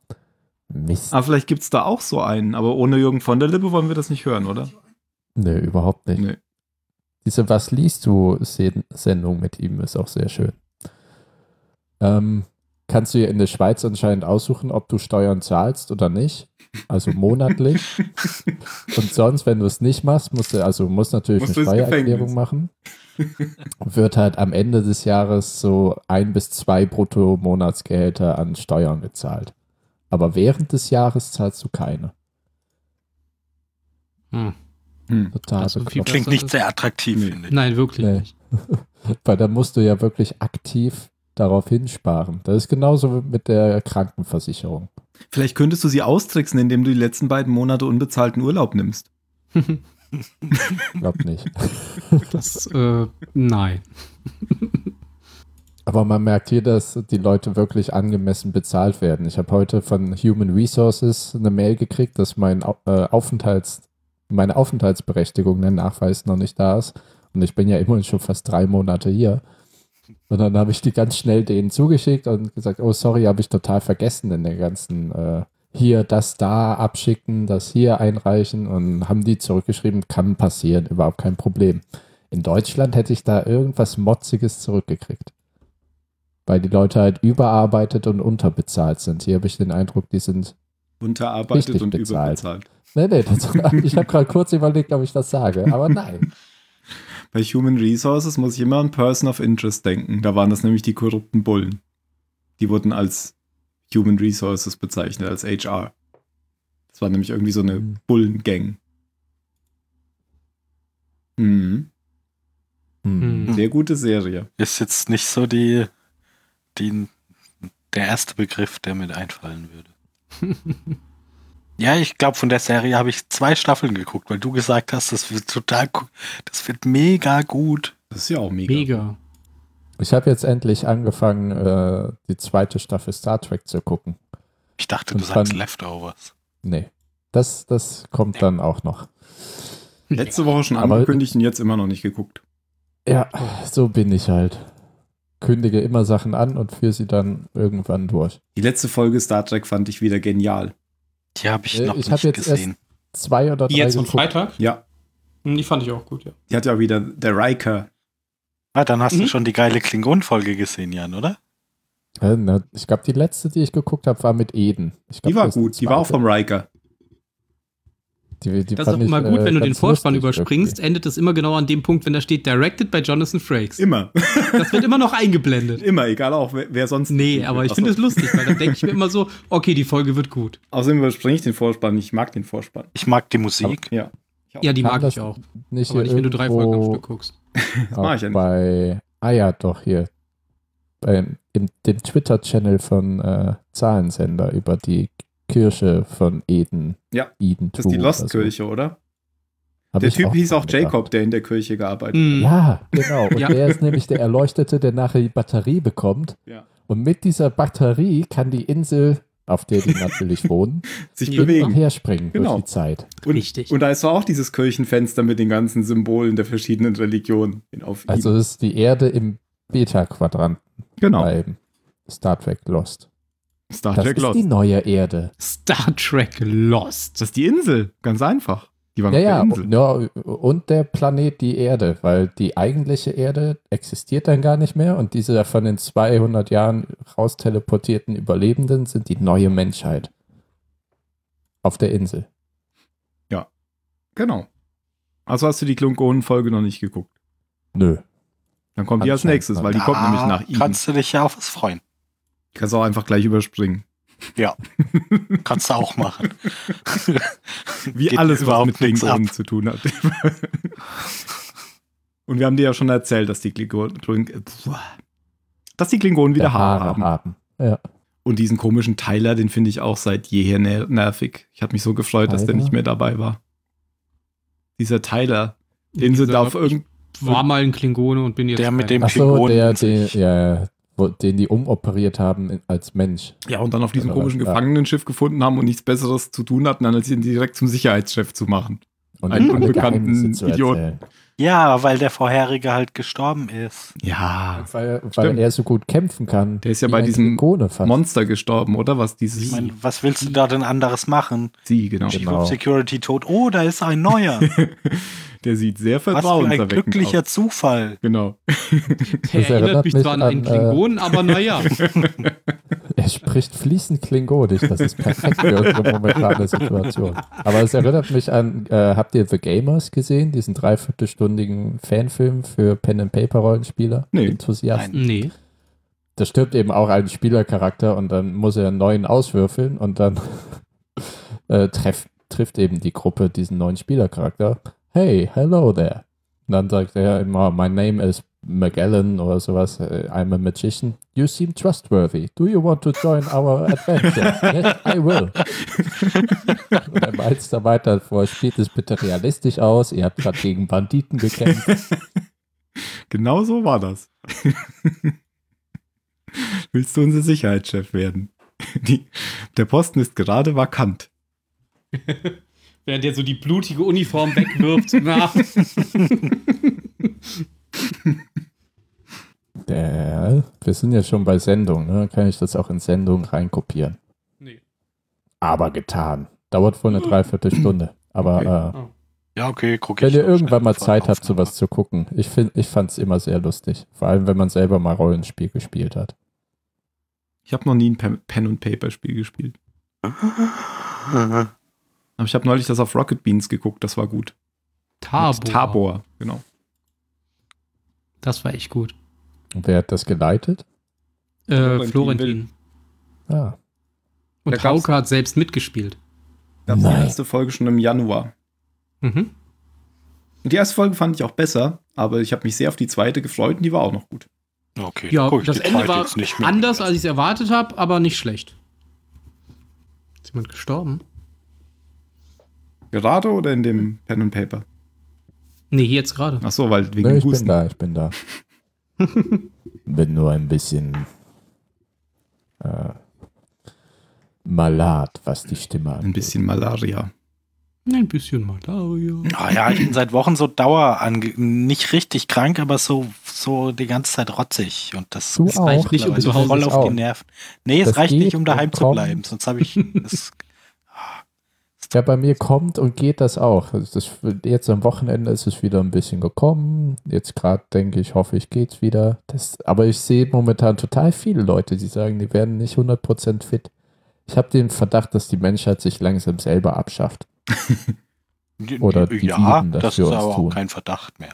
Speaker 5: Mist.
Speaker 3: Aber Ah, vielleicht gibt es da auch so einen, aber ohne Jürgen von der Lippe wollen wir das nicht hören, oder?
Speaker 5: Nö, überhaupt nicht.
Speaker 3: Nee.
Speaker 5: Diese Was liest du Sen- Sendung mit ihm ist auch sehr schön. Ähm, kannst du ja in der Schweiz anscheinend aussuchen, ob du Steuern zahlst oder nicht. Also monatlich. Und sonst, wenn du es nicht machst, musst du, also musst natürlich
Speaker 7: Musst
Speaker 5: eine
Speaker 7: du ins Gefängnis.
Speaker 5: Steuererklärung machen. Wird halt am Ende des Jahres so ein bis zwei Brutto-Monatsgehälter an Steuern gezahlt. Aber während des Jahres zahlst du keine.
Speaker 6: Hm.
Speaker 5: Total
Speaker 6: Also viel
Speaker 5: bekloppt.
Speaker 4: Klingt
Speaker 6: Das-
Speaker 4: nicht sehr attraktiv, finde ich.
Speaker 6: Nein, wirklich
Speaker 5: Nee.
Speaker 6: nicht.
Speaker 5: Weil da musst du ja wirklich aktiv darauf hinsparen. Das ist genauso mit der Krankenversicherung.
Speaker 3: Vielleicht könntest du sie austricksen, indem du die letzten beiden Monate unbezahlten Urlaub nimmst.
Speaker 5: Glaub nicht.
Speaker 6: Das, äh, nein.
Speaker 5: Aber man merkt hier, dass die Leute wirklich angemessen bezahlt werden. Ich habe heute von Human Resources eine Mail gekriegt, dass mein Au- äh, Aufenthalts, meine Aufenthaltsberechtigung, der Nachweis noch nicht da ist. Und ich bin ja immerhin schon fast drei Monate hier. Und dann habe ich die ganz schnell denen zugeschickt und gesagt, oh sorry, habe ich total vergessen in den ganzen äh, hier, das da abschicken, das hier einreichen und haben die zurückgeschrieben, kann passieren, überhaupt kein Problem. In Deutschland hätte ich da irgendwas Motziges zurückgekriegt weil die Leute halt überarbeitet und unterbezahlt sind. Hier habe ich den Eindruck, die sind.
Speaker 3: Unterarbeitet
Speaker 5: Richtig
Speaker 3: und
Speaker 5: bezahlt.
Speaker 3: überbezahlt.
Speaker 5: Nee, nee, das, ich habe gerade kurz überlegt, ob ich das sage, aber nein.
Speaker 3: Bei Human Resources muss ich immer an Person of Interest denken. Da waren das nämlich die korrupten Bullen. Die wurden als Human Resources bezeichnet, als HR. Das war nämlich irgendwie so eine
Speaker 5: Mhm.
Speaker 3: Bullengang. Mhm.
Speaker 5: Hm.
Speaker 6: Hm.
Speaker 3: Sehr gute Serie.
Speaker 4: Ist jetzt nicht so die, die, der erste Begriff, der mir einfallen würde. Ja, ich glaube, von der Serie habe ich zwei Staffeln geguckt, weil du gesagt hast, das wird total, gu- das wird mega gut.
Speaker 3: Das ist ja auch mega.
Speaker 6: Mega.
Speaker 5: Ich habe jetzt endlich angefangen, äh, die zweite Staffel Star Trek zu gucken.
Speaker 4: Ich dachte,
Speaker 5: Und
Speaker 4: du sagst
Speaker 5: dann-
Speaker 4: Leftovers.
Speaker 5: Nee, das, das kommt dann auch noch.
Speaker 3: Letzte Woche schon
Speaker 5: Aber-
Speaker 3: angekündigt und jetzt immer noch nicht geguckt.
Speaker 5: Ja, so bin ich halt. Kündige immer Sachen an und führe sie dann irgendwann durch.
Speaker 3: Die letzte Folge Star Trek fand ich wieder genial.
Speaker 4: Die habe ich
Speaker 5: Äh,
Speaker 4: noch
Speaker 5: ich hab
Speaker 4: nicht
Speaker 5: jetzt erst-
Speaker 4: gesehen.
Speaker 5: Zwei oder
Speaker 6: Die
Speaker 5: drei
Speaker 6: jetzt am
Speaker 5: geguckt.
Speaker 6: Freitag?
Speaker 3: Ja,
Speaker 6: Hm, Die fand ich auch gut, ja.
Speaker 3: die hat ja wieder der Riker.
Speaker 4: Ah, dann hast
Speaker 6: Mhm.
Speaker 4: du schon die geile Klingon-Folge gesehen, Jan, oder?
Speaker 5: Äh, ne, Ich glaube, die letzte, die ich geguckt habe, war mit Eden. Ich glaub,
Speaker 3: Die war
Speaker 5: das ist
Speaker 3: gut, die war auch
Speaker 5: zweite.
Speaker 3: vom Riker.
Speaker 5: Die, die
Speaker 6: Das ist auch
Speaker 5: fand ich,
Speaker 6: immer gut,
Speaker 5: äh,
Speaker 6: wenn du den
Speaker 5: ganz
Speaker 6: Vorspann
Speaker 5: lustig
Speaker 6: überspringst,
Speaker 5: irgendwie.
Speaker 6: endet es immer genau an dem Punkt, wenn da steht Directed by Jonathan Frakes.
Speaker 3: Immer,
Speaker 6: Das wird immer noch eingeblendet.
Speaker 3: immer, egal auch wer, wer sonst.
Speaker 6: Nee, aber ich
Speaker 3: Achso.
Speaker 6: finde es lustig, weil dann denke ich mir immer so, okay, die Folge wird gut.
Speaker 3: Außerdem überspringe ich den Vorspann, ich mag den Vorspann.
Speaker 4: Ich mag die Musik.
Speaker 3: Ja,
Speaker 6: Ja, die
Speaker 5: Kam
Speaker 6: mag
Speaker 5: das
Speaker 6: ich auch.
Speaker 5: Nicht
Speaker 6: Aber
Speaker 5: hier
Speaker 6: nicht, wenn du drei Folgen am Stück guckst.
Speaker 5: das
Speaker 3: mach ich ja nicht.
Speaker 5: Bei, ah ja, doch, hier. Beim, im, dem Twitter-Channel von äh, Zahlensender über die Kirche von Eden.
Speaker 3: Ja,
Speaker 5: Eden
Speaker 3: das ist die
Speaker 5: Two oder so.
Speaker 3: Lost-Kirche, oder?
Speaker 5: Oh, Hab
Speaker 3: Der
Speaker 5: ich
Speaker 3: Typ hieß auch
Speaker 5: dran
Speaker 3: Jacob,
Speaker 5: gedacht.
Speaker 3: der in der Kirche gearbeitet
Speaker 6: Mhm.
Speaker 5: Ja, genau. Und
Speaker 6: Ja.
Speaker 5: der ist nämlich der Erleuchtete, der nachher die Batterie bekommt.
Speaker 3: Ja.
Speaker 5: Und mit dieser Batterie kann die Insel, auf der die natürlich wohnen,
Speaker 3: hat. Sich
Speaker 6: Ja.
Speaker 5: hin und
Speaker 3: bewegen.
Speaker 5: her springen
Speaker 3: Genau.
Speaker 5: durch die Zeit.
Speaker 3: Und,
Speaker 6: Richtig.
Speaker 3: und da ist doch auch dieses Kirchenfenster mit den ganzen Symbolen der verschiedenen Religionen in- auf ihm.
Speaker 5: Also ist die Erde im Beta-Quadranten
Speaker 3: genau.
Speaker 5: bei Star Trek Lost.
Speaker 3: Star
Speaker 5: Das
Speaker 3: Trek
Speaker 5: ist
Speaker 3: Lost.
Speaker 5: die neue Erde.
Speaker 6: Star Trek Lost.
Speaker 3: das ist die Insel, ganz einfach. Die waren
Speaker 5: Ja,
Speaker 3: auf der
Speaker 5: ja,
Speaker 3: Insel.
Speaker 5: ja, und der Planet die Erde, weil die eigentliche Erde existiert dann gar nicht mehr und diese von den 200 Jahren rausteleportierten Überlebenden sind die neue Menschheit. Auf der Insel.
Speaker 3: Genau. Also hast du die Klungonen-Folge noch nicht geguckt.
Speaker 5: Nö.
Speaker 3: Dann kommt die als
Speaker 5: Anscheinend
Speaker 3: nächstes, weil die
Speaker 4: Da
Speaker 3: kommt nämlich nach ihm. Kannst,
Speaker 4: Ah, Kannst du dich ja auf was freuen.
Speaker 3: kannst auch einfach gleich überspringen.
Speaker 4: Kannst du auch machen.
Speaker 3: Wie
Speaker 4: Geht
Speaker 3: alles, was
Speaker 4: überhaupt
Speaker 3: mit
Speaker 4: nichts
Speaker 3: Klingonen zu tun hat. Und wir haben dir ja schon erzählt, dass die Klingonen, Kling- dass die Klingonen wieder
Speaker 5: Der
Speaker 3: Haare haben.
Speaker 5: haben. Ja.
Speaker 3: Und diesen komischen Tyler, den finde ich auch seit jeher ner nervig. Ich habe mich so gefreut, dass der
Speaker 5: Tyler?
Speaker 3: nicht mehr dabei war. Dieser Tyler, den sie da auf irgend
Speaker 6: War mal ein Klingone und bin jetzt.
Speaker 4: Der mit dem
Speaker 5: Achso,
Speaker 4: Klingonen
Speaker 5: der,
Speaker 4: in
Speaker 5: den,
Speaker 4: sich.
Speaker 5: ja, wo, den die umoperiert haben in- als Mensch.
Speaker 3: ja und dann auf diesem
Speaker 5: Oder was?
Speaker 3: komischen
Speaker 5: Ja.
Speaker 3: Gefangenenschiff gefunden haben und nichts Besseres zu tun hatten, als ihn direkt zum Sicherheitschef zu machen.
Speaker 5: Und
Speaker 3: Einen
Speaker 5: alle
Speaker 3: unbekannten
Speaker 5: Geheimnisse zu
Speaker 3: Idioten.
Speaker 5: erzählen.
Speaker 4: Ja, weil der vorherige halt gestorben ist.
Speaker 3: Ja,
Speaker 5: Weil, weil
Speaker 3: Stimmt.
Speaker 5: er so gut kämpfen kann.
Speaker 3: Der ist ja
Speaker 5: wie
Speaker 3: bei
Speaker 5: ein
Speaker 3: diesem
Speaker 5: Klingone fast.
Speaker 3: Monster gestorben, oder was? Dieses
Speaker 4: Ich meine, was willst du da denn anderes machen?
Speaker 3: sie genau.
Speaker 4: Chief
Speaker 5: Genau.
Speaker 4: of Security tot. Oh, da ist ein neuer.
Speaker 3: Der sieht sehr
Speaker 4: Was für ein
Speaker 3: vertrauenserweckend aus.
Speaker 4: glücklicher Zufall.
Speaker 3: Genau.
Speaker 6: Der erinnert
Speaker 5: erinnert
Speaker 6: mich
Speaker 5: mich
Speaker 6: zwar an
Speaker 5: an,
Speaker 6: einen
Speaker 5: äh,
Speaker 6: Klingonen, aber naja.
Speaker 5: Er spricht fließend Klingonisch. Das ist perfekt für unsere momentane Situation. Aber es erinnert mich an, äh, habt ihr The Gamers gesehen? Diesen dreiviertelstündigen Fanfilm für Pen-and-Paper-Rollenspieler?
Speaker 3: Nee.
Speaker 5: Enthusiasten?
Speaker 6: Nee.
Speaker 5: Da stirbt eben auch ein Spielercharakter und dann muss er einen neuen auswürfeln und dann äh, treff, trifft eben die Gruppe diesen neuen Spielercharakter. Hey, hello there. Und dann sagt er immer, my name is Magellan oder sowas. äh, I'm a magician. You seem trustworthy. Do you want to join our adventure? yes, I will. Und er malst da weiter vor, spielt es bitte realistisch aus. Ihr habt gerade gegen Banditen gekämpft.
Speaker 3: Genau so war das. Willst du unser Sicherheitschef werden? Die, der Posten ist gerade vakant.
Speaker 6: Während der so die blutige Uniform wegwirft. Na,
Speaker 5: Der, Äh, wir sind ja schon bei Sendung, ne? Kann ich das auch in Sendung reinkopieren?
Speaker 6: Nee.
Speaker 5: Aber getan. Dauert wohl eine
Speaker 3: Mhm.
Speaker 5: Dreiviertelstunde. Aber äh,
Speaker 4: Ja, okay, guck
Speaker 5: wenn
Speaker 4: ich
Speaker 5: ihr
Speaker 4: noch
Speaker 5: irgendwann
Speaker 4: schnell
Speaker 5: mal
Speaker 4: vor
Speaker 5: Zeit habt,
Speaker 4: Aufnahme.
Speaker 5: sowas zu gucken, ich, find- ich fand es immer sehr lustig. Vor allem, wenn man selber mal Rollenspiel gespielt hat.
Speaker 3: Ich habe noch nie ein Pen- Pen- und Paper-Spiel gespielt. Aber ich habe neulich das auf Rocket Beans geguckt, das war gut.
Speaker 6: Tabor.
Speaker 3: Mit Tabor, genau.
Speaker 6: Das war echt gut.
Speaker 5: Und wer hat das geleitet?
Speaker 6: Äh,
Speaker 3: Florentin
Speaker 6: Florentin.
Speaker 5: Ah,
Speaker 3: Da
Speaker 6: Und
Speaker 3: gab's-
Speaker 6: Hauke hat selbst mitgespielt.
Speaker 3: Gab die
Speaker 5: Nein.
Speaker 3: erste Folge schon im Januar.
Speaker 6: Mhm.
Speaker 3: Und die erste Folge fand ich auch besser, aber ich habe mich sehr auf die zweite gefreut und die war auch noch gut.
Speaker 4: Okay,
Speaker 6: Ja,
Speaker 4: guck ich
Speaker 6: das
Speaker 4: die
Speaker 6: Ende
Speaker 4: zweite
Speaker 6: war
Speaker 4: jetzt nicht mehr.
Speaker 6: anders, als ich es erwartet habe, aber nicht schlecht. Ist jemand gestorben?
Speaker 3: Gerade oder in dem Pen and Paper?
Speaker 6: Nee, jetzt gerade.
Speaker 3: Ach so, weil wegen
Speaker 5: ne,
Speaker 3: dem
Speaker 5: ich bin
Speaker 3: Husten.
Speaker 5: da, ich bin da. bin nur ein bisschen äh, malat, was die Stimme angeht.
Speaker 3: Ein bisschen Malaria.
Speaker 6: Ein bisschen Malaria.
Speaker 4: Ah ja, ich bin seit Wochen so dauer ange nicht richtig krank, aber so, so die ganze Zeit rotzig. Und das
Speaker 5: Du
Speaker 4: das
Speaker 5: auch.
Speaker 4: reicht nicht, um
Speaker 6: Mittlerweile
Speaker 4: zu
Speaker 6: zu Hause
Speaker 4: voll
Speaker 5: ist
Speaker 4: auf die
Speaker 5: auch.
Speaker 4: Nerven. Nee, es
Speaker 5: Das
Speaker 4: reicht
Speaker 5: geht
Speaker 4: nicht, um daheim
Speaker 5: und
Speaker 4: zu
Speaker 5: kommt.
Speaker 4: bleiben. Sonst habe ich. Das,
Speaker 5: Ja, bei mir kommt und geht das auch. Das ist, jetzt am Wochenende ist es wieder ein bisschen gekommen. Jetzt gerade denke ich, hoffe ich, geht's wieder. Das, aber ich sehe momentan total viele Leute, die sagen, die werden nicht 100% fit. Ich habe den Verdacht, dass die Menschheit sich langsam selber abschafft. Oder die
Speaker 4: ja,
Speaker 5: lieben, dass
Speaker 4: das
Speaker 5: wir
Speaker 4: ist
Speaker 5: uns
Speaker 4: aber auch
Speaker 5: tun.
Speaker 4: kein Verdacht mehr.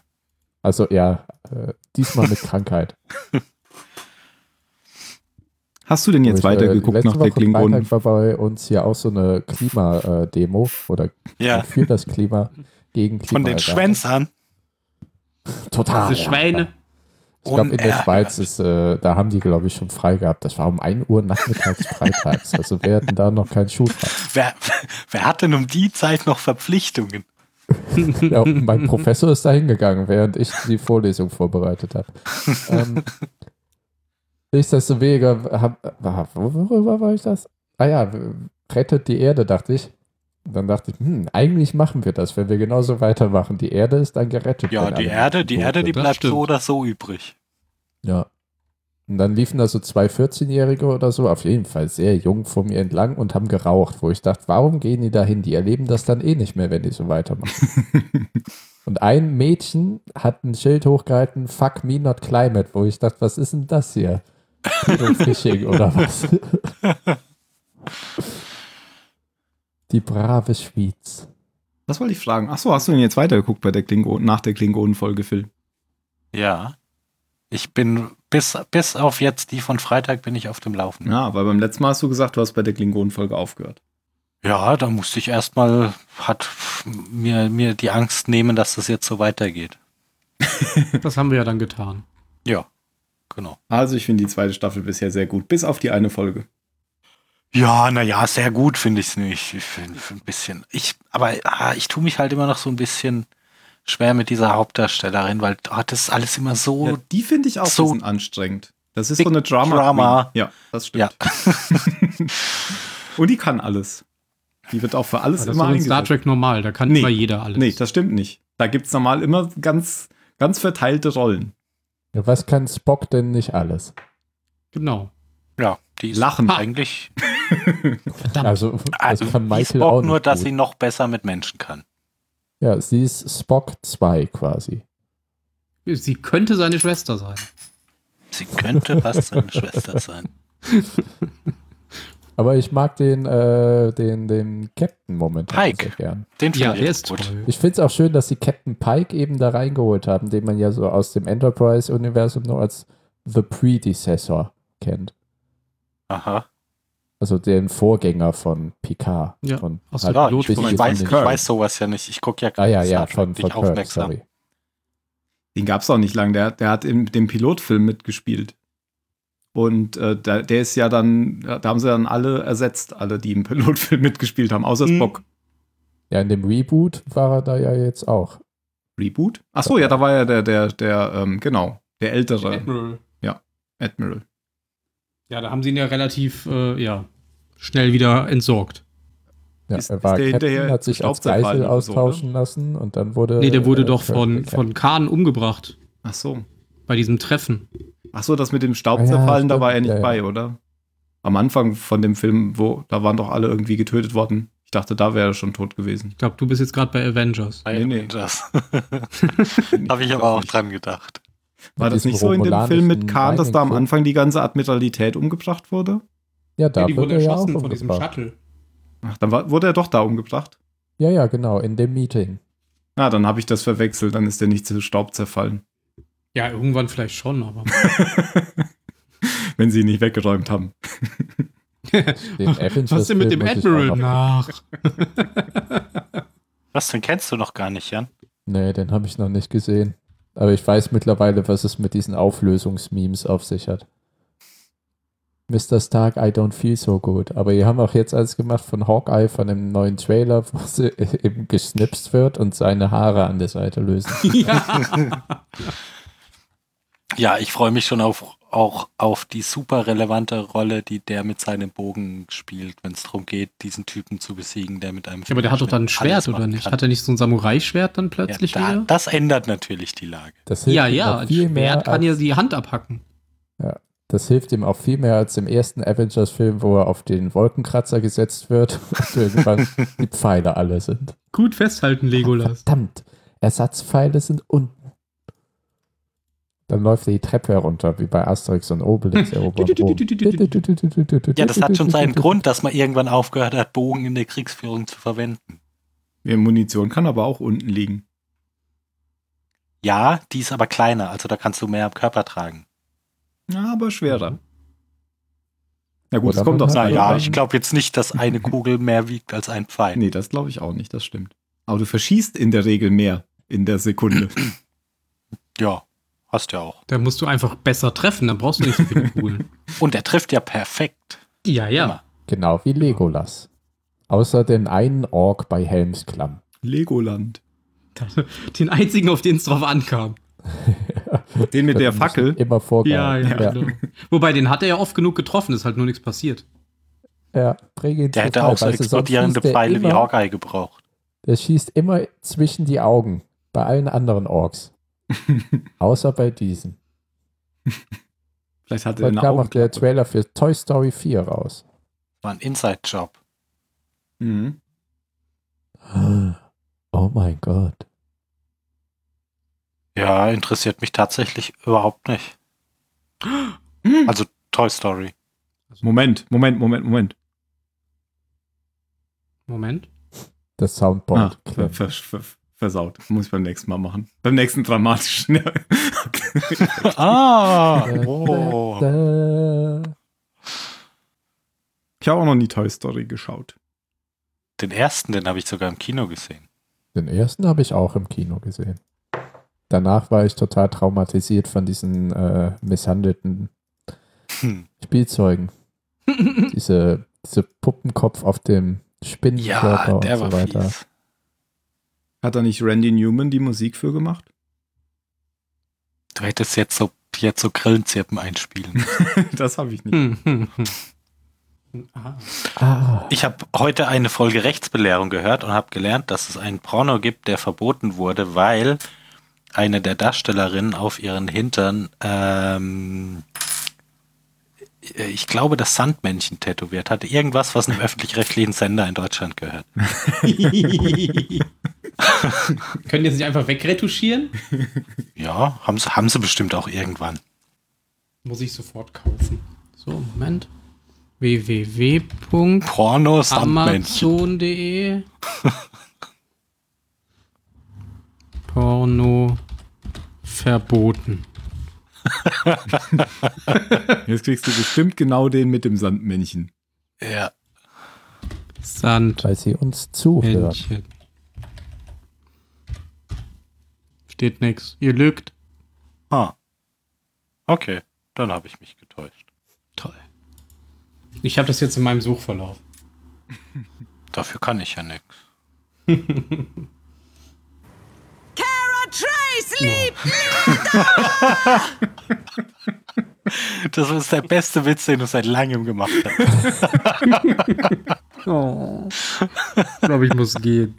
Speaker 5: Also ja, äh, diesmal mit Krankheit.
Speaker 3: Hast du denn jetzt
Speaker 5: Ich, äh,
Speaker 3: weitergeguckt
Speaker 5: letzte
Speaker 3: nach der
Speaker 5: Woche
Speaker 3: Klingonen?
Speaker 5: Freitag war bei uns ja auch so eine Klima-Demo oder
Speaker 4: Ja,
Speaker 5: für das Klima, gegen Klima.
Speaker 4: von den Schwänzern.
Speaker 5: Total.
Speaker 6: Ah, Diese Schweine.
Speaker 5: Ich glaube, in der
Speaker 4: Unerhört.
Speaker 5: Schweiz ist, äh, da haben die, glaube ich, schon frei gehabt. Das war um 1 Uhr nachmittags freitags. Also wir hatten da noch keinen Schulfall.
Speaker 4: Wer, wer hat denn um die Zeit noch Verpflichtungen?
Speaker 5: Ja, mein Professor ist da hingegangen, während ich die Vorlesung vorbereitet habe. Ähm, nichtsdestoweniger, hab, ah, worüber war ich das? Ah ja, rettet die Erde, dachte ich. Dann dachte ich, hm, eigentlich machen wir das, wenn wir genauso weitermachen. Die Erde ist dann gerettet.
Speaker 4: Ja,
Speaker 5: wenn alle
Speaker 4: die Erde,
Speaker 5: Menschen
Speaker 4: die
Speaker 5: tot
Speaker 4: Erde, die
Speaker 5: sind.
Speaker 6: das
Speaker 4: bleibt
Speaker 6: stimmt.
Speaker 4: so oder so übrig.
Speaker 5: Ja. Und dann liefen da so zwei 14-Jährige oder so, auf jeden Fall sehr jung vor mir entlang und haben geraucht, wo ich dachte, warum gehen die da hin? Die erleben das dann eh nicht mehr, wenn die so weitermachen. und ein Mädchen hat ein Schild hochgehalten, fuck me not climate, wo ich dachte, was ist denn das hier? Fishing oder was? die brave Schweiz.
Speaker 3: Was wollte ich fragen? Ach so, hast du denn jetzt weitergeguckt bei der Klingonen, nach der Klingonen-Folge, Phil?
Speaker 4: Ja. Ich bin bis, bis auf jetzt die von Freitag bin ich auf dem Laufen.
Speaker 3: Ja, weil beim letzten Mal hast du gesagt, du hast bei der Klingonen-Folge aufgehört.
Speaker 4: Ja, da musste ich erstmal hat mir, mir die Angst nehmen, dass das jetzt so weitergeht.
Speaker 6: Das haben wir ja dann getan.
Speaker 4: Ja, genau.
Speaker 3: Also, ich finde die zweite Staffel bisher sehr gut, bis auf die eine Folge.
Speaker 4: Ja, naja, sehr gut finde ich es nicht. Ich finde ein bisschen. Ich, aber ah, ich tue mich halt immer noch so ein bisschen schwer mit dieser Hauptdarstellerin, weil ah, das ist alles immer so.
Speaker 3: Ja, die finde ich auch
Speaker 4: Oh, so-
Speaker 3: so ein bisschen anstrengend. Das ist
Speaker 4: Big
Speaker 3: so eine Drama.
Speaker 4: Drama.
Speaker 3: Queen. Ja, das stimmt.
Speaker 4: Ja,
Speaker 3: Und die kann alles. Die wird auch für alles
Speaker 6: Das ist
Speaker 3: immer
Speaker 6: in Star
Speaker 3: eingesetzt.
Speaker 6: Trek normal, da kann
Speaker 3: Nee.
Speaker 6: immer jeder alles.
Speaker 3: Nee, das stimmt nicht. Da gibt es normal immer ganz, ganz verteilte Rollen.
Speaker 5: Ja, was kann Spock denn nicht alles?
Speaker 6: genau.
Speaker 4: ja, die ist
Speaker 3: Lachen.
Speaker 4: eigentlich.
Speaker 6: Verdammt.
Speaker 5: Also, das
Speaker 4: Also,
Speaker 5: kann
Speaker 4: die
Speaker 5: Michael
Speaker 4: Spock
Speaker 5: auch nicht
Speaker 4: nur, dass
Speaker 5: gut.
Speaker 4: sie noch besser mit Menschen kann.
Speaker 5: Ja, sie ist Spock 2 quasi.
Speaker 6: Sie könnte seine Schwester sein.
Speaker 4: Sie könnte fast seine Schwester sein.
Speaker 5: Aber ich mag den, äh, den, den Captain momentan
Speaker 4: Pike.
Speaker 5: sehr gern.
Speaker 4: Den
Speaker 6: Ja,
Speaker 4: finde
Speaker 6: der
Speaker 4: ich
Speaker 6: ist
Speaker 4: gut.
Speaker 6: toll.
Speaker 5: Ich finde es auch schön, dass sie Captain Pike eben da reingeholt haben, den man ja so aus dem Enterprise-Universum nur als The Predecessor kennt.
Speaker 4: Aha.
Speaker 5: Also den Vorgänger von Picard.
Speaker 6: Ja,
Speaker 5: von
Speaker 6: aus der
Speaker 4: Ja, ich,
Speaker 6: Pilot-
Speaker 4: ich,
Speaker 6: von-
Speaker 4: weiß, ich
Speaker 3: Kirk.
Speaker 4: weiß sowas ja nicht. Ich gucke ja
Speaker 5: ah ja, ja,
Speaker 4: Star Trek
Speaker 5: von, von
Speaker 4: nicht
Speaker 5: Kirk,
Speaker 4: aufmerksam.
Speaker 5: sorry.
Speaker 3: Den gab es auch nicht lang. Der, der hat in dem Pilotfilm mitgespielt. Und äh, da, der ist ja dann, da haben sie dann alle ersetzt, alle, die im Pilotfilm mitgespielt haben, außer
Speaker 6: Mhm.
Speaker 3: Spock.
Speaker 5: Ja, in dem Reboot war er da ja jetzt auch.
Speaker 3: Reboot? Ach so, ja, da war ja der, der, der, ähm, genau, der ältere
Speaker 6: Admiral.
Speaker 3: Admiral.
Speaker 6: Ja, da haben sie ihn ja relativ, äh, ja, schnell wieder entsorgt.
Speaker 5: Ja,
Speaker 3: Ist-
Speaker 5: er war
Speaker 3: ist der
Speaker 5: Captain,
Speaker 3: hinterher
Speaker 5: hat sich
Speaker 3: zu
Speaker 5: als
Speaker 3: Staub zerfallen
Speaker 5: Geisel
Speaker 3: oder so, ne?
Speaker 5: austauschen lassen und dann wurde.
Speaker 6: Nee, der wurde
Speaker 5: äh,
Speaker 6: doch
Speaker 5: Kirk
Speaker 6: von,
Speaker 5: bekannt.
Speaker 6: von Khan umgebracht.
Speaker 3: Ach so.
Speaker 6: Bei diesem Treffen.
Speaker 3: Ach so, das mit dem
Speaker 5: Ah ja,
Speaker 3: Staubzerfallen, da
Speaker 5: stimmt,
Speaker 3: war er nicht
Speaker 5: ja, ja.
Speaker 3: bei, oder? Am Anfang von dem Film, wo, da waren doch alle irgendwie getötet worden. Ich dachte, da wäre er schon tot gewesen.
Speaker 6: Ich glaube, du bist jetzt gerade bei Avengers.
Speaker 4: Nee,
Speaker 3: Nee,
Speaker 4: nee.
Speaker 3: nee.
Speaker 4: Das
Speaker 3: Nee,
Speaker 4: habe ich
Speaker 3: glaub
Speaker 4: aber auch
Speaker 3: nicht.
Speaker 4: dran gedacht.
Speaker 3: War
Speaker 5: Mit
Speaker 3: das nicht
Speaker 5: diesem
Speaker 3: so in dem Film mit
Speaker 5: romulanischen
Speaker 3: Khan, dass da am
Speaker 5: Viking-Film?
Speaker 3: Anfang die ganze Admiralität umgebracht wurde?
Speaker 5: Ja, da
Speaker 6: die
Speaker 5: wurde
Speaker 6: wurde
Speaker 5: er ja auch
Speaker 6: erschossen von diesem
Speaker 5: umgebracht.
Speaker 6: Shuttle.
Speaker 3: Ach, dann war, wurde er doch da umgebracht.
Speaker 5: Ja, ja, genau, in dem Meeting.
Speaker 3: Na, dann habe ich das verwechselt, dann ist er nicht zu Staub zerfallen,
Speaker 6: Ja, irgendwann vielleicht schon, aber.
Speaker 3: wenn sie ihn nicht weggeräumt haben.
Speaker 5: Den Avengers
Speaker 6: Was ist denn mit
Speaker 5: Film
Speaker 6: dem
Speaker 5: muss ich auch
Speaker 6: Admiral
Speaker 5: noch-
Speaker 6: nach?
Speaker 4: Was denn kennst du noch gar nicht, Jan?
Speaker 5: Nee, den habe ich noch nicht gesehen. Aber ich weiß mittlerweile, was es mit diesen Auflösungsmemes auf sich hat. Mr. Stark, I don't feel so good. Aber die haben auch jetzt eins gemacht von Hawkeye, von dem neuen Trailer, wo sie eben geschnipst wird und seine Haare an der Seite lösen.
Speaker 4: Ja, ich freue mich schon auf, auch auf die super relevante Rolle, die der mit seinem Bogen spielt, wenn es darum geht, diesen Typen zu besiegen, der mit einem.
Speaker 6: Ja, aber der hat doch dann ein
Speaker 4: Fingerschnipp
Speaker 6: Schwert,
Speaker 4: alles
Speaker 6: oder
Speaker 4: machen
Speaker 6: nicht?
Speaker 4: kann.
Speaker 6: Hat er nicht so ein Samurai-Schwert dann
Speaker 4: ja,
Speaker 6: plötzlich
Speaker 4: da,
Speaker 6: wieder?
Speaker 4: Das ändert natürlich die Lage.
Speaker 5: Das hilft
Speaker 6: Ja,
Speaker 5: ihm
Speaker 6: ja,
Speaker 5: auch
Speaker 6: ein
Speaker 5: viel mehr.
Speaker 6: Schwert kann
Speaker 5: als-
Speaker 6: ja die Hand abhacken.
Speaker 5: Das hilft ihm auch viel mehr als im ersten Avengers-Film, wo er auf den Wolkenkratzer gesetzt wird und irgendwann die Pfeile alle sind.
Speaker 6: Gut festhalten, Legolas.
Speaker 5: Verdammt, Ersatzpfeile sind unten. Dann läuft er die Treppe herunter, wie bei Asterix und Obelix erobern Rom.
Speaker 4: Ja, das hat schon seinen Grund, dass man irgendwann aufgehört hat, Bogen in der Kriegsführung zu verwenden.
Speaker 3: Ja, Munition kann aber auch unten liegen.
Speaker 4: Ja, die ist aber kleiner, also da kannst du mehr am Körper tragen.
Speaker 3: Ja, aber schwerer. Na gut,
Speaker 5: Mhm. Oder
Speaker 3: es kommt
Speaker 5: man
Speaker 3: aufs
Speaker 5: hat-
Speaker 3: Gleiche
Speaker 4: Naja,
Speaker 3: an.
Speaker 4: ich glaube jetzt nicht, dass eine Kugel mehr wiegt als ein Pfeil.
Speaker 3: Nee, das glaube ich auch nicht, das stimmt. Aber du verschießt in der Regel mehr in der Sekunde.
Speaker 4: Ja, hast ja auch.
Speaker 6: Da musst du einfach besser treffen, dann brauchst du nicht so viele Kugeln.
Speaker 4: Und er trifft ja perfekt.
Speaker 6: Ja, ja.
Speaker 5: Genau wie Legolas. Außer den einen Ork bei Helmsklamm.
Speaker 3: Legoland.
Speaker 6: Den einzigen, auf den es drauf ankam.
Speaker 3: Den mit der
Speaker 5: Das muss
Speaker 3: Fackel.
Speaker 5: Immer vorgehalten.
Speaker 6: genau. Wobei, den hat er ja oft genug getroffen, ist halt nur nichts passiert.
Speaker 5: ja, bring ihn
Speaker 4: Der
Speaker 5: zur
Speaker 4: hätte
Speaker 5: Fall,
Speaker 4: auch so
Speaker 5: weißt du, sonst
Speaker 4: explodierende
Speaker 5: schießt der
Speaker 4: Pfeile wie
Speaker 5: immer-
Speaker 4: Hawkeye gebraucht.
Speaker 5: Der schießt immer zwischen die Augen. Bei allen anderen Orks. Außer bei diesen.
Speaker 3: Vielleicht hat er
Speaker 5: Dann
Speaker 3: eine
Speaker 5: kam auch der
Speaker 3: Augenklappe.
Speaker 5: Trailer für Toy Story 4 raus.
Speaker 4: War ein Inside-Job.
Speaker 3: Mhm.
Speaker 5: Oh mein Gott.
Speaker 4: Ja, interessiert mich tatsächlich überhaupt nicht. Also Toy Story.
Speaker 6: Also,
Speaker 3: Moment, Moment, Moment, Moment.
Speaker 6: Moment.
Speaker 5: Das Soundboard.
Speaker 3: Ah, ver
Speaker 5: klemmt.
Speaker 3: ver ver versaut. Muss ich beim nächsten Mal machen. Beim nächsten dramatischen.
Speaker 4: Ah, oh.
Speaker 5: Da, da, da.
Speaker 3: ich habe auch noch nie Toy Story geschaut.
Speaker 4: Den ersten, den habe ich sogar im Kino gesehen.
Speaker 5: Den ersten habe ich auch im Kino gesehen. Danach war ich total traumatisiert von diesen äh, misshandelten
Speaker 4: Hm.
Speaker 5: Spielzeugen. diese, diese Puppenkopf auf dem Spinnenkörper
Speaker 4: Ja,
Speaker 5: und
Speaker 4: der
Speaker 5: so
Speaker 4: war
Speaker 5: weiter.
Speaker 4: fies.
Speaker 3: Hat da nicht Randy Newman die Musik für gemacht?
Speaker 4: Du hättest jetzt so, jetzt so Grillenzirpen einspielen.
Speaker 3: das habe ich nicht.
Speaker 6: Hm, hm, hm. Ah.
Speaker 5: Ah,
Speaker 4: Ich habe heute eine Folge Rechtsbelehrung gehört und habe gelernt, dass es einen Porno gibt, der verboten wurde, weil eine der Darstellerinnen auf ihren Hintern, ähm, äh, ich glaube, das Sandmännchen tätowiert hatte. Irgendwas, was einem öffentlich-rechtlichen Sender in Deutschland gehört.
Speaker 6: Können die jetzt nicht einfach wegretuschieren?
Speaker 4: Ja, haben sie, haben sie bestimmt auch irgendwann.
Speaker 6: Muss ich sofort kaufen. So, Moment. www.
Speaker 4: Pornos
Speaker 6: Amazon.de Porno verboten.
Speaker 3: Jetzt kriegst du bestimmt genau den mit dem Sandmännchen.
Speaker 4: Ja.
Speaker 6: Sand.
Speaker 5: weil sie uns zuhört.
Speaker 6: Männchen. Steht nix. Ihr lügt.
Speaker 4: Ah. Okay, dann habe ich mich getäuscht.
Speaker 6: Toll. Ich habe das jetzt in meinem Suchverlauf.
Speaker 4: Dafür kann ich ja nichts.
Speaker 2: Kara Trace liebt
Speaker 4: Das ist der beste Witz, den du seit langem gemacht hast.
Speaker 6: Oh. Ich glaube, ich muss gehen.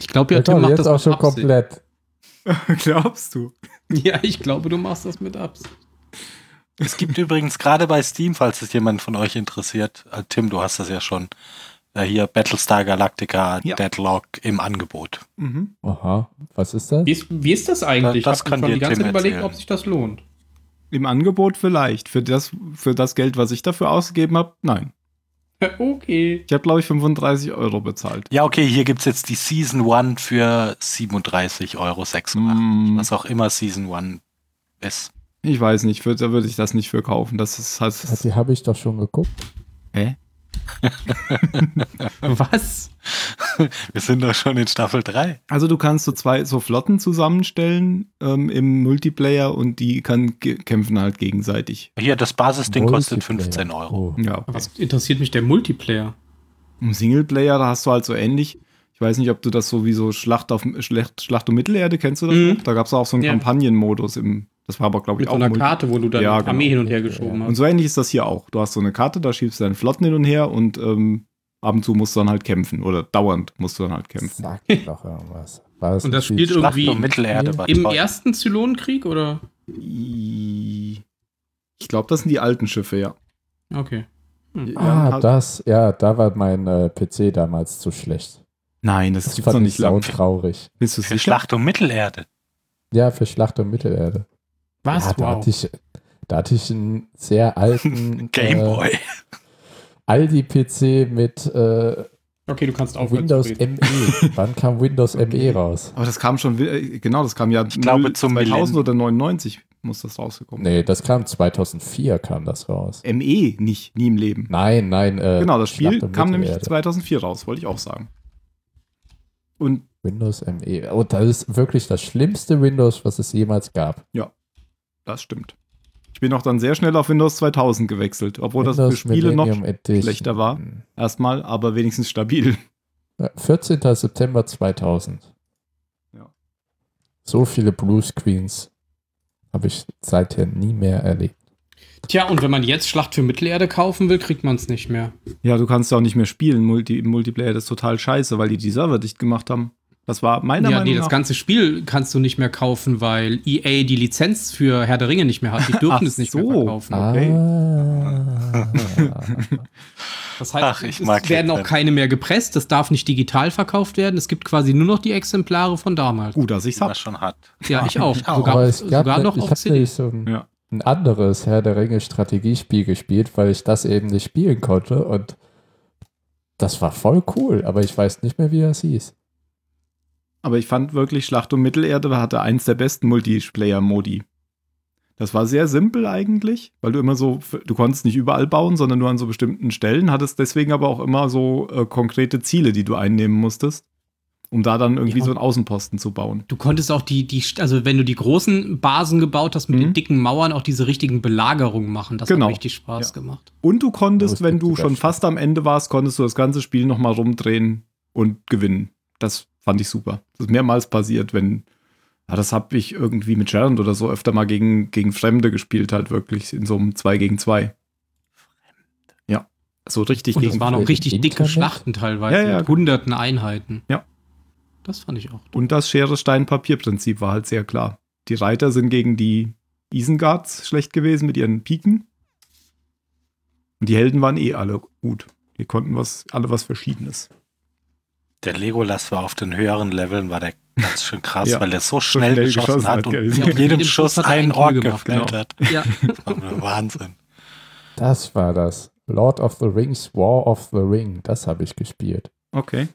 Speaker 6: Ich glaube, ja, Tim macht
Speaker 5: jetzt
Speaker 6: das
Speaker 5: auch
Speaker 6: mit
Speaker 5: schon
Speaker 6: Absicht.
Speaker 5: komplett.
Speaker 3: Glaubst du?
Speaker 6: Ja, ich glaube, du machst das mit Absicht.
Speaker 4: Es gibt übrigens gerade bei Steam, falls es jemand von euch interessiert, äh, Tim, du hast das ja schon, äh, hier Battlestar Galactica
Speaker 3: Ja.
Speaker 4: Deadlock im Angebot.
Speaker 3: Mhm.
Speaker 5: Aha, was ist das?
Speaker 6: Wie ist, wie ist das eigentlich?
Speaker 4: Das
Speaker 6: ich
Speaker 4: kann
Speaker 6: habe
Speaker 4: dir
Speaker 6: die ganze
Speaker 4: Tim
Speaker 6: Zeit überlegt,
Speaker 4: erzählen.
Speaker 6: ob sich das lohnt.
Speaker 3: Im Angebot vielleicht. Für das, für das Geld, was ich dafür ausgegeben habe, nein.
Speaker 6: Okay.
Speaker 3: Ich habe, glaube ich, 35 Euro bezahlt.
Speaker 4: Ja, okay, hier gibt es jetzt die Season 1 für 37,86 Euro.
Speaker 3: Mm.
Speaker 4: Was auch immer Season 1 ist.
Speaker 3: Ich weiß nicht, für, da würde ich das nicht für kaufen. Das ist halt.
Speaker 5: Ah, Die habe ich doch schon geguckt.
Speaker 3: Hä?
Speaker 6: Was?
Speaker 4: Wir sind doch schon in Staffel 3.
Speaker 3: Also du kannst so zwei so Flotten zusammenstellen ähm, im Multiplayer und die kann, ge- kämpfen halt gegenseitig.
Speaker 4: Hier, das Basisding kostet
Speaker 5: Multiplayer.
Speaker 4: 15 Euro.
Speaker 5: Oh.
Speaker 3: Ja.
Speaker 6: Was interessiert mich der Multiplayer?
Speaker 3: Im Singleplayer, da hast du halt so ähnlich. Ich weiß nicht, ob du das sowieso Schlacht auf Schlacht, Schlacht um Mittelerde kennst du das?
Speaker 6: Mhm.
Speaker 3: noch? Da gab es auch so einen
Speaker 6: Ja.
Speaker 3: Kampagnenmodus im. Das war aber, glaube ich,
Speaker 6: Mit so
Speaker 3: auch
Speaker 6: einer
Speaker 3: Multi-
Speaker 6: Karte, ne? wo du deine
Speaker 3: Ja, genau.
Speaker 6: Armee hin und her geschoben
Speaker 3: Und
Speaker 6: hast.
Speaker 3: so ähnlich ist das hier auch. Du hast so eine Karte, da schiebst du deine Flotten hin und her und ähm, ab und zu musst du dann halt kämpfen. Oder dauernd musst du dann halt kämpfen.
Speaker 5: Sag mir doch irgendwas. War das
Speaker 6: Und das
Speaker 5: nicht
Speaker 6: spielt
Speaker 5: die-
Speaker 4: Schlacht
Speaker 6: irgendwie
Speaker 4: um Mittelerde war
Speaker 6: im
Speaker 4: toll.
Speaker 6: ersten Zylonenkrieg oder?
Speaker 3: I- Ich glaube, das sind die alten Schiffe, ja.
Speaker 6: Okay.
Speaker 3: Die haben
Speaker 5: Ah,
Speaker 3: halt-
Speaker 5: das, ja, da war mein äh, PC damals zu schlecht.
Speaker 3: Nein, das,
Speaker 5: Das
Speaker 3: gibt's noch
Speaker 5: fand ich
Speaker 3: nicht
Speaker 5: sau
Speaker 3: lang.
Speaker 5: traurig.
Speaker 3: Bist du
Speaker 4: Für
Speaker 3: sicher?
Speaker 4: Schlacht um Mittelerde.
Speaker 5: Ja, für Schlacht um Mittelerde.
Speaker 6: Was?
Speaker 5: ja, da, hatte ich, da hatte ich einen sehr alten äh,
Speaker 4: Gameboy.
Speaker 5: Aldi-PC mit äh,
Speaker 6: Okay, du kannst aufhören.
Speaker 5: Windows
Speaker 6: zu reden.
Speaker 5: ME. Wann kam Windows ME raus?
Speaker 3: Aber das kam schon, wi- äh, genau, das kam ja
Speaker 4: Ich glaube, zum
Speaker 3: 2000
Speaker 4: Millennium.
Speaker 3: oder 99 muss das rausgekommen.
Speaker 5: Nee, das kam 2004 kam das raus.
Speaker 3: ME nicht, nie im Leben.
Speaker 5: Nein, nein. Äh,
Speaker 3: genau, das Spiel
Speaker 5: Schlacht um
Speaker 3: kam nämlich
Speaker 5: Mittelerde.
Speaker 3: 2004 raus, wollte ich auch sagen. Und
Speaker 5: Windows ME. Oh, das ist wirklich das schlimmste Windows, was es jemals gab.
Speaker 3: das stimmt. Ich bin auch dann sehr schnell auf Windows 2000 gewechselt, obwohl das für Spiele noch
Speaker 5: Edition.
Speaker 3: schlechter war. erstmal, aber wenigstens stabil.
Speaker 5: Ja, 14. September 2000.
Speaker 3: Ja.
Speaker 5: So viele Blue Screens habe ich seither nie mehr erlebt.
Speaker 6: Tja, und wenn man jetzt Schlacht für Mittelerde kaufen will, kriegt man es nicht mehr.
Speaker 3: Ja, du kannst ja auch nicht mehr spielen. Multi im Multiplayer das ist total scheiße, weil die die Server dicht gemacht haben. Das war meiner
Speaker 6: ja,
Speaker 3: Meinung
Speaker 6: nee, das
Speaker 3: nach.
Speaker 6: ganze Spiel kannst du nicht mehr kaufen, weil EA die Lizenz für Herr der Ringe nicht mehr hat. Die dürfen
Speaker 3: Ach
Speaker 6: es nicht
Speaker 3: so.
Speaker 6: mehr verkaufen.
Speaker 3: Okay.
Speaker 5: Ah.
Speaker 6: Das heißt,
Speaker 4: Ach, ich
Speaker 6: es
Speaker 4: mag
Speaker 6: werden
Speaker 4: Hitman.
Speaker 6: auch keine mehr gepresst. Das darf nicht digital verkauft werden. Es gibt quasi nur noch die Exemplare von damals.
Speaker 3: Gut, dass ich's hab.
Speaker 4: Das schon hart.
Speaker 6: Ja, ich auch.
Speaker 4: auch.
Speaker 6: Sogar,
Speaker 5: Aber es gab
Speaker 6: sogar
Speaker 5: ne-
Speaker 6: noch
Speaker 5: ich
Speaker 6: auf
Speaker 5: habe
Speaker 6: CD.
Speaker 5: nämlich so ein,
Speaker 3: Ja.
Speaker 5: ein anderes Herr der Ringe Strategiespiel gespielt, weil ich das eben nicht spielen konnte und das war voll cool, aber ich weiß nicht mehr, wie das hieß.
Speaker 3: Aber ich fand wirklich, Schlacht um Mittelerde hatte eins der besten Multiplayer-Modi. Das war sehr simpel eigentlich, weil du immer so, du konntest nicht überall bauen, sondern nur an so bestimmten Stellen, hattest deswegen aber auch immer so äh, konkrete Ziele, die du einnehmen musstest, um da dann irgendwie
Speaker 6: Ja.
Speaker 3: so einen Außenposten zu bauen.
Speaker 6: Du konntest auch die, die, also wenn du die großen Basen gebaut hast mit
Speaker 3: Mhm.
Speaker 6: den dicken Mauern, auch diese richtigen Belagerungen machen. Das
Speaker 3: Genau.
Speaker 6: hat richtig Spaß gemacht.
Speaker 3: Und du konntest,
Speaker 5: es
Speaker 3: wenn
Speaker 5: gibt
Speaker 3: du
Speaker 5: sogar
Speaker 3: schon
Speaker 5: Schlacht.
Speaker 3: fast am Ende warst, konntest du das ganze Spiel nochmal rumdrehen und gewinnen. Das fand ich super. Das ist mehrmals passiert, wenn. Ja, das habe ich irgendwie mit Gerald oder so öfter mal gegen, gegen Fremde gespielt, halt wirklich in so einem 2 gegen 2. Ja. So richtig
Speaker 6: Und
Speaker 3: gegen
Speaker 6: das waren auch
Speaker 5: Im
Speaker 6: richtig dicke
Speaker 5: Internet?
Speaker 6: Schlachten teilweise
Speaker 3: Ja, ja,
Speaker 6: mit
Speaker 3: genau.
Speaker 6: hunderten Einheiten.
Speaker 3: Ja.
Speaker 6: Das fand ich auch.
Speaker 3: Und das Schere-Stein-Papier-Prinzip war halt sehr klar. Die Reiter sind gegen die Isengards schlecht gewesen mit ihren Piken. Und die Helden waren eh alle gut. Die konnten was, alle was Verschiedenes.
Speaker 4: Der Legolas war auf den höheren Leveln, war der ganz schön krass,
Speaker 3: Ja.
Speaker 4: weil er so schnell,
Speaker 3: schnell
Speaker 4: geschossen,
Speaker 3: geschossen
Speaker 4: hat
Speaker 3: hat,
Speaker 4: und
Speaker 3: gell.
Speaker 4: mit
Speaker 3: Ja,
Speaker 6: und mit
Speaker 4: jedem
Speaker 6: jedem
Speaker 4: Schuss
Speaker 6: Schuss hat er einen
Speaker 4: einen
Speaker 6: Kill gemacht,
Speaker 4: Ork gefällt
Speaker 3: genau.
Speaker 4: hat.
Speaker 6: Ja.
Speaker 4: Das war Wahnsinn.
Speaker 5: Das war das. Lord of the Rings, War of the Ring. Das habe ich gespielt.
Speaker 3: Okay.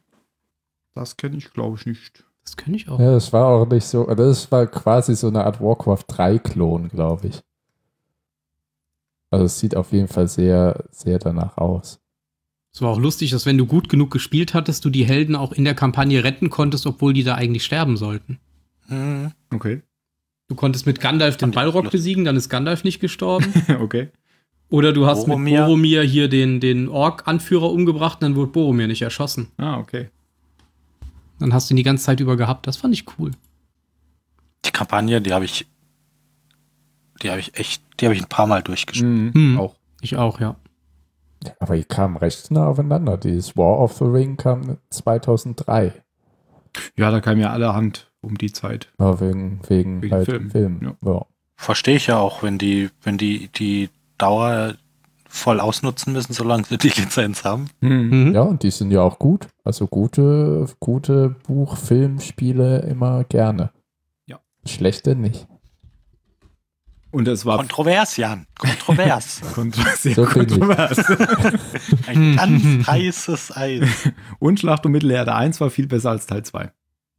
Speaker 3: Das kenne ich, glaube ich, nicht.
Speaker 6: Das könnte ich auch.
Speaker 5: Ja, das war auch nicht so. Das war quasi so eine Art Warcraft 3-Klon, glaube ich. Also es sieht auf jeden Fall sehr, sehr danach aus.
Speaker 6: Es war auch lustig, dass wenn du gut genug gespielt hattest, du die Helden auch in der Kampagne retten konntest, obwohl die da eigentlich sterben sollten.
Speaker 4: Hm.
Speaker 3: Okay.
Speaker 6: Du konntest mit Gandalf den
Speaker 4: Fand ich
Speaker 6: Balrog
Speaker 4: lustig.
Speaker 6: besiegen, dann ist Gandalf nicht gestorben.
Speaker 3: okay.
Speaker 6: Oder du hast
Speaker 4: Boromir.
Speaker 6: mit Boromir hier den, den Ork-Anführer umgebracht und dann wurde Boromir nicht erschossen.
Speaker 3: Ah, okay.
Speaker 6: Dann hast du ihn die ganze Zeit über gehabt. Das fand ich cool.
Speaker 4: Die Kampagne, die habe ich, die habe ich echt, die habe ich ein paar Mal
Speaker 3: Mhm.
Speaker 4: durchgespielt.
Speaker 6: Hm.
Speaker 3: Auch.
Speaker 6: Ich auch, ja.
Speaker 5: Aber die kamen recht nah aufeinander. Dieses War of the Ring kam 2003.
Speaker 3: Ja, da kam ja allerhand um die Zeit.
Speaker 5: Nur wegen, wegen,
Speaker 3: Wegen
Speaker 5: halt
Speaker 3: Film,
Speaker 5: Film. Film.
Speaker 3: ja.
Speaker 5: Ja.
Speaker 4: Verstehe ich ja auch, wenn die, wenn die die Dauer voll ausnutzen müssen, solange sie die Lizenz haben.
Speaker 6: Mhm.
Speaker 5: ja, und die sind ja auch gut. Also gute, gute Buch-, Filmspiele immer gerne.
Speaker 3: Ja.
Speaker 5: Schlechte nicht.
Speaker 3: Und es war
Speaker 4: Kontrovers, Jan. Kontrovers.
Speaker 3: kont- sehr
Speaker 5: So bin ich.
Speaker 3: kontrovers. Hm.
Speaker 4: Ein ganz heißes Eis.
Speaker 3: Und Schlacht um Mittelerde 1 war viel besser als Teil 2.
Speaker 4: Ja.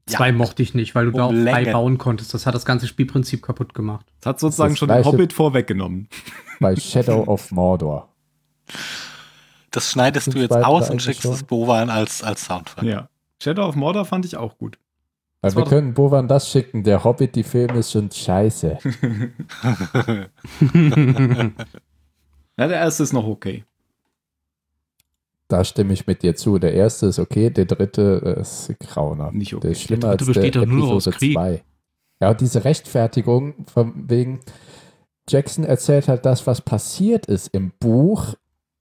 Speaker 6: Zwei mochte ich nicht, weil du
Speaker 4: Um
Speaker 6: da auch frei
Speaker 4: Länge.
Speaker 6: bauen konntest. Das hat das ganze Spielprinzip kaputt gemacht.
Speaker 3: Das hat sozusagen
Speaker 5: Das
Speaker 3: schon den
Speaker 5: gleiche-
Speaker 3: Hobbit vorweggenommen.
Speaker 5: Bei Shadow of Mordor.
Speaker 4: Das schneidest du jetzt
Speaker 5: Zweite
Speaker 4: aus und
Speaker 5: eigentlich
Speaker 4: schickst
Speaker 5: schon.
Speaker 4: es Bovan als, als Soundtrack.
Speaker 3: Ja. Shadow of Mordor fand ich auch gut.
Speaker 5: Weil wir können Bovan das schicken. Der Hobbit, die Filme sind scheiße.
Speaker 3: Ja, der erste ist noch okay.
Speaker 5: Da stimme ich mit dir zu. Der erste ist okay, der dritte äh, ist grauenhaft.
Speaker 3: Nicht okay.
Speaker 5: Der ist schlimmer
Speaker 6: Der dritte
Speaker 5: als der
Speaker 6: besteht doch
Speaker 5: Episode
Speaker 6: nur noch aus Krieg.
Speaker 5: 2. Ja, und diese Rechtfertigung von wegen Jackson erzählt halt das, was passiert ist im Buch,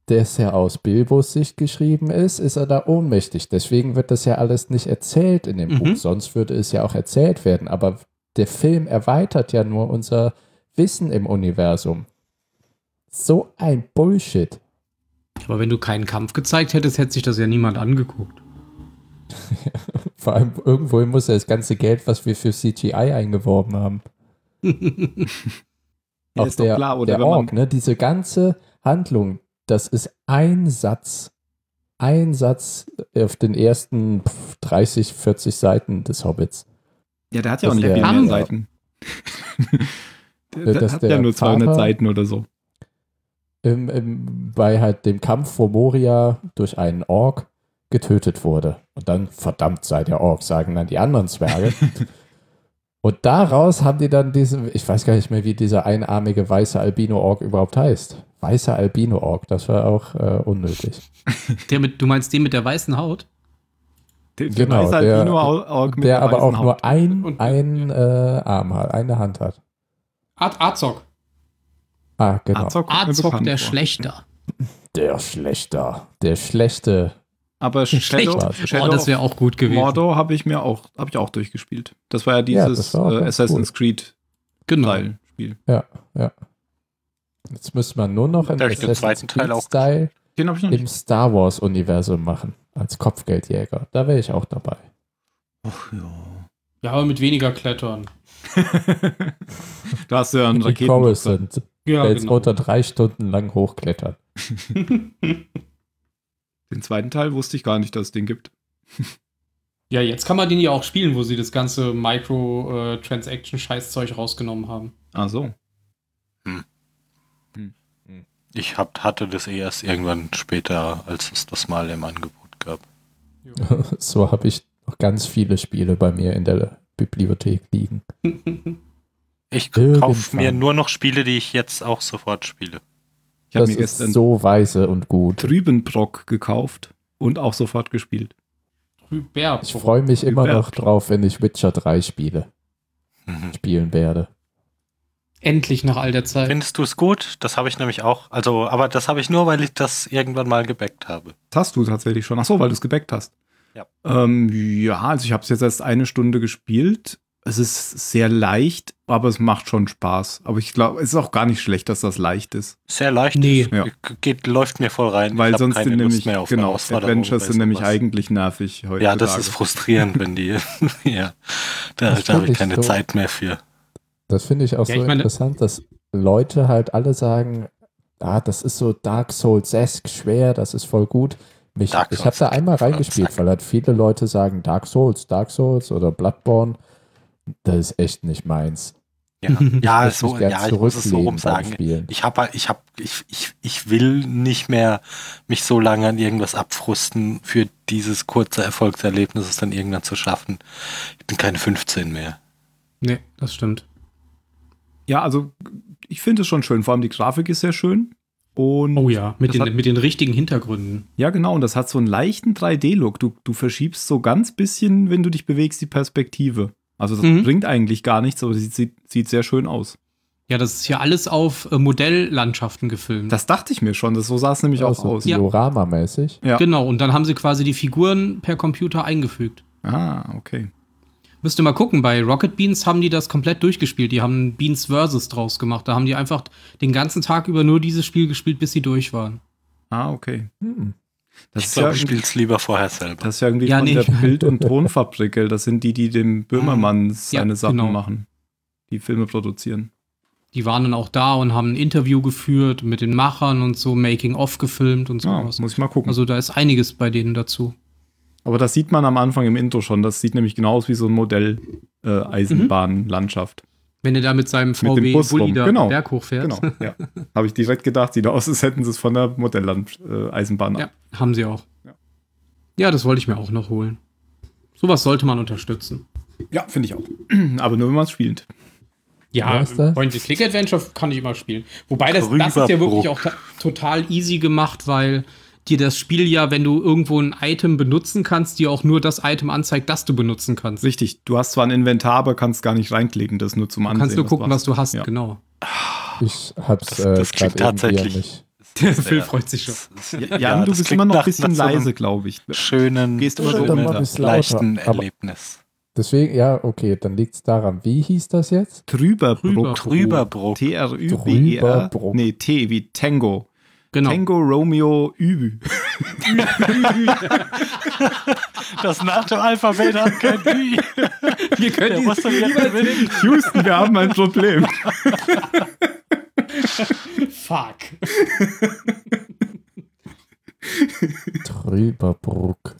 Speaker 5: das ja aus Bilbos Sicht geschrieben ist, ist er da ohnmächtig. Deswegen wird das ja alles nicht erzählt in dem
Speaker 6: Mhm.
Speaker 5: Buch, sonst würde es ja auch erzählt werden. Aber der Film erweitert ja nur unser Wissen im Universum. So ein Bullshit.
Speaker 6: Aber wenn du keinen Kampf gezeigt hättest, hätte sich das ja niemand angeguckt.
Speaker 5: Vor allem irgendwohin muss ja das ganze Geld, was wir für CGI eingeworben haben.
Speaker 3: Ja,
Speaker 5: Auch
Speaker 3: ist doch
Speaker 5: der,
Speaker 3: klar, oder
Speaker 5: der
Speaker 3: wenn man-
Speaker 5: Org, ne? Diese ganze Handlung, das ist ein Satz, ein Satz auf den ersten pf, 30, 40 Seiten des Hobbits.
Speaker 3: Ja, der hat ja
Speaker 5: Das
Speaker 3: auch nicht
Speaker 5: der-
Speaker 3: viel mehr
Speaker 6: Kamm.
Speaker 3: Seiten. der
Speaker 5: Ja,
Speaker 3: der
Speaker 5: dass
Speaker 3: hat
Speaker 5: der
Speaker 3: ja nur 200
Speaker 5: Vater-
Speaker 3: Seiten oder so.
Speaker 5: Im, im, bei halt dem Kampf vor Moria durch einen Ork getötet wurde. Und dann, verdammt sei der Ork, sagen dann die anderen Zwerge. Und daraus haben die dann diesen, ich weiß gar nicht mehr, wie dieser einarmige weiße Albino-Ork überhaupt heißt. Weißer Albino-Ork, das war auch äh, unnötig.
Speaker 6: Der mit, du meinst den mit der weißen Haut?
Speaker 3: Der, der
Speaker 5: Genau,
Speaker 3: weiß halt
Speaker 5: der-
Speaker 3: nur Au- Org mit
Speaker 5: Der
Speaker 3: der
Speaker 5: aber
Speaker 3: weißen
Speaker 5: auch
Speaker 3: Haut.
Speaker 5: nur ein,
Speaker 6: Und-
Speaker 5: ein äh, Arm hat, eine Hand hat.
Speaker 6: Ar Arzog.
Speaker 5: Ah, genau.
Speaker 3: Azog kommt mir
Speaker 6: Arzog,
Speaker 3: bekannt
Speaker 6: der
Speaker 3: vor.
Speaker 6: Schlechter.
Speaker 5: Der Schlechter. Der Schlechte.
Speaker 3: Aber Shadow,
Speaker 6: Schlecht.
Speaker 3: Shadow
Speaker 6: oh, das wäre
Speaker 3: of
Speaker 6: auch gut gewesen.
Speaker 3: Mordor habe ich mir auch, habe ich auch durchgespielt. Das war ja
Speaker 5: Ja, das
Speaker 3: dieses
Speaker 5: war auch
Speaker 3: äh,
Speaker 5: ganz
Speaker 3: Assassin's Creed
Speaker 6: Genau.
Speaker 3: Teil Spiel.
Speaker 5: Jetzt müsste man nur noch im
Speaker 4: Da hab ich den zweiten Teil auch-
Speaker 5: Creed-Style
Speaker 3: Den habe ich noch nicht.
Speaker 5: im Star Wars-Universum machen. Als Kopfgeldjäger. Da wäre ich auch dabei.
Speaker 4: Ach ja.
Speaker 6: Ja, aber mit weniger Klettern.
Speaker 3: da hast du ja einen
Speaker 5: Die
Speaker 3: Raketen. genau.
Speaker 5: Coruscant.
Speaker 6: Ja, genau.
Speaker 5: der jetzt unter drei Stunden lang hochklettert.
Speaker 3: Den zweiten Teil wusste ich gar nicht, dass es den gibt.
Speaker 6: Ja, jetzt kann man den ja auch spielen, wo sie das ganze Micro-Transaction-Scheißzeug rausgenommen haben.
Speaker 3: Ach Ah, so.
Speaker 4: Ich hab, hatte das eh erst irgendwann später, als es das mal im Angebot gab.
Speaker 5: So habe ich noch ganz viele Spiele bei mir in der Bibliothek liegen.
Speaker 4: Ich
Speaker 5: Irgendwann.
Speaker 4: kaufe mir nur noch Spiele, die ich jetzt auch sofort spiele.
Speaker 3: Ich habe
Speaker 5: das
Speaker 3: mir
Speaker 5: ist
Speaker 3: gestern
Speaker 5: so weise und gut.
Speaker 3: Trübenbrock gekauft und auch sofort gespielt.
Speaker 6: Bär.
Speaker 5: Ich freue mich immer
Speaker 3: Überhaupt.
Speaker 5: noch drauf, wenn ich Witcher 3 spiele,
Speaker 4: Mhm.
Speaker 5: spielen werde.
Speaker 6: Endlich nach all der Zeit.
Speaker 4: Findest du es gut? Das habe ich nämlich auch. Also, aber das habe ich nur, weil ich das irgendwann mal gebackt habe.
Speaker 3: Das hast du tatsächlich schon. Ach so, weil du es gebackt hast.
Speaker 4: Ja.
Speaker 3: Ähm, ja, also ich habe es jetzt erst eine Stunde gespielt. es ist sehr leicht, aber es macht schon Spaß. Aber ich glaube, es ist auch gar nicht schlecht, dass das leicht ist.
Speaker 4: Sehr leicht.
Speaker 6: Nee.
Speaker 4: Ist-
Speaker 3: Ja.
Speaker 4: Geht, läuft mir voll rein.
Speaker 3: Weil
Speaker 4: hab
Speaker 3: sonst
Speaker 4: keine
Speaker 3: sind
Speaker 4: Lust
Speaker 3: nämlich,
Speaker 4: mehr auf eine
Speaker 3: genau,
Speaker 4: Auswanderung
Speaker 3: Adventures
Speaker 4: oder
Speaker 3: sind nämlich
Speaker 4: sowas.
Speaker 3: eigentlich nervig heute.
Speaker 4: Ja, das ist frustrierend, wenn die. ja, da,
Speaker 5: Das
Speaker 4: da
Speaker 5: find
Speaker 4: habe ich
Speaker 5: ich
Speaker 4: keine
Speaker 5: so.
Speaker 4: Zeit mehr für.
Speaker 5: Das finde ich auch
Speaker 6: Ja,
Speaker 5: so
Speaker 6: ich meine-
Speaker 5: interessant, dass Leute halt alle sagen, ah, das ist so Dark Souls-esque schwer, das ist voll gut. Mich,
Speaker 4: Dark
Speaker 5: ich habe da
Speaker 4: Souls.
Speaker 5: einmal reingespielt, weil halt viele Leute sagen, Dark Souls, Dark Souls oder Bloodborne, das ist echt nicht meins.
Speaker 4: Ja, ja, Ah, so,
Speaker 5: gern
Speaker 4: ja ich muss es so
Speaker 5: zurücklehnen
Speaker 4: rum
Speaker 5: beim
Speaker 4: sagen.
Speaker 5: Spielen.
Speaker 4: Ich habe, ich habe, ich, ich, ich will nicht mehr mich so lange an irgendwas abfrusten, für dieses kurze Erfolgserlebnis es dann irgendwann zu schaffen. Ich bin keine 15 mehr.
Speaker 6: Nee, das stimmt.
Speaker 3: Ja, also ich finde es schon schön. Vor allem die Grafik ist sehr schön. Und
Speaker 6: Oh ja, mit,
Speaker 3: Das
Speaker 6: den,
Speaker 3: hat-
Speaker 6: mit den richtigen Hintergründen.
Speaker 3: Ja, genau. Und das hat so einen leichten 3D-Look. Du, du verschiebst so ganz bisschen, wenn du dich bewegst, die Perspektive. Also das
Speaker 6: Mhm.
Speaker 3: bringt eigentlich gar nichts, aber sie sieht, sieht sehr schön aus.
Speaker 6: Ja, das ist ja alles auf äh, Modelllandschaften gefilmt.
Speaker 3: Das dachte ich mir schon. Das, so sah es nämlich auch
Speaker 5: Also
Speaker 3: aus.
Speaker 6: Ja.
Speaker 5: Diorama-mäßig.
Speaker 3: ja.
Speaker 6: Genau, und dann haben sie quasi die Figuren per Computer eingefügt.
Speaker 3: Ah, okay.
Speaker 6: Müsst ihr mal gucken, bei Rocket Beans haben die das komplett durchgespielt. Die haben Beans Versus draus gemacht. Da haben die einfach den ganzen Tag über nur dieses Spiel gespielt, bis sie durch waren.
Speaker 3: Ah, okay.
Speaker 5: Hm.
Speaker 3: Das
Speaker 4: Ich
Speaker 3: ist
Speaker 4: glaube,
Speaker 3: ja
Speaker 4: ich
Speaker 3: irgendwie-
Speaker 4: spiele es lieber vorher selber.
Speaker 3: Das ist ja irgendwie
Speaker 6: Ja,
Speaker 3: von
Speaker 6: nee. Ah,
Speaker 3: der Bild- und Tonfabrik, gell? Das sind die, die dem Böhmermann seine Sachen
Speaker 6: genau.
Speaker 3: machen, die Filme produzieren.
Speaker 6: Die waren dann auch da und haben ein Interview geführt mit den Machern und so, Making-of gefilmt und
Speaker 3: Ja,
Speaker 6: sowas.
Speaker 3: Ah, muss ich mal gucken.
Speaker 6: also da ist einiges bei denen dazu.
Speaker 3: Aber das sieht man am Anfang im Intro schon. Das sieht nämlich genau aus wie so ein äh,
Speaker 6: Mhm.
Speaker 3: Modell-Eisenbahnlandschaft.
Speaker 6: Wenn er da mit seinem
Speaker 3: Mit dem
Speaker 6: VW
Speaker 3: Bus
Speaker 6: Bulli
Speaker 3: rum,
Speaker 6: da
Speaker 3: genau.
Speaker 6: Berg hochfährt.
Speaker 3: Genau, ja. Habe ich direkt gedacht, sieht aus, als hätten sie es von der äh, Modell-Eisenbahn ab.
Speaker 6: Ja, haben sie auch. Ja. das wollte ich mir auch noch holen. Sowas sollte man unterstützen.
Speaker 3: Ja, finde ich auch. Aber nur, wenn man es spielt.
Speaker 6: Ja,
Speaker 5: Weißt du?
Speaker 6: Point-and-Click-Adventure kann ich immer spielen. Wobei das,
Speaker 4: Drüber
Speaker 6: das ist ja wirklich
Speaker 4: Bruch.
Speaker 6: auch ta- total easy gemacht, weil dir das Spiel ja, wenn du irgendwo ein Item benutzen kannst, dir auch nur das Item anzeigt, das du benutzen kannst. Du
Speaker 3: Richtig, du hast zwar ein Inventar, aber kannst gar nicht reinklicken. Das ist nur zum Ansehen.
Speaker 6: kannst nur gucken, was du hast,
Speaker 3: Ja.
Speaker 6: genau.
Speaker 5: Ich hab's
Speaker 4: Das-
Speaker 5: äh,
Speaker 4: das klingt
Speaker 5: grad eben hier
Speaker 4: tatsächlich-
Speaker 5: nicht.
Speaker 6: Der Phil freut sich schon.
Speaker 3: Ja, Jan, du
Speaker 4: das
Speaker 3: bist
Speaker 4: klingt
Speaker 3: immer noch
Speaker 4: nach-
Speaker 3: ein bisschen
Speaker 4: nach so einem
Speaker 3: leise, glaube ich.
Speaker 4: Schönen,
Speaker 3: Gehst immer so
Speaker 4: schönen,
Speaker 5: um, aber ist lauter.
Speaker 4: leichten
Speaker 5: Aber-
Speaker 4: Erlebnis.
Speaker 5: Deswegen, ja, okay, dann liegt's daran. Wie hieß das jetzt?
Speaker 3: Trüberbruck.
Speaker 4: Trüberbruck.
Speaker 3: T-R-Ü-B-E-R.
Speaker 5: Trüberbruck.
Speaker 3: E Nee, T wie Tango.
Speaker 6: Genau.
Speaker 3: Tango Romeo Übü.
Speaker 4: Das nach dem Alphabet hat kein Ü.
Speaker 6: Ihr könnt
Speaker 4: Der
Speaker 6: dieses-
Speaker 4: muss doch jetzt gewinnen.
Speaker 3: Houston, wir haben ein Problem.
Speaker 6: Fuck.
Speaker 5: Trüberbruck.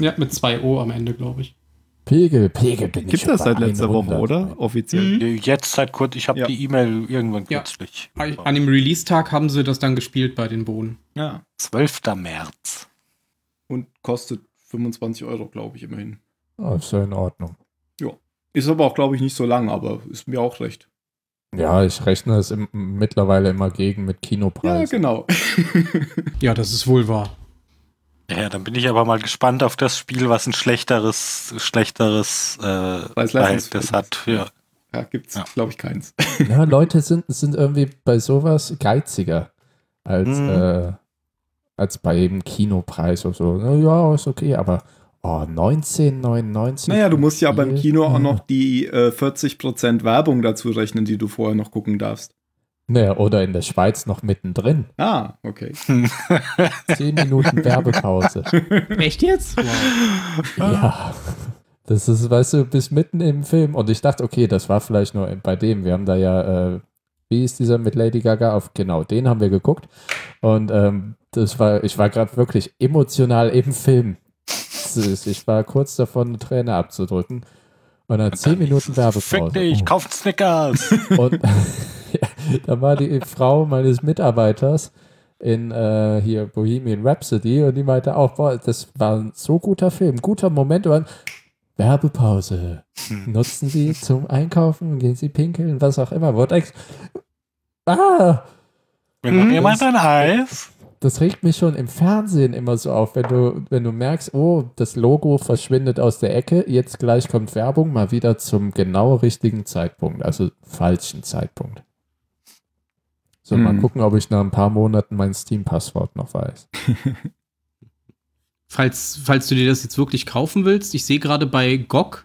Speaker 6: Ja, mit zwei O am Ende, glaube ich.
Speaker 5: Pegel, Pegel bin ich
Speaker 3: Gibt das
Speaker 5: über
Speaker 3: seit letzter Woche,
Speaker 5: 100.
Speaker 3: oder?
Speaker 4: Mhm.
Speaker 3: Offiziell.
Speaker 4: Jetzt seit kurz, ich habe
Speaker 3: Ja.
Speaker 4: die E-Mail irgendwann
Speaker 6: Ja.
Speaker 4: kürzlich.
Speaker 6: An dem Release-Tag haben sie das dann gespielt bei den Bohnen.
Speaker 3: Ja.
Speaker 4: 12. März.
Speaker 3: Und kostet 25 Euro, glaube ich, immerhin.
Speaker 5: Oh, ist ja in Ordnung.
Speaker 3: Ist aber auch, glaube ich, nicht so lang, aber ist mir auch recht.
Speaker 5: Ja, ich rechne es im, mittlerweile immer gegen mit Kinopreis.
Speaker 3: Ja, genau.
Speaker 6: Ja, das ist wohl wahr.
Speaker 4: Ja, dann bin ich aber mal gespannt auf das Spiel, was ein schlechteres, schlechteres äh,
Speaker 3: Preis-Leistungs-Verhältnis.
Speaker 4: Verhältnis hat. Ja.
Speaker 3: ja, gibt's,
Speaker 4: Ja.
Speaker 3: glaube ich, keins.
Speaker 5: Ja, Leute sind, sind irgendwie bei sowas geiziger als,
Speaker 4: Mhm.
Speaker 5: äh, als bei eben Kinopreis oder so. Na Ja, ist okay, aber oh, 19,99.
Speaker 3: Naja, du musst ja
Speaker 5: Spiel?
Speaker 3: beim Kino auch
Speaker 5: Ja.
Speaker 3: noch die äh, 40% Werbung dazu rechnen, die du vorher noch gucken darfst.
Speaker 5: Naja, oder in der Schweiz noch mittendrin.
Speaker 3: Ah, okay.
Speaker 5: Zehn Minuten Werbepause.
Speaker 6: Echt jetzt? Wow.
Speaker 5: Ja. Das ist, weißt du, bis mitten im Film. Und ich dachte, okay, das war vielleicht nur bei dem. Wir haben da ja, äh, wie ist dieser mit Lady Gaga? Auf genau, den haben wir geguckt. Und ähm, das war, ich war gerade wirklich emotional im Film. Das ist- Ich war kurz davon, eine Träne abzudrücken. Und dann zehn Minuten
Speaker 4: Fick
Speaker 5: Werbepause. Oh.
Speaker 4: dich, kauf einen Snickers.
Speaker 5: Und ja, da war die Frau meines Mitarbeiters in äh, hier Bohemian Rhapsody und die meinte auch, boah, das war ein so guter Film, guter Moment. Und dann, Werbepause. Nutzen Sie zum Einkaufen, gehen Sie pinkeln, was auch immer. Vortex. Ah,
Speaker 4: Will noch jemand ein Eis?
Speaker 5: das regt mich schon im Fernsehen immer so auf, wenn du, wenn du merkst, oh, das Logo verschwindet aus der Ecke, jetzt gleich kommt Werbung, mal wieder zum genau richtigen Zeitpunkt, also falschen Zeitpunkt. So, mal
Speaker 3: Hm.
Speaker 5: gucken, ob ich nach ein paar Monaten mein Steam-Passwort noch weiß.
Speaker 6: Falls, falls du dir das jetzt wirklich kaufen willst, ich sehe gerade bei GOG
Speaker 3: Hab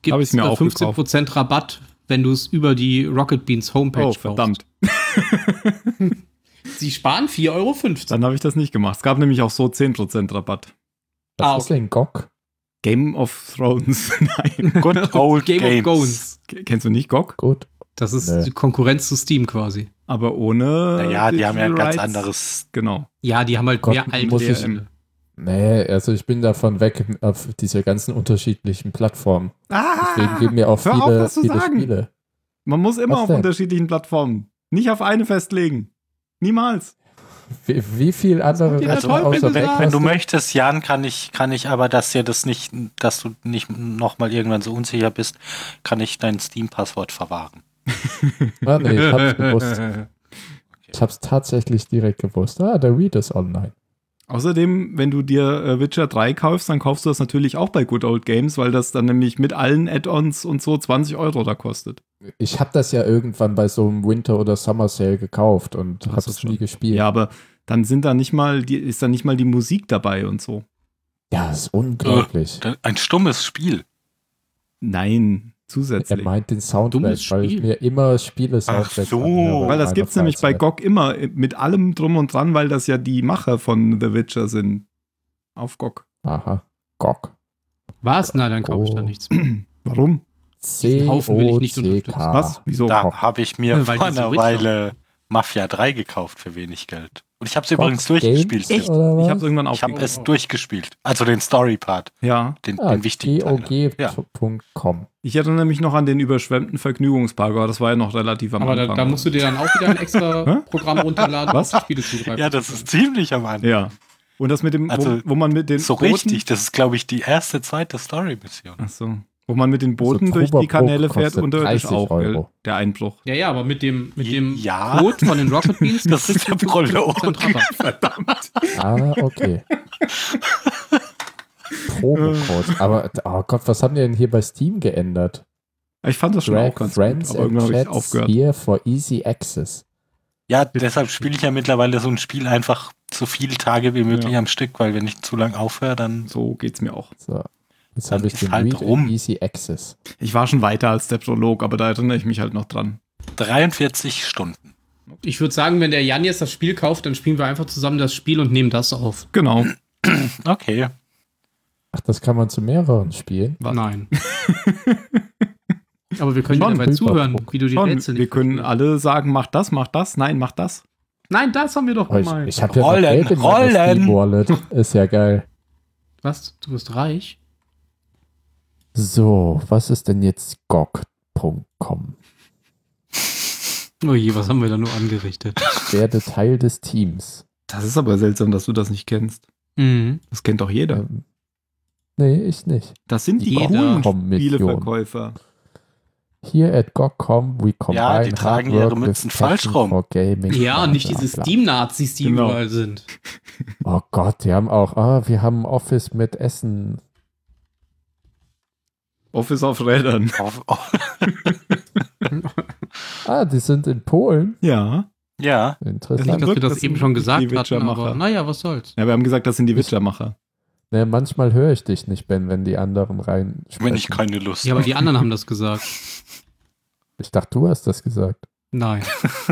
Speaker 6: gibt
Speaker 3: ich
Speaker 6: es
Speaker 3: mir auch
Speaker 6: 15%
Speaker 3: gekauft.
Speaker 6: Rabatt, wenn du es über die Rocket Beans Homepage
Speaker 3: Oh,
Speaker 6: kaufst.
Speaker 3: verdammt.
Speaker 6: Sie sparen 4,50 Euro.
Speaker 3: Dann habe ich das nicht gemacht. Es gab nämlich auch so 10% Rabatt.
Speaker 5: Was
Speaker 6: Ah,
Speaker 5: ist denn GOG?
Speaker 3: Game of Thrones. Nein.
Speaker 4: Good old
Speaker 6: Game
Speaker 4: Games.
Speaker 6: of Gones.
Speaker 3: K- Kennst du nicht GOG?
Speaker 5: Gut.
Speaker 6: Das ist
Speaker 5: Nee.
Speaker 6: die Konkurrenz zu Steam quasi.
Speaker 3: Aber ohne.
Speaker 4: Naja, die
Speaker 3: Digital
Speaker 4: haben ja ein ganz
Speaker 3: Rights.
Speaker 4: anderes.
Speaker 3: Genau.
Speaker 6: Ja, die haben halt
Speaker 5: Gott,
Speaker 6: mehr
Speaker 5: muss ich-
Speaker 6: Alten.
Speaker 5: Nee, also ich bin davon weg auf diese ganzen unterschiedlichen Plattformen.
Speaker 3: Ah,
Speaker 5: Deswegen geben mir auch
Speaker 3: hör auf,
Speaker 5: viele,
Speaker 3: das zu
Speaker 5: viele
Speaker 3: sagen.
Speaker 5: Spiele.
Speaker 3: Man muss immer
Speaker 5: Was
Speaker 3: auf
Speaker 5: denn?
Speaker 3: unterschiedlichen Plattformen. Nicht auf eine festlegen. Niemals.
Speaker 5: Wie, wie viel andere
Speaker 3: Ja,
Speaker 5: Sachen
Speaker 3: toll, wenn du
Speaker 5: außer
Speaker 3: sagst.
Speaker 4: Wenn du
Speaker 5: Backcast-
Speaker 4: möchtest, Jan, kann ich, kann ich aber, dass dir das nicht, dass du nicht nochmal irgendwann so unsicher bist, kann ich dein Steam-Passwort verwahren.
Speaker 5: Ah, nee, ich hab's gewusst. Ich hab's tatsächlich direkt gewusst. Ah, der Read ist online.
Speaker 3: Außerdem, wenn du dir äh, Witcher 3 kaufst, dann kaufst du das natürlich auch bei Good Old Games, weil das dann nämlich mit allen Add-ons und so 20 Euro da kostet.
Speaker 5: Ich hab das ja irgendwann bei so einem Winter- oder Summer-Sale gekauft und
Speaker 3: Hast
Speaker 5: hab's
Speaker 3: du's
Speaker 5: nie
Speaker 3: schon?
Speaker 5: gespielt.
Speaker 3: Ja, aber dann sind da nicht mal die, ist da nicht mal die Musik dabei und so.
Speaker 5: Ja, ist unglaublich.
Speaker 4: Ein stummes Spiel.
Speaker 3: Nein,
Speaker 5: Er
Speaker 3: zusätzlich.
Speaker 5: meint den Soundtrack,
Speaker 6: Dummes
Speaker 5: weil ich
Speaker 6: Spiel.
Speaker 5: mir immer Spiele
Speaker 4: Ach
Speaker 5: Soundtracks
Speaker 4: so.
Speaker 5: anhöre.
Speaker 3: Weil das
Speaker 5: Meiner
Speaker 3: gibt's nämlich bei
Speaker 5: Freizeit.
Speaker 3: GOG immer äh, mit allem drum und dran, weil das ja die Macher von The Witcher sind. Auf GOG.
Speaker 5: Aha. GOG.
Speaker 6: Was? Na, dann kaufe ich da
Speaker 5: Oh.
Speaker 6: nichts mehr.
Speaker 3: Warum?
Speaker 5: C
Speaker 6: Haufen will ich nicht
Speaker 5: O C K.
Speaker 6: unterstützen.
Speaker 3: Was? Wieso?
Speaker 4: Da
Speaker 5: Koch.
Speaker 4: habe ich mir
Speaker 6: Weil die
Speaker 4: vor
Speaker 6: so
Speaker 4: einer
Speaker 6: rich
Speaker 4: Weile Mafia 3 gekauft für wenig Geld. Und ich habe es übrigens
Speaker 5: Games
Speaker 4: durchgespielt.
Speaker 3: Echt?
Speaker 5: Oder was?
Speaker 3: Ich hab's irgendwann
Speaker 4: Ich habe
Speaker 3: aufgegeben.
Speaker 4: es durchgespielt. Also den Story-Part,
Speaker 3: Ja.
Speaker 4: den,
Speaker 5: Ah,
Speaker 4: den wichtigen Teil. Ja.
Speaker 5: GOG.com.
Speaker 3: Ich erinnere mich noch an den überschwemmten Vergnügungspark, aber das war ja noch relativ am
Speaker 6: Aber da,
Speaker 3: Anfang.
Speaker 6: da musst du dir dann auch wieder ein extra
Speaker 3: Hä?
Speaker 6: Programm runterladen,
Speaker 3: Was?
Speaker 6: auf die Spiele zugreifen.
Speaker 4: ja, das ist ziemlich am Anfang.
Speaker 3: ja. Und das mit dem,
Speaker 4: Also,
Speaker 3: wo, wo man mit den
Speaker 4: So
Speaker 3: Booten-
Speaker 4: richtig, das ist, glaube ich, die erste, zweite Story-Mission.
Speaker 3: Ach so. Wo man mit den Booten
Speaker 5: Also
Speaker 3: durch die
Speaker 5: Cobra
Speaker 3: Kanäle
Speaker 5: Brook
Speaker 3: fährt,
Speaker 5: kostet
Speaker 3: unterirdisch
Speaker 5: 30
Speaker 3: auch, gell?
Speaker 5: Euro.
Speaker 3: Der Einbruch.
Speaker 6: Ja, ja, aber mit dem, mit dem
Speaker 4: Ja.
Speaker 6: Code von den Rocket Beans
Speaker 4: Das ist
Speaker 6: kriegst du
Speaker 4: der Prolog.
Speaker 6: 50% Rabatt.
Speaker 5: Ah, okay.
Speaker 3: Äh.
Speaker 5: Probecode. Aber, oh Gott, was haben die denn hier bei Steam geändert?
Speaker 3: Ich fand das schon auch
Speaker 5: Drag
Speaker 3: ganz
Speaker 5: Friends
Speaker 3: gut, aber
Speaker 5: and
Speaker 3: irgendwann habe ich
Speaker 5: Chats
Speaker 3: aufgehört.
Speaker 5: here for easy access.
Speaker 4: Ja, deshalb spiele ich ja mittlerweile so ein Spiel einfach so viele Tage wie möglich
Speaker 3: Ja.
Speaker 4: am Stück, weil wenn ich zu lang aufhöre, dann
Speaker 3: So geht's mir auch.
Speaker 5: So. Jetzt
Speaker 4: Dann
Speaker 5: habe ich
Speaker 4: ist
Speaker 5: den
Speaker 4: halt
Speaker 5: Read in
Speaker 4: rum.
Speaker 5: easy access.
Speaker 3: Ich war schon weiter als der Prolog, aber da erinnere ich mich halt noch dran.
Speaker 4: 43 Stunden.
Speaker 6: Ich würde sagen, wenn der Jan jetzt das Spiel kauft, dann spielen wir einfach zusammen das Spiel und nehmen das auf.
Speaker 3: Genau.
Speaker 4: Okay.
Speaker 5: Ach, das kann man zu mehreren spielen.
Speaker 3: Was?
Speaker 6: Nein. aber wir können dir
Speaker 3: Schon,
Speaker 6: dabei zuhören, wie du die
Speaker 3: Schon,
Speaker 6: Rätsel
Speaker 3: wir können alle sagen, mach das, mach das, nein, mach das.
Speaker 6: Nein, das haben wir doch
Speaker 5: Oh, ich
Speaker 6: gemeint.
Speaker 5: ich habe ja noch
Speaker 4: Rollen,
Speaker 5: Geld in meiner
Speaker 4: Rollen.
Speaker 5: Steam-Wallet. Ist ja geil.
Speaker 6: Was? Du bist reich?
Speaker 5: So, was ist denn jetzt GOG.com?
Speaker 6: Oh je, was haben wir da nur angerichtet?
Speaker 5: Werde Teil des Teams.
Speaker 3: Das ist aber seltsam, dass du das nicht kennst.
Speaker 6: mhm.
Speaker 3: Das kennt doch jeder.
Speaker 5: Ähm, nee, ich nicht.
Speaker 3: Das sind die
Speaker 5: Jeder.
Speaker 3: coolen
Speaker 5: Kommission.
Speaker 3: Spieleverkäufer.
Speaker 5: Here at GOG.com we combine
Speaker 4: Ja, die tragen
Speaker 5: hard
Speaker 4: ihre
Speaker 5: work
Speaker 4: Mützen
Speaker 5: with
Speaker 4: falsch
Speaker 5: passion
Speaker 4: rum.
Speaker 5: for Gaming,
Speaker 6: Ja,
Speaker 5: bla,
Speaker 6: und nicht
Speaker 5: bla,
Speaker 6: diese
Speaker 5: bla.
Speaker 6: Steam-Nazis, die
Speaker 3: Genau.
Speaker 6: überall sind.
Speaker 5: Oh Gott, die haben auch, ah, wir haben Office mit Essen.
Speaker 3: Office auf Rädern.
Speaker 4: Auf, auf,
Speaker 5: Ah, die sind in Polen.
Speaker 3: Ja.
Speaker 4: ja.
Speaker 6: Nicht,
Speaker 5: Interessant.
Speaker 6: dass wir
Speaker 3: Wirkt
Speaker 6: das
Speaker 3: das
Speaker 6: eben
Speaker 3: nicht
Speaker 6: schon
Speaker 3: wie
Speaker 6: gesagt hatten,
Speaker 3: Witcher-Macher.
Speaker 6: aber naja, was soll's.
Speaker 3: Ja, wir haben gesagt, das sind die Witchermacher.
Speaker 5: Ne, manchmal höre ich dich nicht, Ben, wenn die anderen rein
Speaker 4: Wenn ich
Speaker 5: sprechen.
Speaker 4: keine Lust
Speaker 6: Ja, aber die anderen haben das gesagt.
Speaker 5: Ich dachte, du hast das gesagt.
Speaker 6: Nein.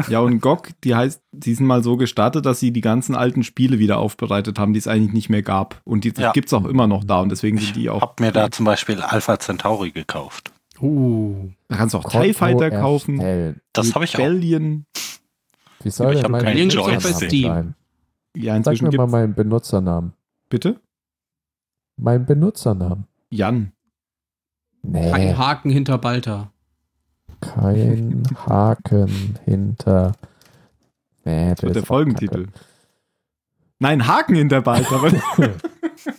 Speaker 3: Ja, und GOG, die heißt, die sind mal so gestartet, dass sie die ganzen alten Spiele wieder aufbereitet haben, die es eigentlich nicht mehr gab. Und die
Speaker 4: Ja.
Speaker 3: das gibt's auch immer noch da und deswegen sind die
Speaker 4: Ich
Speaker 3: auch.
Speaker 4: habe mir da zum Beispiel Alpha Centauri gekauft.
Speaker 6: Uh.
Speaker 3: Da kannst du auch TIE Fighter
Speaker 5: Konto
Speaker 3: kaufen.
Speaker 5: erstellen.
Speaker 4: Das habe ich auch.
Speaker 3: Rebellion.
Speaker 5: Wie soll
Speaker 4: Ich
Speaker 5: denn
Speaker 4: hab
Speaker 5: mein
Speaker 4: keinen
Speaker 6: Joy
Speaker 5: Benutzernamen
Speaker 6: bei Steam.
Speaker 5: sein?
Speaker 3: Ja,
Speaker 5: Sag
Speaker 3: inzwischen
Speaker 5: mir mal
Speaker 3: gibt's.
Speaker 5: meinen Benutzernamen.
Speaker 3: Bitte?
Speaker 5: Mein Benutzernamen.
Speaker 3: Jan.
Speaker 5: Nee,
Speaker 6: Kein Haken hinter Balta.
Speaker 5: kein Haken hinter. Nee,
Speaker 3: Das wird
Speaker 5: ist
Speaker 3: der
Speaker 5: auch
Speaker 3: Folgentitel. Nein, Haken hinter Balken, aber
Speaker 5: Kacke.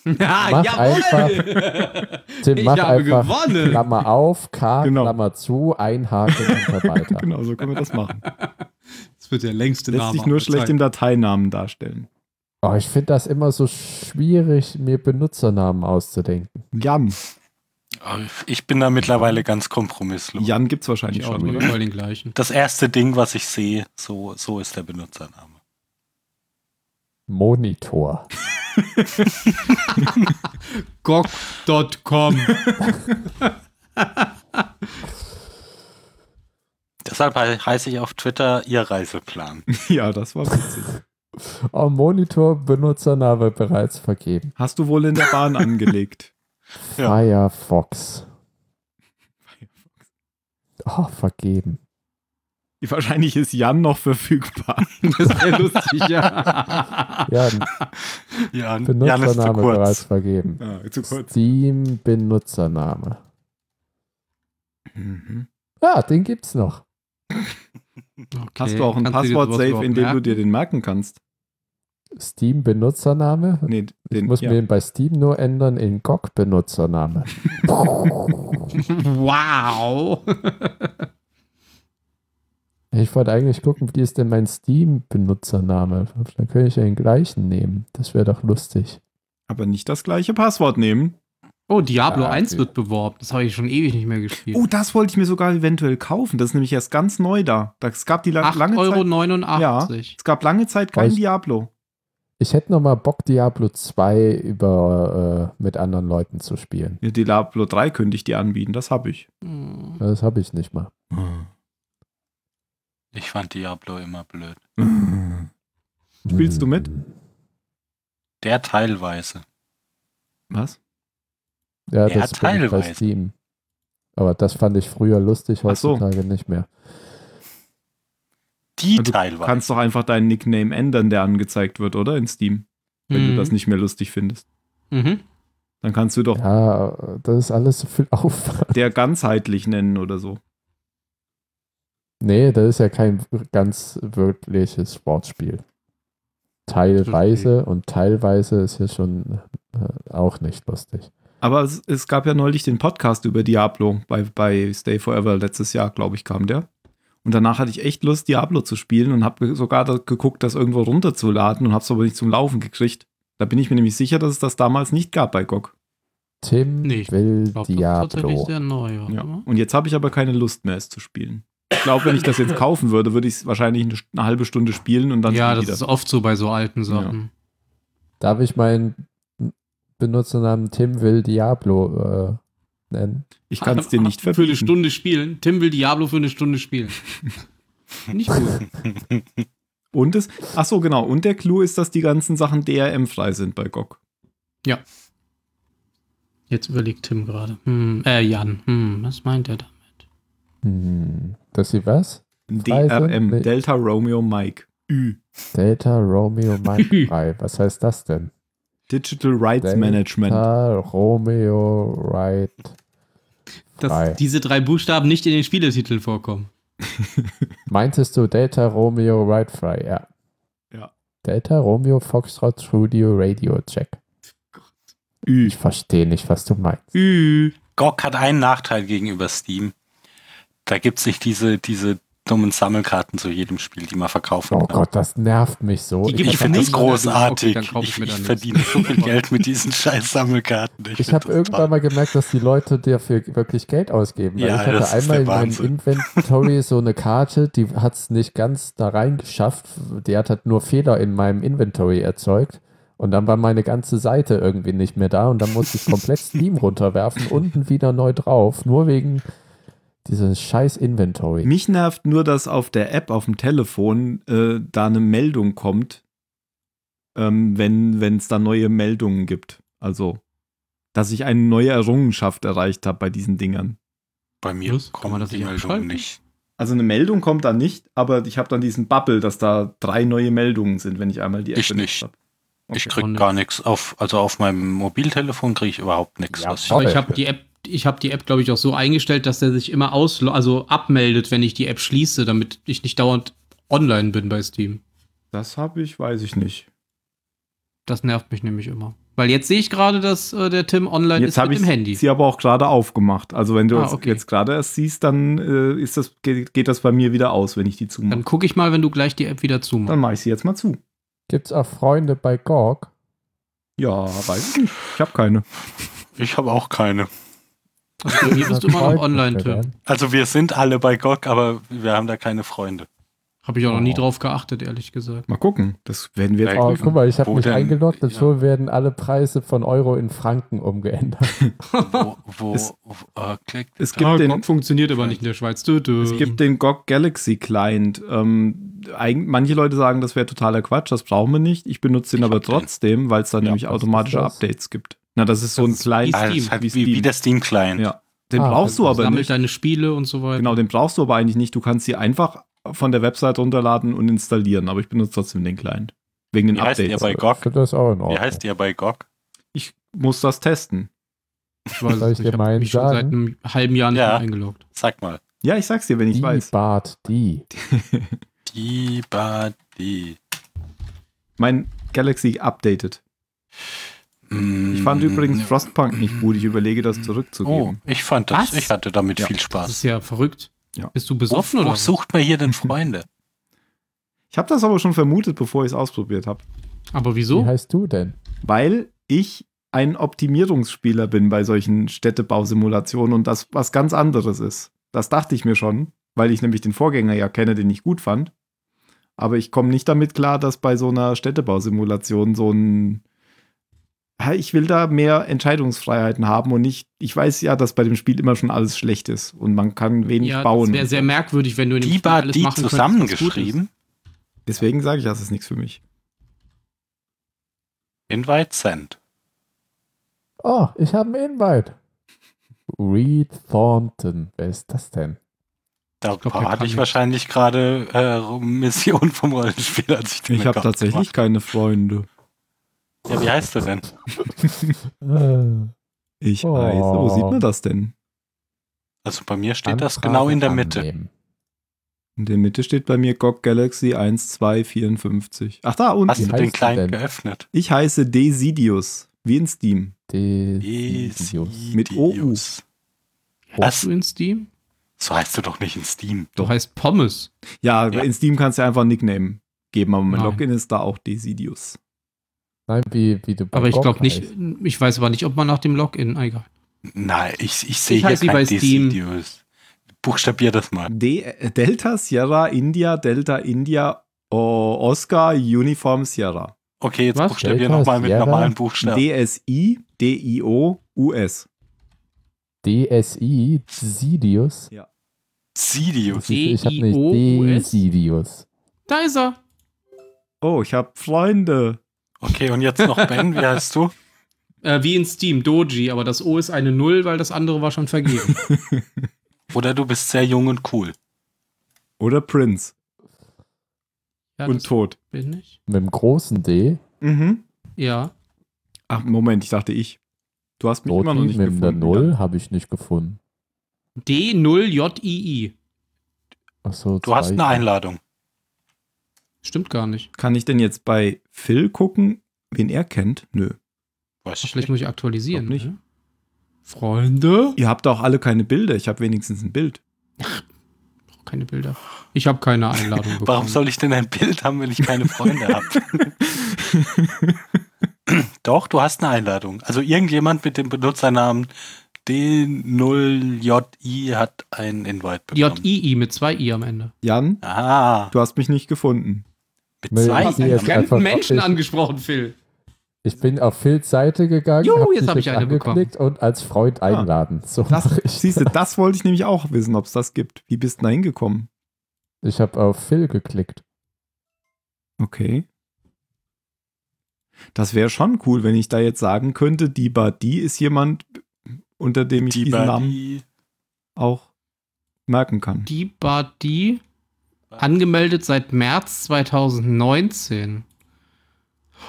Speaker 6: Ja,
Speaker 5: Mach
Speaker 6: jawohl!
Speaker 5: Tim,
Speaker 6: Ich
Speaker 5: mach
Speaker 6: habe
Speaker 5: einfach
Speaker 6: gewonnen.
Speaker 5: Klammer auf, K,
Speaker 3: Genau.
Speaker 5: Klammer zu, ein Haken hinter weiter.
Speaker 3: genau, so können wir das machen.
Speaker 6: Das wird der längste
Speaker 3: Lässt sich nur schlecht im Dateinamen darstellen.
Speaker 5: Oh, ich finde das immer so schwierig, mir Benutzernamen auszudenken.
Speaker 3: Jan.
Speaker 4: Ich bin da mittlerweile ganz kompromisslos.
Speaker 3: Jan gibt's wahrscheinlich
Speaker 6: Ich auch
Speaker 3: schon.
Speaker 6: immer den gleichen.
Speaker 4: Das erste Ding, was ich sehe, so, so ist der Benutzername.
Speaker 5: Monitor.
Speaker 6: GOG.com
Speaker 4: Deshalb he- heiße ich auf Twitter ihr Reiseplan.
Speaker 3: ja, das war witzig.
Speaker 5: Am Oh, Monitor Benutzername bereits vergeben.
Speaker 3: Hast du wohl in der Bahn angelegt?
Speaker 4: Ja.
Speaker 5: Firefox. Oh, vergeben.
Speaker 3: Wahrscheinlich ist Jan noch verfügbar.
Speaker 6: Das wäre lustig, ja.
Speaker 5: Ja,
Speaker 4: Jan, Jan ist zu
Speaker 5: Benutzername bereits
Speaker 4: kurz.
Speaker 5: vergeben.
Speaker 3: Ah, zu
Speaker 5: Steam-Benutzername.
Speaker 3: Mhm.
Speaker 5: Ja, den gibt's noch.
Speaker 3: Hast du auch ein Passwort-Safe, in dem du dir den merken kannst?
Speaker 5: Steam-Benutzername?
Speaker 3: Nee,
Speaker 5: Ich
Speaker 3: den,
Speaker 5: muss
Speaker 3: ja.
Speaker 5: mir den bei Steam nur ändern in GOG-Benutzername.
Speaker 6: Wow.
Speaker 5: ich wollte eigentlich gucken, wie ist denn mein Steam-Benutzername? Dann könnte ich ja den gleichen nehmen. Das wäre doch lustig.
Speaker 3: Aber nicht das gleiche Passwort nehmen.
Speaker 6: Oh, Diablo
Speaker 5: Ah,
Speaker 6: 1
Speaker 5: okay.
Speaker 6: wird beworben. Das habe ich schon ewig nicht mehr gespielt.
Speaker 3: Oh, das wollte ich mir sogar eventuell kaufen. Das ist nämlich erst ganz neu da. Das gab die la- lange Zeit.
Speaker 6: 8,89 Euro.
Speaker 3: Es gab lange Zeit kein
Speaker 5: Weiß-
Speaker 3: Diablo.
Speaker 5: Ich hätte noch mal Bock, Diablo 2 über, äh, mit anderen Leuten zu spielen.
Speaker 3: Ja, Diablo 3 könnte ich dir anbieten, das habe ich.
Speaker 6: Hm.
Speaker 5: Das habe ich nicht mal.
Speaker 3: Ah.
Speaker 4: Ich fand Diablo immer blöd.
Speaker 3: Spielst du mit?
Speaker 4: Der teilweise.
Speaker 3: Was?
Speaker 5: Ja, das
Speaker 4: Ja,
Speaker 5: bin ich bei
Speaker 4: teilweise.
Speaker 5: Steam. Aber das fand ich früher lustig,
Speaker 3: Ach so.
Speaker 5: heutzutage nicht mehr.
Speaker 4: Die
Speaker 3: Ja, du Du
Speaker 4: teilweise.
Speaker 3: kannst doch einfach deinen Nickname ändern, der angezeigt wird, oder? In Steam. Wenn du
Speaker 6: Mhm.
Speaker 3: das nicht mehr lustig findest.
Speaker 6: Mhm.
Speaker 3: Dann kannst du doch
Speaker 5: Ja, das ist alles so viel Aufwand.
Speaker 3: der ganzheitlich nennen oder so.
Speaker 5: Nee, das ist ja kein ganz wirkliches Wortspiel. Teilweise und teilweise ist hier schon äh, auch nicht lustig.
Speaker 3: Aber es, es gab ja neulich den Podcast über Diablo bei, bei Stay Forever letztes Jahr, glaube ich, kam der. Und danach hatte ich echt Lust, Diablo zu spielen und habe sogar da geguckt, das irgendwo runterzuladen und habe es aber nicht zum Laufen gekriegt. Da bin ich mir nämlich sicher, dass es das damals nicht gab bei GOG.
Speaker 5: Tim
Speaker 6: Nee, ich
Speaker 5: will
Speaker 6: Ich glaub, Das ist tatsächlich
Speaker 5: Diablo.
Speaker 6: sehr neu. warte
Speaker 3: Ja.
Speaker 6: mal.
Speaker 3: Und jetzt habe ich aber keine Lust mehr, es zu spielen. Ich glaube, wenn ich das jetzt kaufen würde, würde ich es wahrscheinlich eine, St- eine halbe Stunde spielen und dann
Speaker 6: ja,
Speaker 3: schon
Speaker 6: das ist oft so bei so alten Sachen.
Speaker 5: Darf ich meinen Benutzernamen Tim will Diablo äh, nennen?
Speaker 3: Ich kann es dir nicht
Speaker 6: Für eine
Speaker 3: verbieten.
Speaker 6: Stunde spielen. Tim will Diablo für eine Stunde spielen. nicht gut.
Speaker 3: Und es, ach so, genau. Und der Clou ist, dass die ganzen Sachen DRM-frei sind bei GOG.
Speaker 6: Jetzt überlegt Tim gerade. Hm, äh, Jan. Hm, was meint er da?
Speaker 5: Hm, dass sie was? Frei sind?
Speaker 3: DRM,
Speaker 5: Nee.
Speaker 3: Delta Romeo Mike. Ü.
Speaker 5: Delta Romeo Mike frei. Was heißt das denn?
Speaker 3: Digital Rights
Speaker 5: Delta
Speaker 3: Management.
Speaker 5: Delta Romeo Right
Speaker 6: Dass
Speaker 5: frei.
Speaker 6: diese drei Buchstaben nicht in den Spieletiteln vorkommen.
Speaker 5: Meintest du Delta Romeo Right frei? Ja.
Speaker 3: Ja.
Speaker 5: Delta Romeo Foxtrot Studio Radio Check.
Speaker 3: Ü.
Speaker 5: Ich verstehe nicht, was du meinst.
Speaker 6: Ü.
Speaker 4: GOG hat einen Nachteil gegenüber Steam. Da gibt es nicht diese, diese dummen Sammelkarten zu jedem Spiel, die man verkaufen
Speaker 5: Oh
Speaker 4: kann.
Speaker 5: Gott, das nervt mich so.
Speaker 6: Die
Speaker 5: Ich
Speaker 6: gibt's
Speaker 4: Ich
Speaker 5: hab-
Speaker 6: schon.
Speaker 4: finde
Speaker 6: dann
Speaker 4: das
Speaker 6: kaufe ich mir dann-
Speaker 4: großartig.
Speaker 6: okay, dann kaufe ich
Speaker 4: ich
Speaker 6: mir dann
Speaker 4: verdiene so viel Geld mit diesen scheiß Sammelkarten.
Speaker 5: Ich
Speaker 4: find
Speaker 5: habe
Speaker 4: das
Speaker 5: irgendwann
Speaker 4: toll.
Speaker 5: mal gemerkt, dass die Leute dafür wirklich Geld ausgeben. Weil
Speaker 4: Ja,
Speaker 5: ich hatte
Speaker 4: das ist
Speaker 5: einmal
Speaker 4: der
Speaker 5: in meinem
Speaker 4: Wahnsinn.
Speaker 5: Inventory so eine Karte, die hat es nicht ganz da reingeschafft. Die hat halt nur Fehler in meinem Inventory erzeugt. Und dann war meine ganze Seite irgendwie nicht mehr da und dann musste ich komplett Steam runterwerfen, unten wieder neu drauf, nur wegen dieses scheiß Inventory.
Speaker 3: Mich nervt nur, dass auf der App, auf dem Telefon, äh, da eine Meldung kommt, ähm, wenn es da neue Meldungen gibt. Also, dass ich eine neue Errungenschaft erreicht habe bei diesen Dingern.
Speaker 4: Bei mir
Speaker 6: Was? Kann
Speaker 4: kommt
Speaker 6: man das
Speaker 4: die
Speaker 6: nicht
Speaker 4: Meldung
Speaker 6: abschalten?
Speaker 4: nicht.
Speaker 3: Also eine Meldung kommt da nicht, aber ich habe dann diesen Bubble, dass da drei neue Meldungen sind, wenn ich einmal die App
Speaker 4: Ich nicht.
Speaker 3: habe.
Speaker 4: Ich
Speaker 6: auch
Speaker 4: krieg
Speaker 6: nicht.
Speaker 4: gar nichts auf, also auf meinem Mobiltelefon kriege ich überhaupt Also nichts.
Speaker 5: Ja,
Speaker 4: was ich
Speaker 5: voll.
Speaker 6: Aber ich habe die App, ich habe die App, glaube ich, auch so eingestellt, dass er sich immer aus, also abmeldet, wenn ich die App schließe, damit ich nicht dauernd online bin bei Steam.
Speaker 3: Das habe ich, weiß ich nicht.
Speaker 6: Das nervt mich nämlich immer. Weil jetzt sehe ich gerade, dass äh, der Tim online
Speaker 3: Jetzt
Speaker 6: ist
Speaker 3: habe
Speaker 6: mit
Speaker 3: ich
Speaker 6: dem Handy.
Speaker 3: sie aber auch gerade aufgemacht. Also wenn du
Speaker 6: Ah,
Speaker 3: es
Speaker 6: okay.
Speaker 3: jetzt gerade erst siehst, dann äh, ist das, geht, geht das bei mir wieder aus, wenn ich die zumache.
Speaker 6: Dann gucke ich mal, wenn du gleich die App wieder
Speaker 3: Dann
Speaker 6: zumachst.
Speaker 3: mache ich sie jetzt mal zu.
Speaker 5: Gibt's auch Freunde bei GOG?
Speaker 3: Ja, weiß ich nicht. Ich habe keine.
Speaker 4: ich habe auch keine.
Speaker 6: Also, hier bist du immer noch online, Tim.
Speaker 4: Also wir sind alle bei GOG, aber wir haben da keine Freunde.
Speaker 6: Habe ich auch noch nie drauf geachtet, ehrlich gesagt.
Speaker 3: Mal gucken, das werden wir jetzt
Speaker 5: Oh,
Speaker 3: prüfen.
Speaker 5: guck mal, ich habe
Speaker 4: Wo
Speaker 5: mich
Speaker 4: denn?
Speaker 5: eingeloggt und
Speaker 6: Ja.
Speaker 5: schon werden alle Preise von Euro in Franken umgeändert.
Speaker 4: Wo, wo,
Speaker 3: Es-
Speaker 4: wo äh, klickt?
Speaker 3: Es gibt
Speaker 6: Ah,
Speaker 3: den
Speaker 6: Gott, funktioniert aber nicht in der Schweiz. Dö, dö.
Speaker 3: Es gibt den GOG Galaxy Client. Ähm, eig- manche Leute sagen, das wäre totaler Quatsch, das brauchen wir nicht. Ich benutze den aber trotzdem, weil es da nämlich
Speaker 5: was ist
Speaker 3: automatische
Speaker 5: das?
Speaker 3: Updates gibt. Na, das ist so ein
Speaker 6: ist
Speaker 3: Client.
Speaker 6: wie
Speaker 4: Ah, das
Speaker 6: Steam,
Speaker 4: ist halt
Speaker 3: wie
Speaker 4: wie, wie,
Speaker 3: Steam.
Speaker 4: der Steam-Client.
Speaker 3: Ja. Den
Speaker 5: Ah,
Speaker 3: brauchst du
Speaker 5: also
Speaker 3: aber
Speaker 6: Sammelt
Speaker 3: nicht.
Speaker 6: deine Spiele und so weiter.
Speaker 3: Genau, den brauchst du aber eigentlich nicht. Du kannst sie einfach von der Website runterladen und installieren. Aber ich benutze trotzdem den Client. Wegen den
Speaker 4: Wie heißt der
Speaker 3: Updates.
Speaker 4: bei GOG?
Speaker 5: das ist auch in Ordnung.
Speaker 4: Wie heißt der bei GOG?
Speaker 3: Ich muss das testen.
Speaker 6: Ich weiß
Speaker 5: Soll
Speaker 6: es
Speaker 5: ich dir
Speaker 6: nicht. Ich habe
Speaker 5: meinen
Speaker 6: mich schon seit
Speaker 5: sagen?
Speaker 6: einem halben Jahr nicht
Speaker 4: Ja.
Speaker 6: mehr eingeloggt.
Speaker 4: Sag mal.
Speaker 3: Ja, ich sag's dir, wenn ich
Speaker 5: die
Speaker 3: weiß.
Speaker 5: Bart, die.
Speaker 4: Die, ba, die.
Speaker 3: Mein Galaxy updated. Ich fand
Speaker 4: Mm.
Speaker 3: übrigens Frostpunk nicht gut. Ich überlege, das
Speaker 4: Mhm. Oh,
Speaker 3: zurückzugeben.
Speaker 4: ich fand das.
Speaker 6: Was?
Speaker 4: Ich hatte damit
Speaker 3: Ja.
Speaker 4: viel
Speaker 6: Das
Speaker 4: Spaß.
Speaker 6: ist ja verrückt.
Speaker 3: Ja.
Speaker 6: Bist du besoffen oder
Speaker 4: Wo
Speaker 6: was?
Speaker 4: sucht man hier denn Freunde?
Speaker 3: Ich habe das aber schon vermutet, bevor ich es ausprobiert habe.
Speaker 6: Aber
Speaker 5: Wie
Speaker 6: wieso?
Speaker 5: heißt du denn?
Speaker 3: weil ich ein Optimierungsspieler bin bei solchen Städtebausimulationen und das was ganz anderes ist. Das dachte ich mir schon, weil ich nämlich den Vorgänger ja kenne, den ich gut fand. Aber ich komme nicht damit klar, dass bei so einer Städtebausimulation so ein. Ja, Ich will da mehr Entscheidungsfreiheiten haben und nicht. Ich weiß ja, dass bei dem Spiel immer schon alles schlecht ist und man kann wenig
Speaker 6: Ja, das
Speaker 3: bauen.
Speaker 6: wäre sehr merkwürdig, wenn du in dem
Speaker 4: Die,
Speaker 6: Spiel
Speaker 4: ba,
Speaker 6: alles
Speaker 4: die
Speaker 6: machen könntest, was gut ist.
Speaker 4: zusammengeschrieben.
Speaker 3: Deswegen sage ich, das ist nichts für mich.
Speaker 4: Invite Send.
Speaker 5: Oh, ich habe einen Invite. Reed Thornton. Wer ist das denn?
Speaker 4: Da
Speaker 6: glaub, der
Speaker 4: hatte
Speaker 6: kann
Speaker 4: ich
Speaker 6: nicht.
Speaker 4: wahrscheinlich gerade äh, Mission vom Rollenspiel, als ich den
Speaker 3: Ich habe
Speaker 4: Account
Speaker 3: tatsächlich keine Freunde.
Speaker 4: gemacht- Ja, wie heißt du denn?
Speaker 5: Äh,
Speaker 3: Ich
Speaker 5: Oh.
Speaker 3: weiß. Wo sieht man das denn?
Speaker 4: Also bei mir steht das
Speaker 5: Äh, Anfrage
Speaker 4: genau in der Mitte.
Speaker 5: annehmen.
Speaker 3: In der Mitte steht bei mir GOG Galaxy 1254. Ach da, und
Speaker 4: Hast
Speaker 5: Wie
Speaker 4: du den
Speaker 5: heißt du
Speaker 4: Client
Speaker 5: denn?
Speaker 4: geöffnet?
Speaker 3: ich heiße Desidius, wie in Steam.
Speaker 5: Desidius.
Speaker 3: Mit
Speaker 4: Desidius.
Speaker 6: Hast
Speaker 4: Was?
Speaker 6: du in Steam?
Speaker 4: So heißt du doch nicht in Steam.
Speaker 6: Du heißt Pommes.
Speaker 3: Ja,
Speaker 4: Ja.
Speaker 3: in Steam kannst du einfach ein Nickname geben, aber mein
Speaker 6: Nein.
Speaker 3: Login ist da auch Desidius.
Speaker 5: Nein, wie, wie du bei
Speaker 6: Aber ich
Speaker 5: Gog
Speaker 6: glaube nicht,
Speaker 5: heißt.
Speaker 6: ich weiß aber nicht, ob man nach dem Login, ah, egal.
Speaker 4: Nein, ich, ich sehe
Speaker 6: Ich
Speaker 4: hier
Speaker 6: heiße wie
Speaker 4: kein
Speaker 6: bei Steam.
Speaker 4: Desidius. Buchstabier das mal.
Speaker 3: D äh, Delta Sierra India Delta India oh, Oscar Uniform Sierra.
Speaker 4: Okay, jetzt
Speaker 6: Was?
Speaker 4: buchstabier
Speaker 5: Delta,
Speaker 4: nochmal mit
Speaker 5: Sierra?
Speaker 4: normalen Buchstaben.
Speaker 3: DSI DIO US.
Speaker 5: DSI, Desidius.
Speaker 4: Desidius.
Speaker 5: Ich habe nicht
Speaker 6: D-I-O-U-S?
Speaker 5: Desidius.
Speaker 6: Da ist er.
Speaker 3: Oh, ich habe Freunde.
Speaker 4: Okay, und jetzt noch Ben, wie heißt du?
Speaker 6: Äh, wie in Steam, Doji, aber das O ist eine Null, weil das andere war schon vergeben.
Speaker 4: Oder du bist sehr jung und cool.
Speaker 3: Oder Prince.
Speaker 6: Ja,
Speaker 3: und
Speaker 6: das
Speaker 3: tot.
Speaker 6: bin ich.
Speaker 5: Mit dem großen D.
Speaker 3: Mhm.
Speaker 6: Ja.
Speaker 3: Ach, Moment, ich dachte ich. Du hast mich
Speaker 5: Doti
Speaker 3: immer noch nicht
Speaker 5: mit der
Speaker 3: gefunden.
Speaker 5: Null habe ich nicht gefunden.
Speaker 6: D0JII.
Speaker 5: Ach so,
Speaker 4: Du hast
Speaker 5: zwei-
Speaker 4: eine Einladung.
Speaker 6: Stimmt gar nicht.
Speaker 3: Kann ich denn jetzt bei Phil gucken, wen er kennt? Nö.
Speaker 4: Weiß ich
Speaker 6: Vielleicht
Speaker 4: nicht.
Speaker 6: muss ich aktualisieren.
Speaker 3: Glaub nicht.
Speaker 6: ne? Freunde?
Speaker 3: Ihr habt auch alle keine Bilder. Ich habe wenigstens ein Bild.
Speaker 6: Keine Bilder. Ich habe keine Einladung bekommen.
Speaker 4: Warum soll ich denn ein Bild haben, wenn ich keine Freunde habe? Doch, du hast eine Einladung. Also irgendjemand mit dem Benutzernamen D0JI hat einen Invite bekommen.
Speaker 6: JII mit zwei I am Ende.
Speaker 3: Jan,
Speaker 4: Ah,
Speaker 3: du hast mich nicht gefunden.
Speaker 4: mit zwei
Speaker 5: Ich sehe jetzt
Speaker 4: Einladungen.
Speaker 5: einfach- ich-
Speaker 6: angesprochen, Phil.
Speaker 5: Ich bin auf Phils Seite gegangen,
Speaker 6: Juhu,
Speaker 5: hab
Speaker 6: jetzt
Speaker 5: dich
Speaker 6: hab ich eine
Speaker 5: angeklickt und als Freund einladen. So
Speaker 3: Das,
Speaker 5: mach ich
Speaker 3: siehste, das wollte ich nämlich auch wissen, ob es das gibt. Wie bist du da hingekommen?
Speaker 5: Ich habe auf Phil geklickt.
Speaker 3: Okay. Das wäre schon cool, wenn ich da jetzt sagen könnte, die Badi ist jemand, unter dem ich
Speaker 4: Die
Speaker 3: diesen Namen
Speaker 4: Buddy-
Speaker 3: auch merken kann.
Speaker 6: Die Badi angemeldet seit März 2019.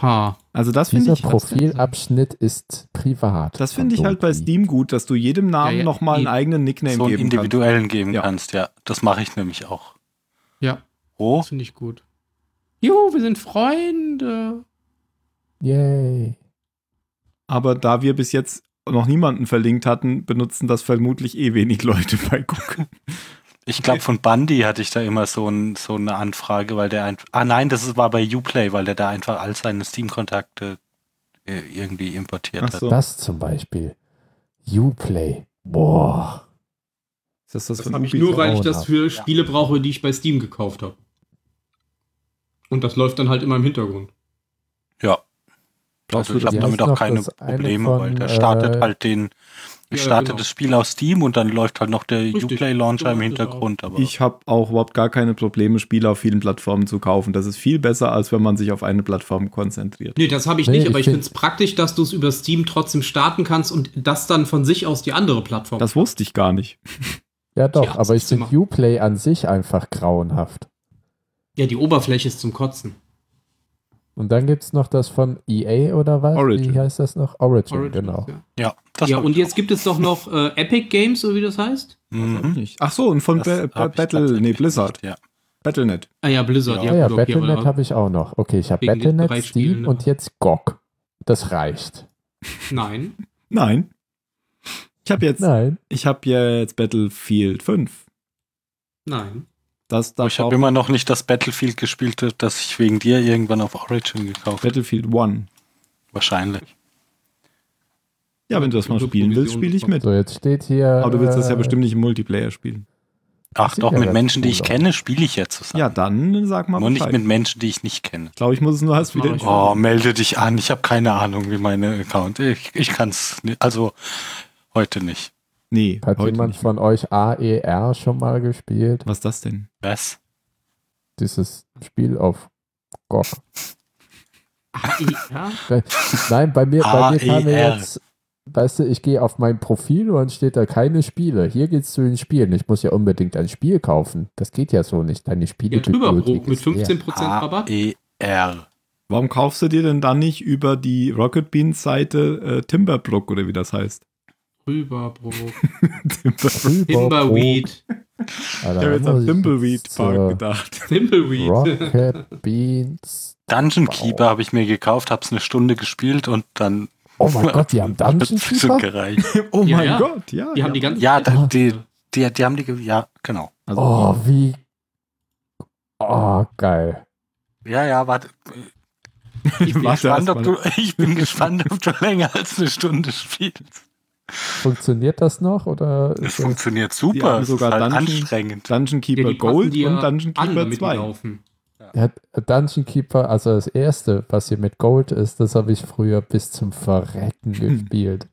Speaker 6: Ha.
Speaker 3: Also das finde
Speaker 5: Dieser
Speaker 3: ich,
Speaker 5: Profilabschnitt ist privat.
Speaker 3: das
Speaker 5: von
Speaker 3: finde ich halt bei
Speaker 5: Doki.
Speaker 3: Steam gut, dass du jedem Namen
Speaker 6: ja,
Speaker 3: nochmal einen
Speaker 6: die-
Speaker 3: eigenen Nickname
Speaker 4: so einen
Speaker 3: geben kannst.
Speaker 4: individuellen geben
Speaker 3: Ja.
Speaker 4: kannst, ja. Das mache ich nämlich auch.
Speaker 6: Ja,
Speaker 4: Oh,
Speaker 6: das finde ich gut. Juhu, wir sind Freunde.
Speaker 5: Yay.
Speaker 3: Aber da wir bis jetzt noch niemanden verlinkt hatten, benutzen das vermutlich eh wenig Leute bei Google.
Speaker 4: ich glaube, von Bundy hatte ich da immer so, ein, so eine Anfrage, weil der einfach. Ah, nein, das ist- war bei Uplay, weil der da einfach all seine Steam-Kontakte äh, irgendwie importiert
Speaker 3: Ach
Speaker 4: hat.
Speaker 3: so.
Speaker 5: Das zum Beispiel. Uplay. Boah.
Speaker 3: Ist das das,
Speaker 6: Das
Speaker 3: von
Speaker 6: habe ich
Speaker 3: Ubisoft?
Speaker 6: nur, weil ich das
Speaker 5: Grauenhaft.
Speaker 6: für Spiele brauche, die ich bei Steam gekauft habe. Und das läuft dann halt immer im Hintergrund.
Speaker 4: Ja.
Speaker 3: Brauchst
Speaker 4: Also
Speaker 3: du
Speaker 4: ich
Speaker 3: das
Speaker 4: habe
Speaker 3: nicht?
Speaker 4: damit
Speaker 5: Wie heißt
Speaker 4: auch
Speaker 5: noch
Speaker 4: keine
Speaker 5: das eine
Speaker 4: Probleme,
Speaker 5: von,
Speaker 4: weil der startet
Speaker 5: äh,
Speaker 4: halt den, ich
Speaker 6: ja,
Speaker 4: starte
Speaker 6: genau.
Speaker 4: das Spiel auf Steam und dann läuft halt noch der
Speaker 6: Richtig.
Speaker 4: Uplay-Launcher im
Speaker 6: So läuft das
Speaker 4: Hintergrund. Aber
Speaker 3: Ich habe auch überhaupt gar keine Probleme, Spiele auf vielen Plattformen zu kaufen. Das ist viel besser, als wenn man sich auf eine Plattform konzentriert.
Speaker 6: Nee, das habe ich
Speaker 5: Nee,
Speaker 6: nicht,
Speaker 5: ich
Speaker 6: aber ich
Speaker 5: find-
Speaker 6: finde es praktisch, dass du es über Steam trotzdem starten kannst und das dann von sich aus die andere Plattform.
Speaker 3: Das wusste ich gar nicht.
Speaker 5: Ja, doch,
Speaker 6: Tja,
Speaker 5: aber ich
Speaker 6: siehst du
Speaker 5: finde
Speaker 6: mal.
Speaker 5: Uplay an sich einfach grauenhaft.
Speaker 6: ja, die Oberfläche ist zum Kotzen.
Speaker 5: Und dann gibt es noch das von EA oder was?
Speaker 3: Origin.
Speaker 5: Wie heißt das noch? Origin,
Speaker 6: Origins,
Speaker 5: genau.
Speaker 6: Ja,
Speaker 4: ja, das
Speaker 6: ja
Speaker 4: hab
Speaker 6: und
Speaker 4: ich
Speaker 6: jetzt gibt es doch noch äh, Epic Games, so wie das heißt.
Speaker 4: auch. Mhm.
Speaker 3: Ach so, und von
Speaker 4: Das
Speaker 3: Ba-
Speaker 4: hab
Speaker 3: Ba-
Speaker 4: ich
Speaker 3: Battle,
Speaker 4: tatsächlich
Speaker 3: nee, Blizzard.
Speaker 4: nicht, Ja.
Speaker 3: Battlenet.
Speaker 6: Ah ja, Blizzard,
Speaker 5: Ah
Speaker 6: ja,
Speaker 5: ja,
Speaker 6: gut, okay,
Speaker 5: Battlenet
Speaker 6: aber,
Speaker 5: habe ich auch noch. Okay, ich habe
Speaker 6: Wegen den
Speaker 5: Battlenet,
Speaker 6: drei
Speaker 5: Steam
Speaker 6: Spielen, ne?
Speaker 5: und jetzt GOG. Das reicht.
Speaker 6: Nein.
Speaker 3: Nein. Ich habe jetzt,
Speaker 5: Nein.
Speaker 3: ich hab jetzt Battlefield 5.
Speaker 6: Nein.
Speaker 3: Das darf
Speaker 4: Oh, Ich
Speaker 3: auch
Speaker 4: habe immer noch nicht das Battlefield gespielt, das ich wegen dir irgendwann auf Origin gekauft habe.
Speaker 3: Battlefield 1.
Speaker 4: Wahrscheinlich.
Speaker 3: Ja, wenn du das mal
Speaker 6: Gute
Speaker 3: spielen willst,
Speaker 6: Provision
Speaker 3: spiele ich mit.
Speaker 5: So, jetzt steht hier.
Speaker 3: Aber du willst das ja
Speaker 5: äh,
Speaker 3: bestimmt nicht im Multiplayer spielen.
Speaker 4: Ach
Speaker 5: sieht
Speaker 4: doch,
Speaker 5: ja
Speaker 4: mit
Speaker 5: ganz
Speaker 4: Menschen, die
Speaker 5: cool
Speaker 4: ich
Speaker 5: aus.
Speaker 4: kenne, spiele ich ja zusammen.
Speaker 3: Ja, dann sag mal
Speaker 4: Nur nicht
Speaker 3: Bescheid.
Speaker 4: mit Menschen, die ich nicht kenne.
Speaker 3: Ich glaube, ich muss es nur erst
Speaker 6: mach
Speaker 3: wieder.
Speaker 6: ich.
Speaker 4: Oh, melde dich an. Ich habe keine Ahnung, wie meine Account. Ich, ich kann es also heute nicht.
Speaker 3: Nee,
Speaker 5: Hat
Speaker 3: heute
Speaker 5: jemand
Speaker 3: nicht.
Speaker 5: von euch AER schon mal gespielt?
Speaker 3: Was ist das denn?
Speaker 4: Was?
Speaker 5: Dieses Spiel auf GOG.
Speaker 4: Ah,
Speaker 6: Ach, ja?
Speaker 5: Nein, bei mir, bei mir
Speaker 3: E
Speaker 5: kam mir
Speaker 4: AER.
Speaker 5: jetzt. Weißt du, ich gehe auf mein Profil und steht da keine Spiele. Hier geht's zu den Spielen. Ich muss ja unbedingt ein Spiel kaufen. Das geht ja so nicht. Deine Spiele
Speaker 6: ja drüber, Bro, mit
Speaker 5: ist leer.
Speaker 6: 15%
Speaker 4: Ah.
Speaker 6: Rabatt.
Speaker 4: E H-E-R.
Speaker 3: Warum kaufst du dir denn dann nicht über die Rocket Beans Seite äh, Timberbrook oder wie das heißt?
Speaker 6: Drüber, Bro.
Speaker 3: Timberbrook.
Speaker 6: Timberweed.
Speaker 3: Ich habe jetzt an Thimbleweed Park gedacht.
Speaker 6: Thimbleweed.
Speaker 5: Rocket Beans.
Speaker 4: Dungeon
Speaker 5: Wow.
Speaker 4: Keeper habe ich mir gekauft, habe es eine Stunde gespielt und dann
Speaker 5: Oh mein Gott, die haben Dungeon
Speaker 4: hat's schon
Speaker 5: Keeper? Ah.
Speaker 4: gereicht.
Speaker 3: Oh
Speaker 6: Ja,
Speaker 3: mein
Speaker 6: ja.
Speaker 3: Gott, ja.
Speaker 6: Die
Speaker 3: ja.
Speaker 6: haben die ganze
Speaker 4: Ja, da, die, die, die haben die, ge- ja, genau.
Speaker 3: also,
Speaker 5: Oh, wie. Oh, geil.
Speaker 4: Ja, ja, warte.
Speaker 3: ich bin
Speaker 4: Gespannt, ob du, ich bin gespannt, ob du länger als eine Stunde spielst.
Speaker 5: Funktioniert das noch? Oder
Speaker 4: Es
Speaker 5: ist das
Speaker 4: funktioniert
Speaker 3: Die haben
Speaker 4: super, es ist
Speaker 3: sogar
Speaker 4: halt
Speaker 3: Dungeon-
Speaker 4: anstrengend.
Speaker 3: Dungeon
Speaker 6: Ja,
Speaker 3: Keeper
Speaker 6: die passen
Speaker 3: Gold
Speaker 6: die ja
Speaker 3: und Dungeon
Speaker 6: an,
Speaker 3: Keeper
Speaker 6: damit die
Speaker 3: 2.
Speaker 6: laufen.
Speaker 5: Ja, äh, Dungeon Keeper, also das erste, was hier mit Gold ist, das habe ich früher bis zum Verrecken gespielt.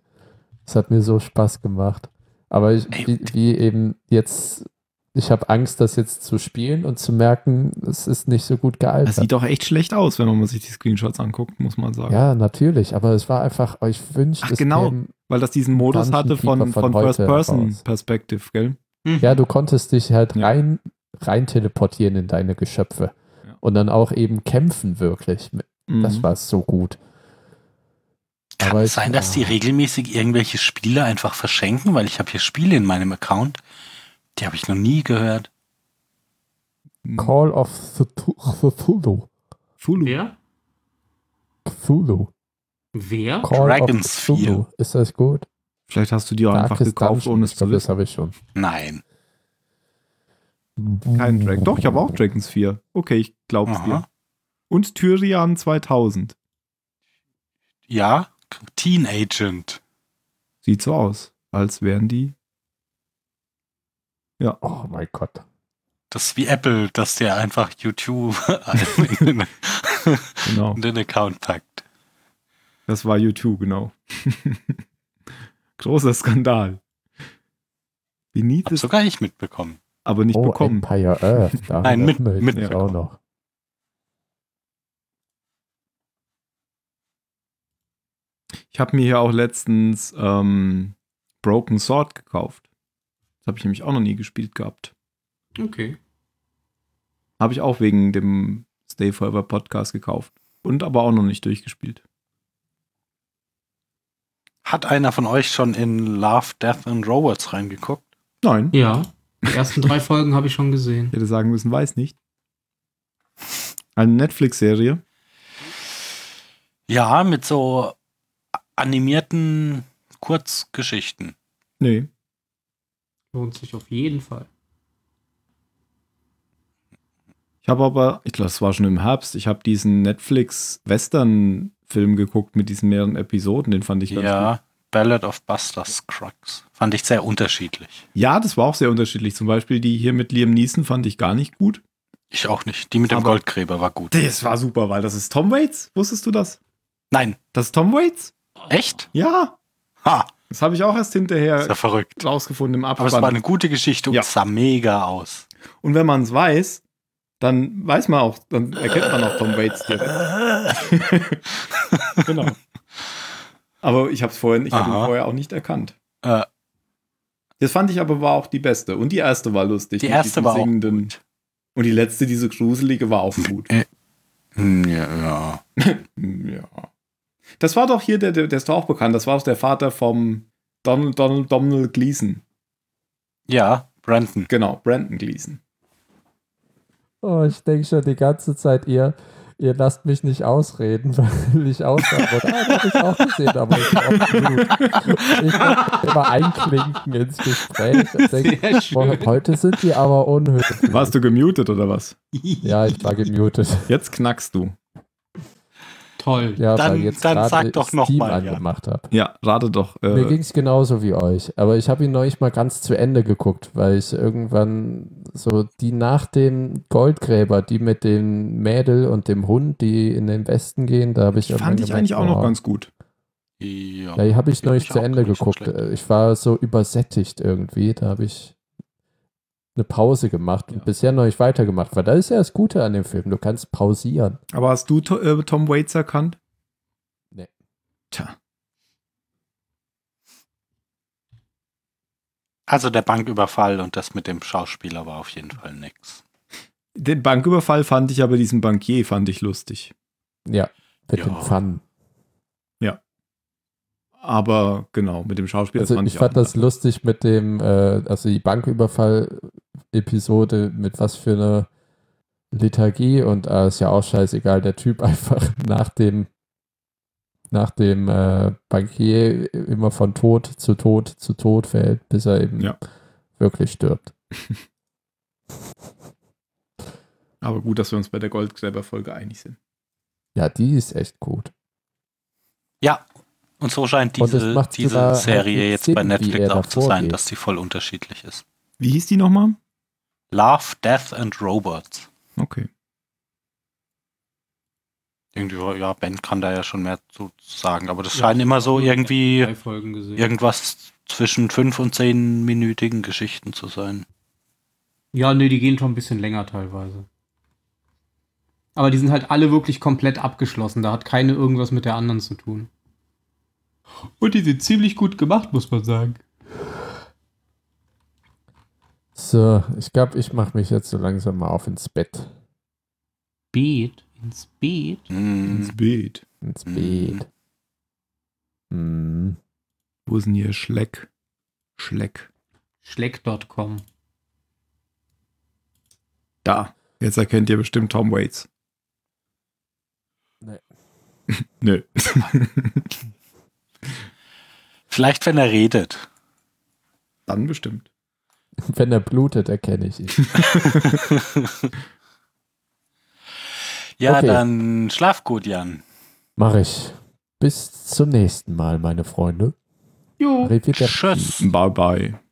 Speaker 5: Das hat mir so Spaß gemacht. Aber ich,
Speaker 4: Ey,
Speaker 5: wie, wie eben jetzt, ich habe Angst, das jetzt zu spielen und zu merken, es ist nicht so gut
Speaker 3: Das
Speaker 5: gealtert.
Speaker 3: sieht doch echt schlecht aus, wenn man sich die Screenshots anguckt, muss man sagen.
Speaker 5: Ja, natürlich, aber es war einfach, oh, ich wünschte,
Speaker 3: Ach,
Speaker 5: es
Speaker 3: genau.
Speaker 5: käme-
Speaker 3: Weil das diesen Modus
Speaker 5: Dungeon
Speaker 3: hatte von,
Speaker 5: Keeper
Speaker 3: von,
Speaker 5: von
Speaker 3: First
Speaker 5: heute
Speaker 3: Person
Speaker 5: raus.
Speaker 3: Perspective, gell?
Speaker 5: Ja, du konntest dich halt
Speaker 3: Ja.
Speaker 5: rein, rein teleportieren in deine Geschöpfe.
Speaker 3: Ja.
Speaker 5: Und dann auch eben kämpfen wirklich.
Speaker 3: Mhm.
Speaker 5: Das war so gut.
Speaker 4: Kann
Speaker 5: Aber
Speaker 4: es
Speaker 5: ich-
Speaker 4: sein, dass die
Speaker 5: ah.
Speaker 4: regelmäßig irgendwelche Spiele einfach verschenken? Weil ich habe hier Spiele in meinem Account, die habe ich noch nie gehört.
Speaker 5: Call of Cthul- Cthulhu.
Speaker 3: Mhm. Fulu.
Speaker 6: Wer?
Speaker 5: Cthulhu.
Speaker 6: Wer?
Speaker 5: Call
Speaker 4: Dragon's
Speaker 5: of Cthulhu.
Speaker 4: Fear.
Speaker 5: Ist das gut?
Speaker 3: Vielleicht hast du die auch einfach
Speaker 5: Darkest
Speaker 3: gekauft,
Speaker 5: Dungeon.
Speaker 3: ohne
Speaker 5: ich
Speaker 3: es zu
Speaker 5: glaube, das
Speaker 3: wissen.
Speaker 5: habe ich schon.
Speaker 4: Nein.
Speaker 3: Kein
Speaker 5: Hm.
Speaker 3: Dragon. Doch, ich habe auch Dragons 4. Okay, ich glaub's
Speaker 4: Aha.
Speaker 3: dir. Und Tyrian 2000.
Speaker 4: Ja, Teen Agent.
Speaker 3: Sieht so aus, als wären die.
Speaker 5: Oh mein Gott.
Speaker 4: Das ist wie Apple, dass der einfach YouTube in den,
Speaker 3: Genau.
Speaker 4: in den Account packt.
Speaker 3: Das war U2, genau. Großer Skandal. Beneath
Speaker 4: Hab
Speaker 3: ist
Speaker 4: sogar ich mitbekommen.
Speaker 3: aber nicht
Speaker 5: oh,
Speaker 3: bekommen.
Speaker 5: Empire Earth. Da
Speaker 4: Nein, mit-
Speaker 5: erinnere ich mich
Speaker 4: mitbekommen.
Speaker 5: auch noch.
Speaker 3: Ich habe mir hier auch letztens ähm, Broken Sword gekauft. Das habe ich nämlich auch noch nie gespielt gehabt.
Speaker 6: Okay.
Speaker 3: Habe ich auch wegen dem Stay Forever Podcast gekauft. Und aber auch noch nicht durchgespielt.
Speaker 4: Hat einer von euch schon in Love, Death and Robots reingeguckt?
Speaker 3: Nein.
Speaker 6: Ja. Die ersten drei Folgen habe ich schon gesehen.
Speaker 3: Ich hätte sagen müssen, weiß nicht. Eine Netflix-Serie.
Speaker 4: Ja, mit so animierten Kurzgeschichten.
Speaker 3: Nee.
Speaker 6: Lohnt sich auf jeden Fall.
Speaker 3: Ich habe aber, ich glaube, das war schon im Herbst, ich habe diesen Netflix-Western-Film geguckt mit diesen mehreren Episoden. Den fand ich ganz gut.
Speaker 4: Ja, Ballad of Buster Scruggs. Fand ich sehr unterschiedlich.
Speaker 3: Ja, das war auch sehr unterschiedlich. Zum Beispiel die hier mit Liam Neeson fand ich gar nicht gut.
Speaker 4: Ich auch nicht. Die mit dem
Speaker 3: Aber-
Speaker 4: Goldgräber war gut.
Speaker 3: Das war super, weil das ist Tom Waits. Wusstest du das?
Speaker 4: Nein,
Speaker 3: Das ist Tom Waits?
Speaker 4: echt?
Speaker 3: Ja.
Speaker 4: Ha,
Speaker 3: Das habe ich auch erst
Speaker 5: Äh,
Speaker 4: ist ja
Speaker 3: hinterher
Speaker 4: verrückt.
Speaker 3: rausgefunden im
Speaker 4: Aber
Speaker 3: Abspann.
Speaker 4: es war eine gute Geschichte und
Speaker 3: Ja.
Speaker 4: sah mega aus.
Speaker 3: Und wenn man es weiß, dann weiß man auch, dann erkennt man auch Tom Waits direkt. genau. Aber ich habe es vorhin, ich habe ihn
Speaker 4: Aha.
Speaker 3: vorher auch nicht erkannt.
Speaker 4: Äh.
Speaker 3: Das fand ich aber war auch die beste. Und die erste war lustig.
Speaker 4: Die
Speaker 3: mit
Speaker 4: erste
Speaker 3: diesem
Speaker 4: war auch
Speaker 3: singenden.
Speaker 4: gut. Äh.
Speaker 3: Und die letzte, diese gruselige, war auch gut. Hm,
Speaker 4: Hm, Ja, ja.
Speaker 3: Ja. Das war doch hier, der, der der ist doch auch bekannt. Das war doch der Vater vom Donald, Donald, Donald Gleason.
Speaker 4: Ja, Brandon.
Speaker 3: Genau, Brandon Gleason.
Speaker 5: Oh, ich denke schon die ganze Zeit, ihr, ihr lasst mich nicht ausreden, weil ich aussagen wollte. Ah, das habe ich auch gesehen, aber ich bin auch gut. Ich muss immer einklinken ins Gespräch. Und denk,
Speaker 6: Sehr schön.
Speaker 5: boah, heute sind die aber unhöflich.
Speaker 3: Warst du gemutet oder was?
Speaker 5: Ja, ich war gemutet.
Speaker 3: Jetzt knackst du.
Speaker 6: Toll.
Speaker 5: Ja,
Speaker 4: Dann-
Speaker 5: weil jetzt
Speaker 4: dann
Speaker 5: gerade
Speaker 4: sag doch
Speaker 5: ich
Speaker 4: noch
Speaker 5: Steam
Speaker 4: mal, ja.
Speaker 5: angemacht habe.
Speaker 3: Ja, rate doch. äh,
Speaker 5: Mir ging es genauso wie euch, aber ich habe ihn neulich mal ganz zu Ende geguckt, weil ich irgendwann so die nach dem Goldgräber, die mit dem Mädel und dem Hund, die in den Westen gehen, da habe ich irgendwann
Speaker 3: fand ich
Speaker 5: gemerkt,
Speaker 3: eigentlich auch
Speaker 5: wow.
Speaker 3: noch ganz gut.
Speaker 4: Ja.
Speaker 5: Ja, die habe ich
Speaker 4: Die hab
Speaker 5: neulich
Speaker 4: ich
Speaker 5: zu
Speaker 4: auch
Speaker 5: Ende
Speaker 4: gar nicht so
Speaker 5: geguckt.
Speaker 4: schlecht.
Speaker 5: Äh, Ich war so übersättigt irgendwie, da habe ich eine Pause gemacht und bisher noch nicht weitergemacht, weil das ist ja das Gute an dem Film, du kannst pausieren.
Speaker 3: Aber hast du To- äh, Tom Waits erkannt?
Speaker 5: Nee.
Speaker 3: Tja.
Speaker 4: Also der Banküberfall und das mit dem Schauspieler war auf jeden Fall nix.
Speaker 3: Den Banküberfall fand ich aber diesen Bankier fand ich lustig.
Speaker 5: Ja, mit
Speaker 4: Ja.
Speaker 5: dem Fun.
Speaker 3: Aber genau, mit dem Schauspiel das
Speaker 5: Also ich fand
Speaker 3: auch-
Speaker 5: das lustig mit dem, äh, also die Banküberfall-Episode, mit was für eine Lethargie und äh, ist ja auch scheißegal, der Typ einfach nach dem, nach dem äh, Bankier immer von Tod zu Tod zu Tod fällt, bis er eben
Speaker 3: Ja.
Speaker 5: wirklich stirbt.
Speaker 3: Aber gut, dass wir uns bei der Goldgräber-Folge einig sind.
Speaker 5: Ja, die ist echt gut.
Speaker 4: Ja, und so scheint
Speaker 5: Und das
Speaker 4: diese,
Speaker 5: macht sogar
Speaker 4: diese
Speaker 5: halt
Speaker 4: Serie
Speaker 5: einen
Speaker 4: jetzt
Speaker 5: Sinn,
Speaker 4: bei
Speaker 5: wie
Speaker 4: Netflix
Speaker 5: er da
Speaker 4: auch zu sein,
Speaker 5: vorgeht.
Speaker 4: dass die voll unterschiedlich ist.
Speaker 3: Wie hieß die nochmal?
Speaker 4: Love, Death and Robots.
Speaker 3: Okay.
Speaker 4: Irgendwie, ja, Ben kann da ja schon mehr zu sagen, aber das scheinen immer so irgendwie
Speaker 6: Drei Folgen gesehen.
Speaker 4: irgendwas zwischen fünf und zehnminütigen Geschichten zu sein.
Speaker 6: Ja, nee, die gehen schon ein bisschen länger teilweise. Aber die sind halt alle wirklich komplett abgeschlossen. Da hat keine irgendwas mit der anderen zu tun. Und die sind ziemlich gut gemacht, muss man sagen.
Speaker 5: So, ich glaube, ich mache mich jetzt so langsam mal auf ins Bett.
Speaker 6: Beat. Ins Beat.
Speaker 4: Hm.
Speaker 3: Ins Bild.
Speaker 5: Ins
Speaker 4: Mhm.
Speaker 5: Bett. Mhm.
Speaker 3: Wo ist denn hier Schleck? Schleck.
Speaker 6: Schleck.com.
Speaker 3: Da. Jetzt erkennt ihr bestimmt Tom Waits.
Speaker 5: Nee.
Speaker 3: Nö.
Speaker 4: Vielleicht, wenn er redet.
Speaker 3: Dann bestimmt.
Speaker 5: Wenn er blutet, erkenne ich ihn.
Speaker 4: Ja,
Speaker 5: Okay.
Speaker 4: dann schlaf gut, Jan.
Speaker 5: Mach ich. Bis zum nächsten Mal, meine Freunde.
Speaker 6: Jo.
Speaker 5: Arrivederci.
Speaker 4: Tschüss.
Speaker 3: Bye bye.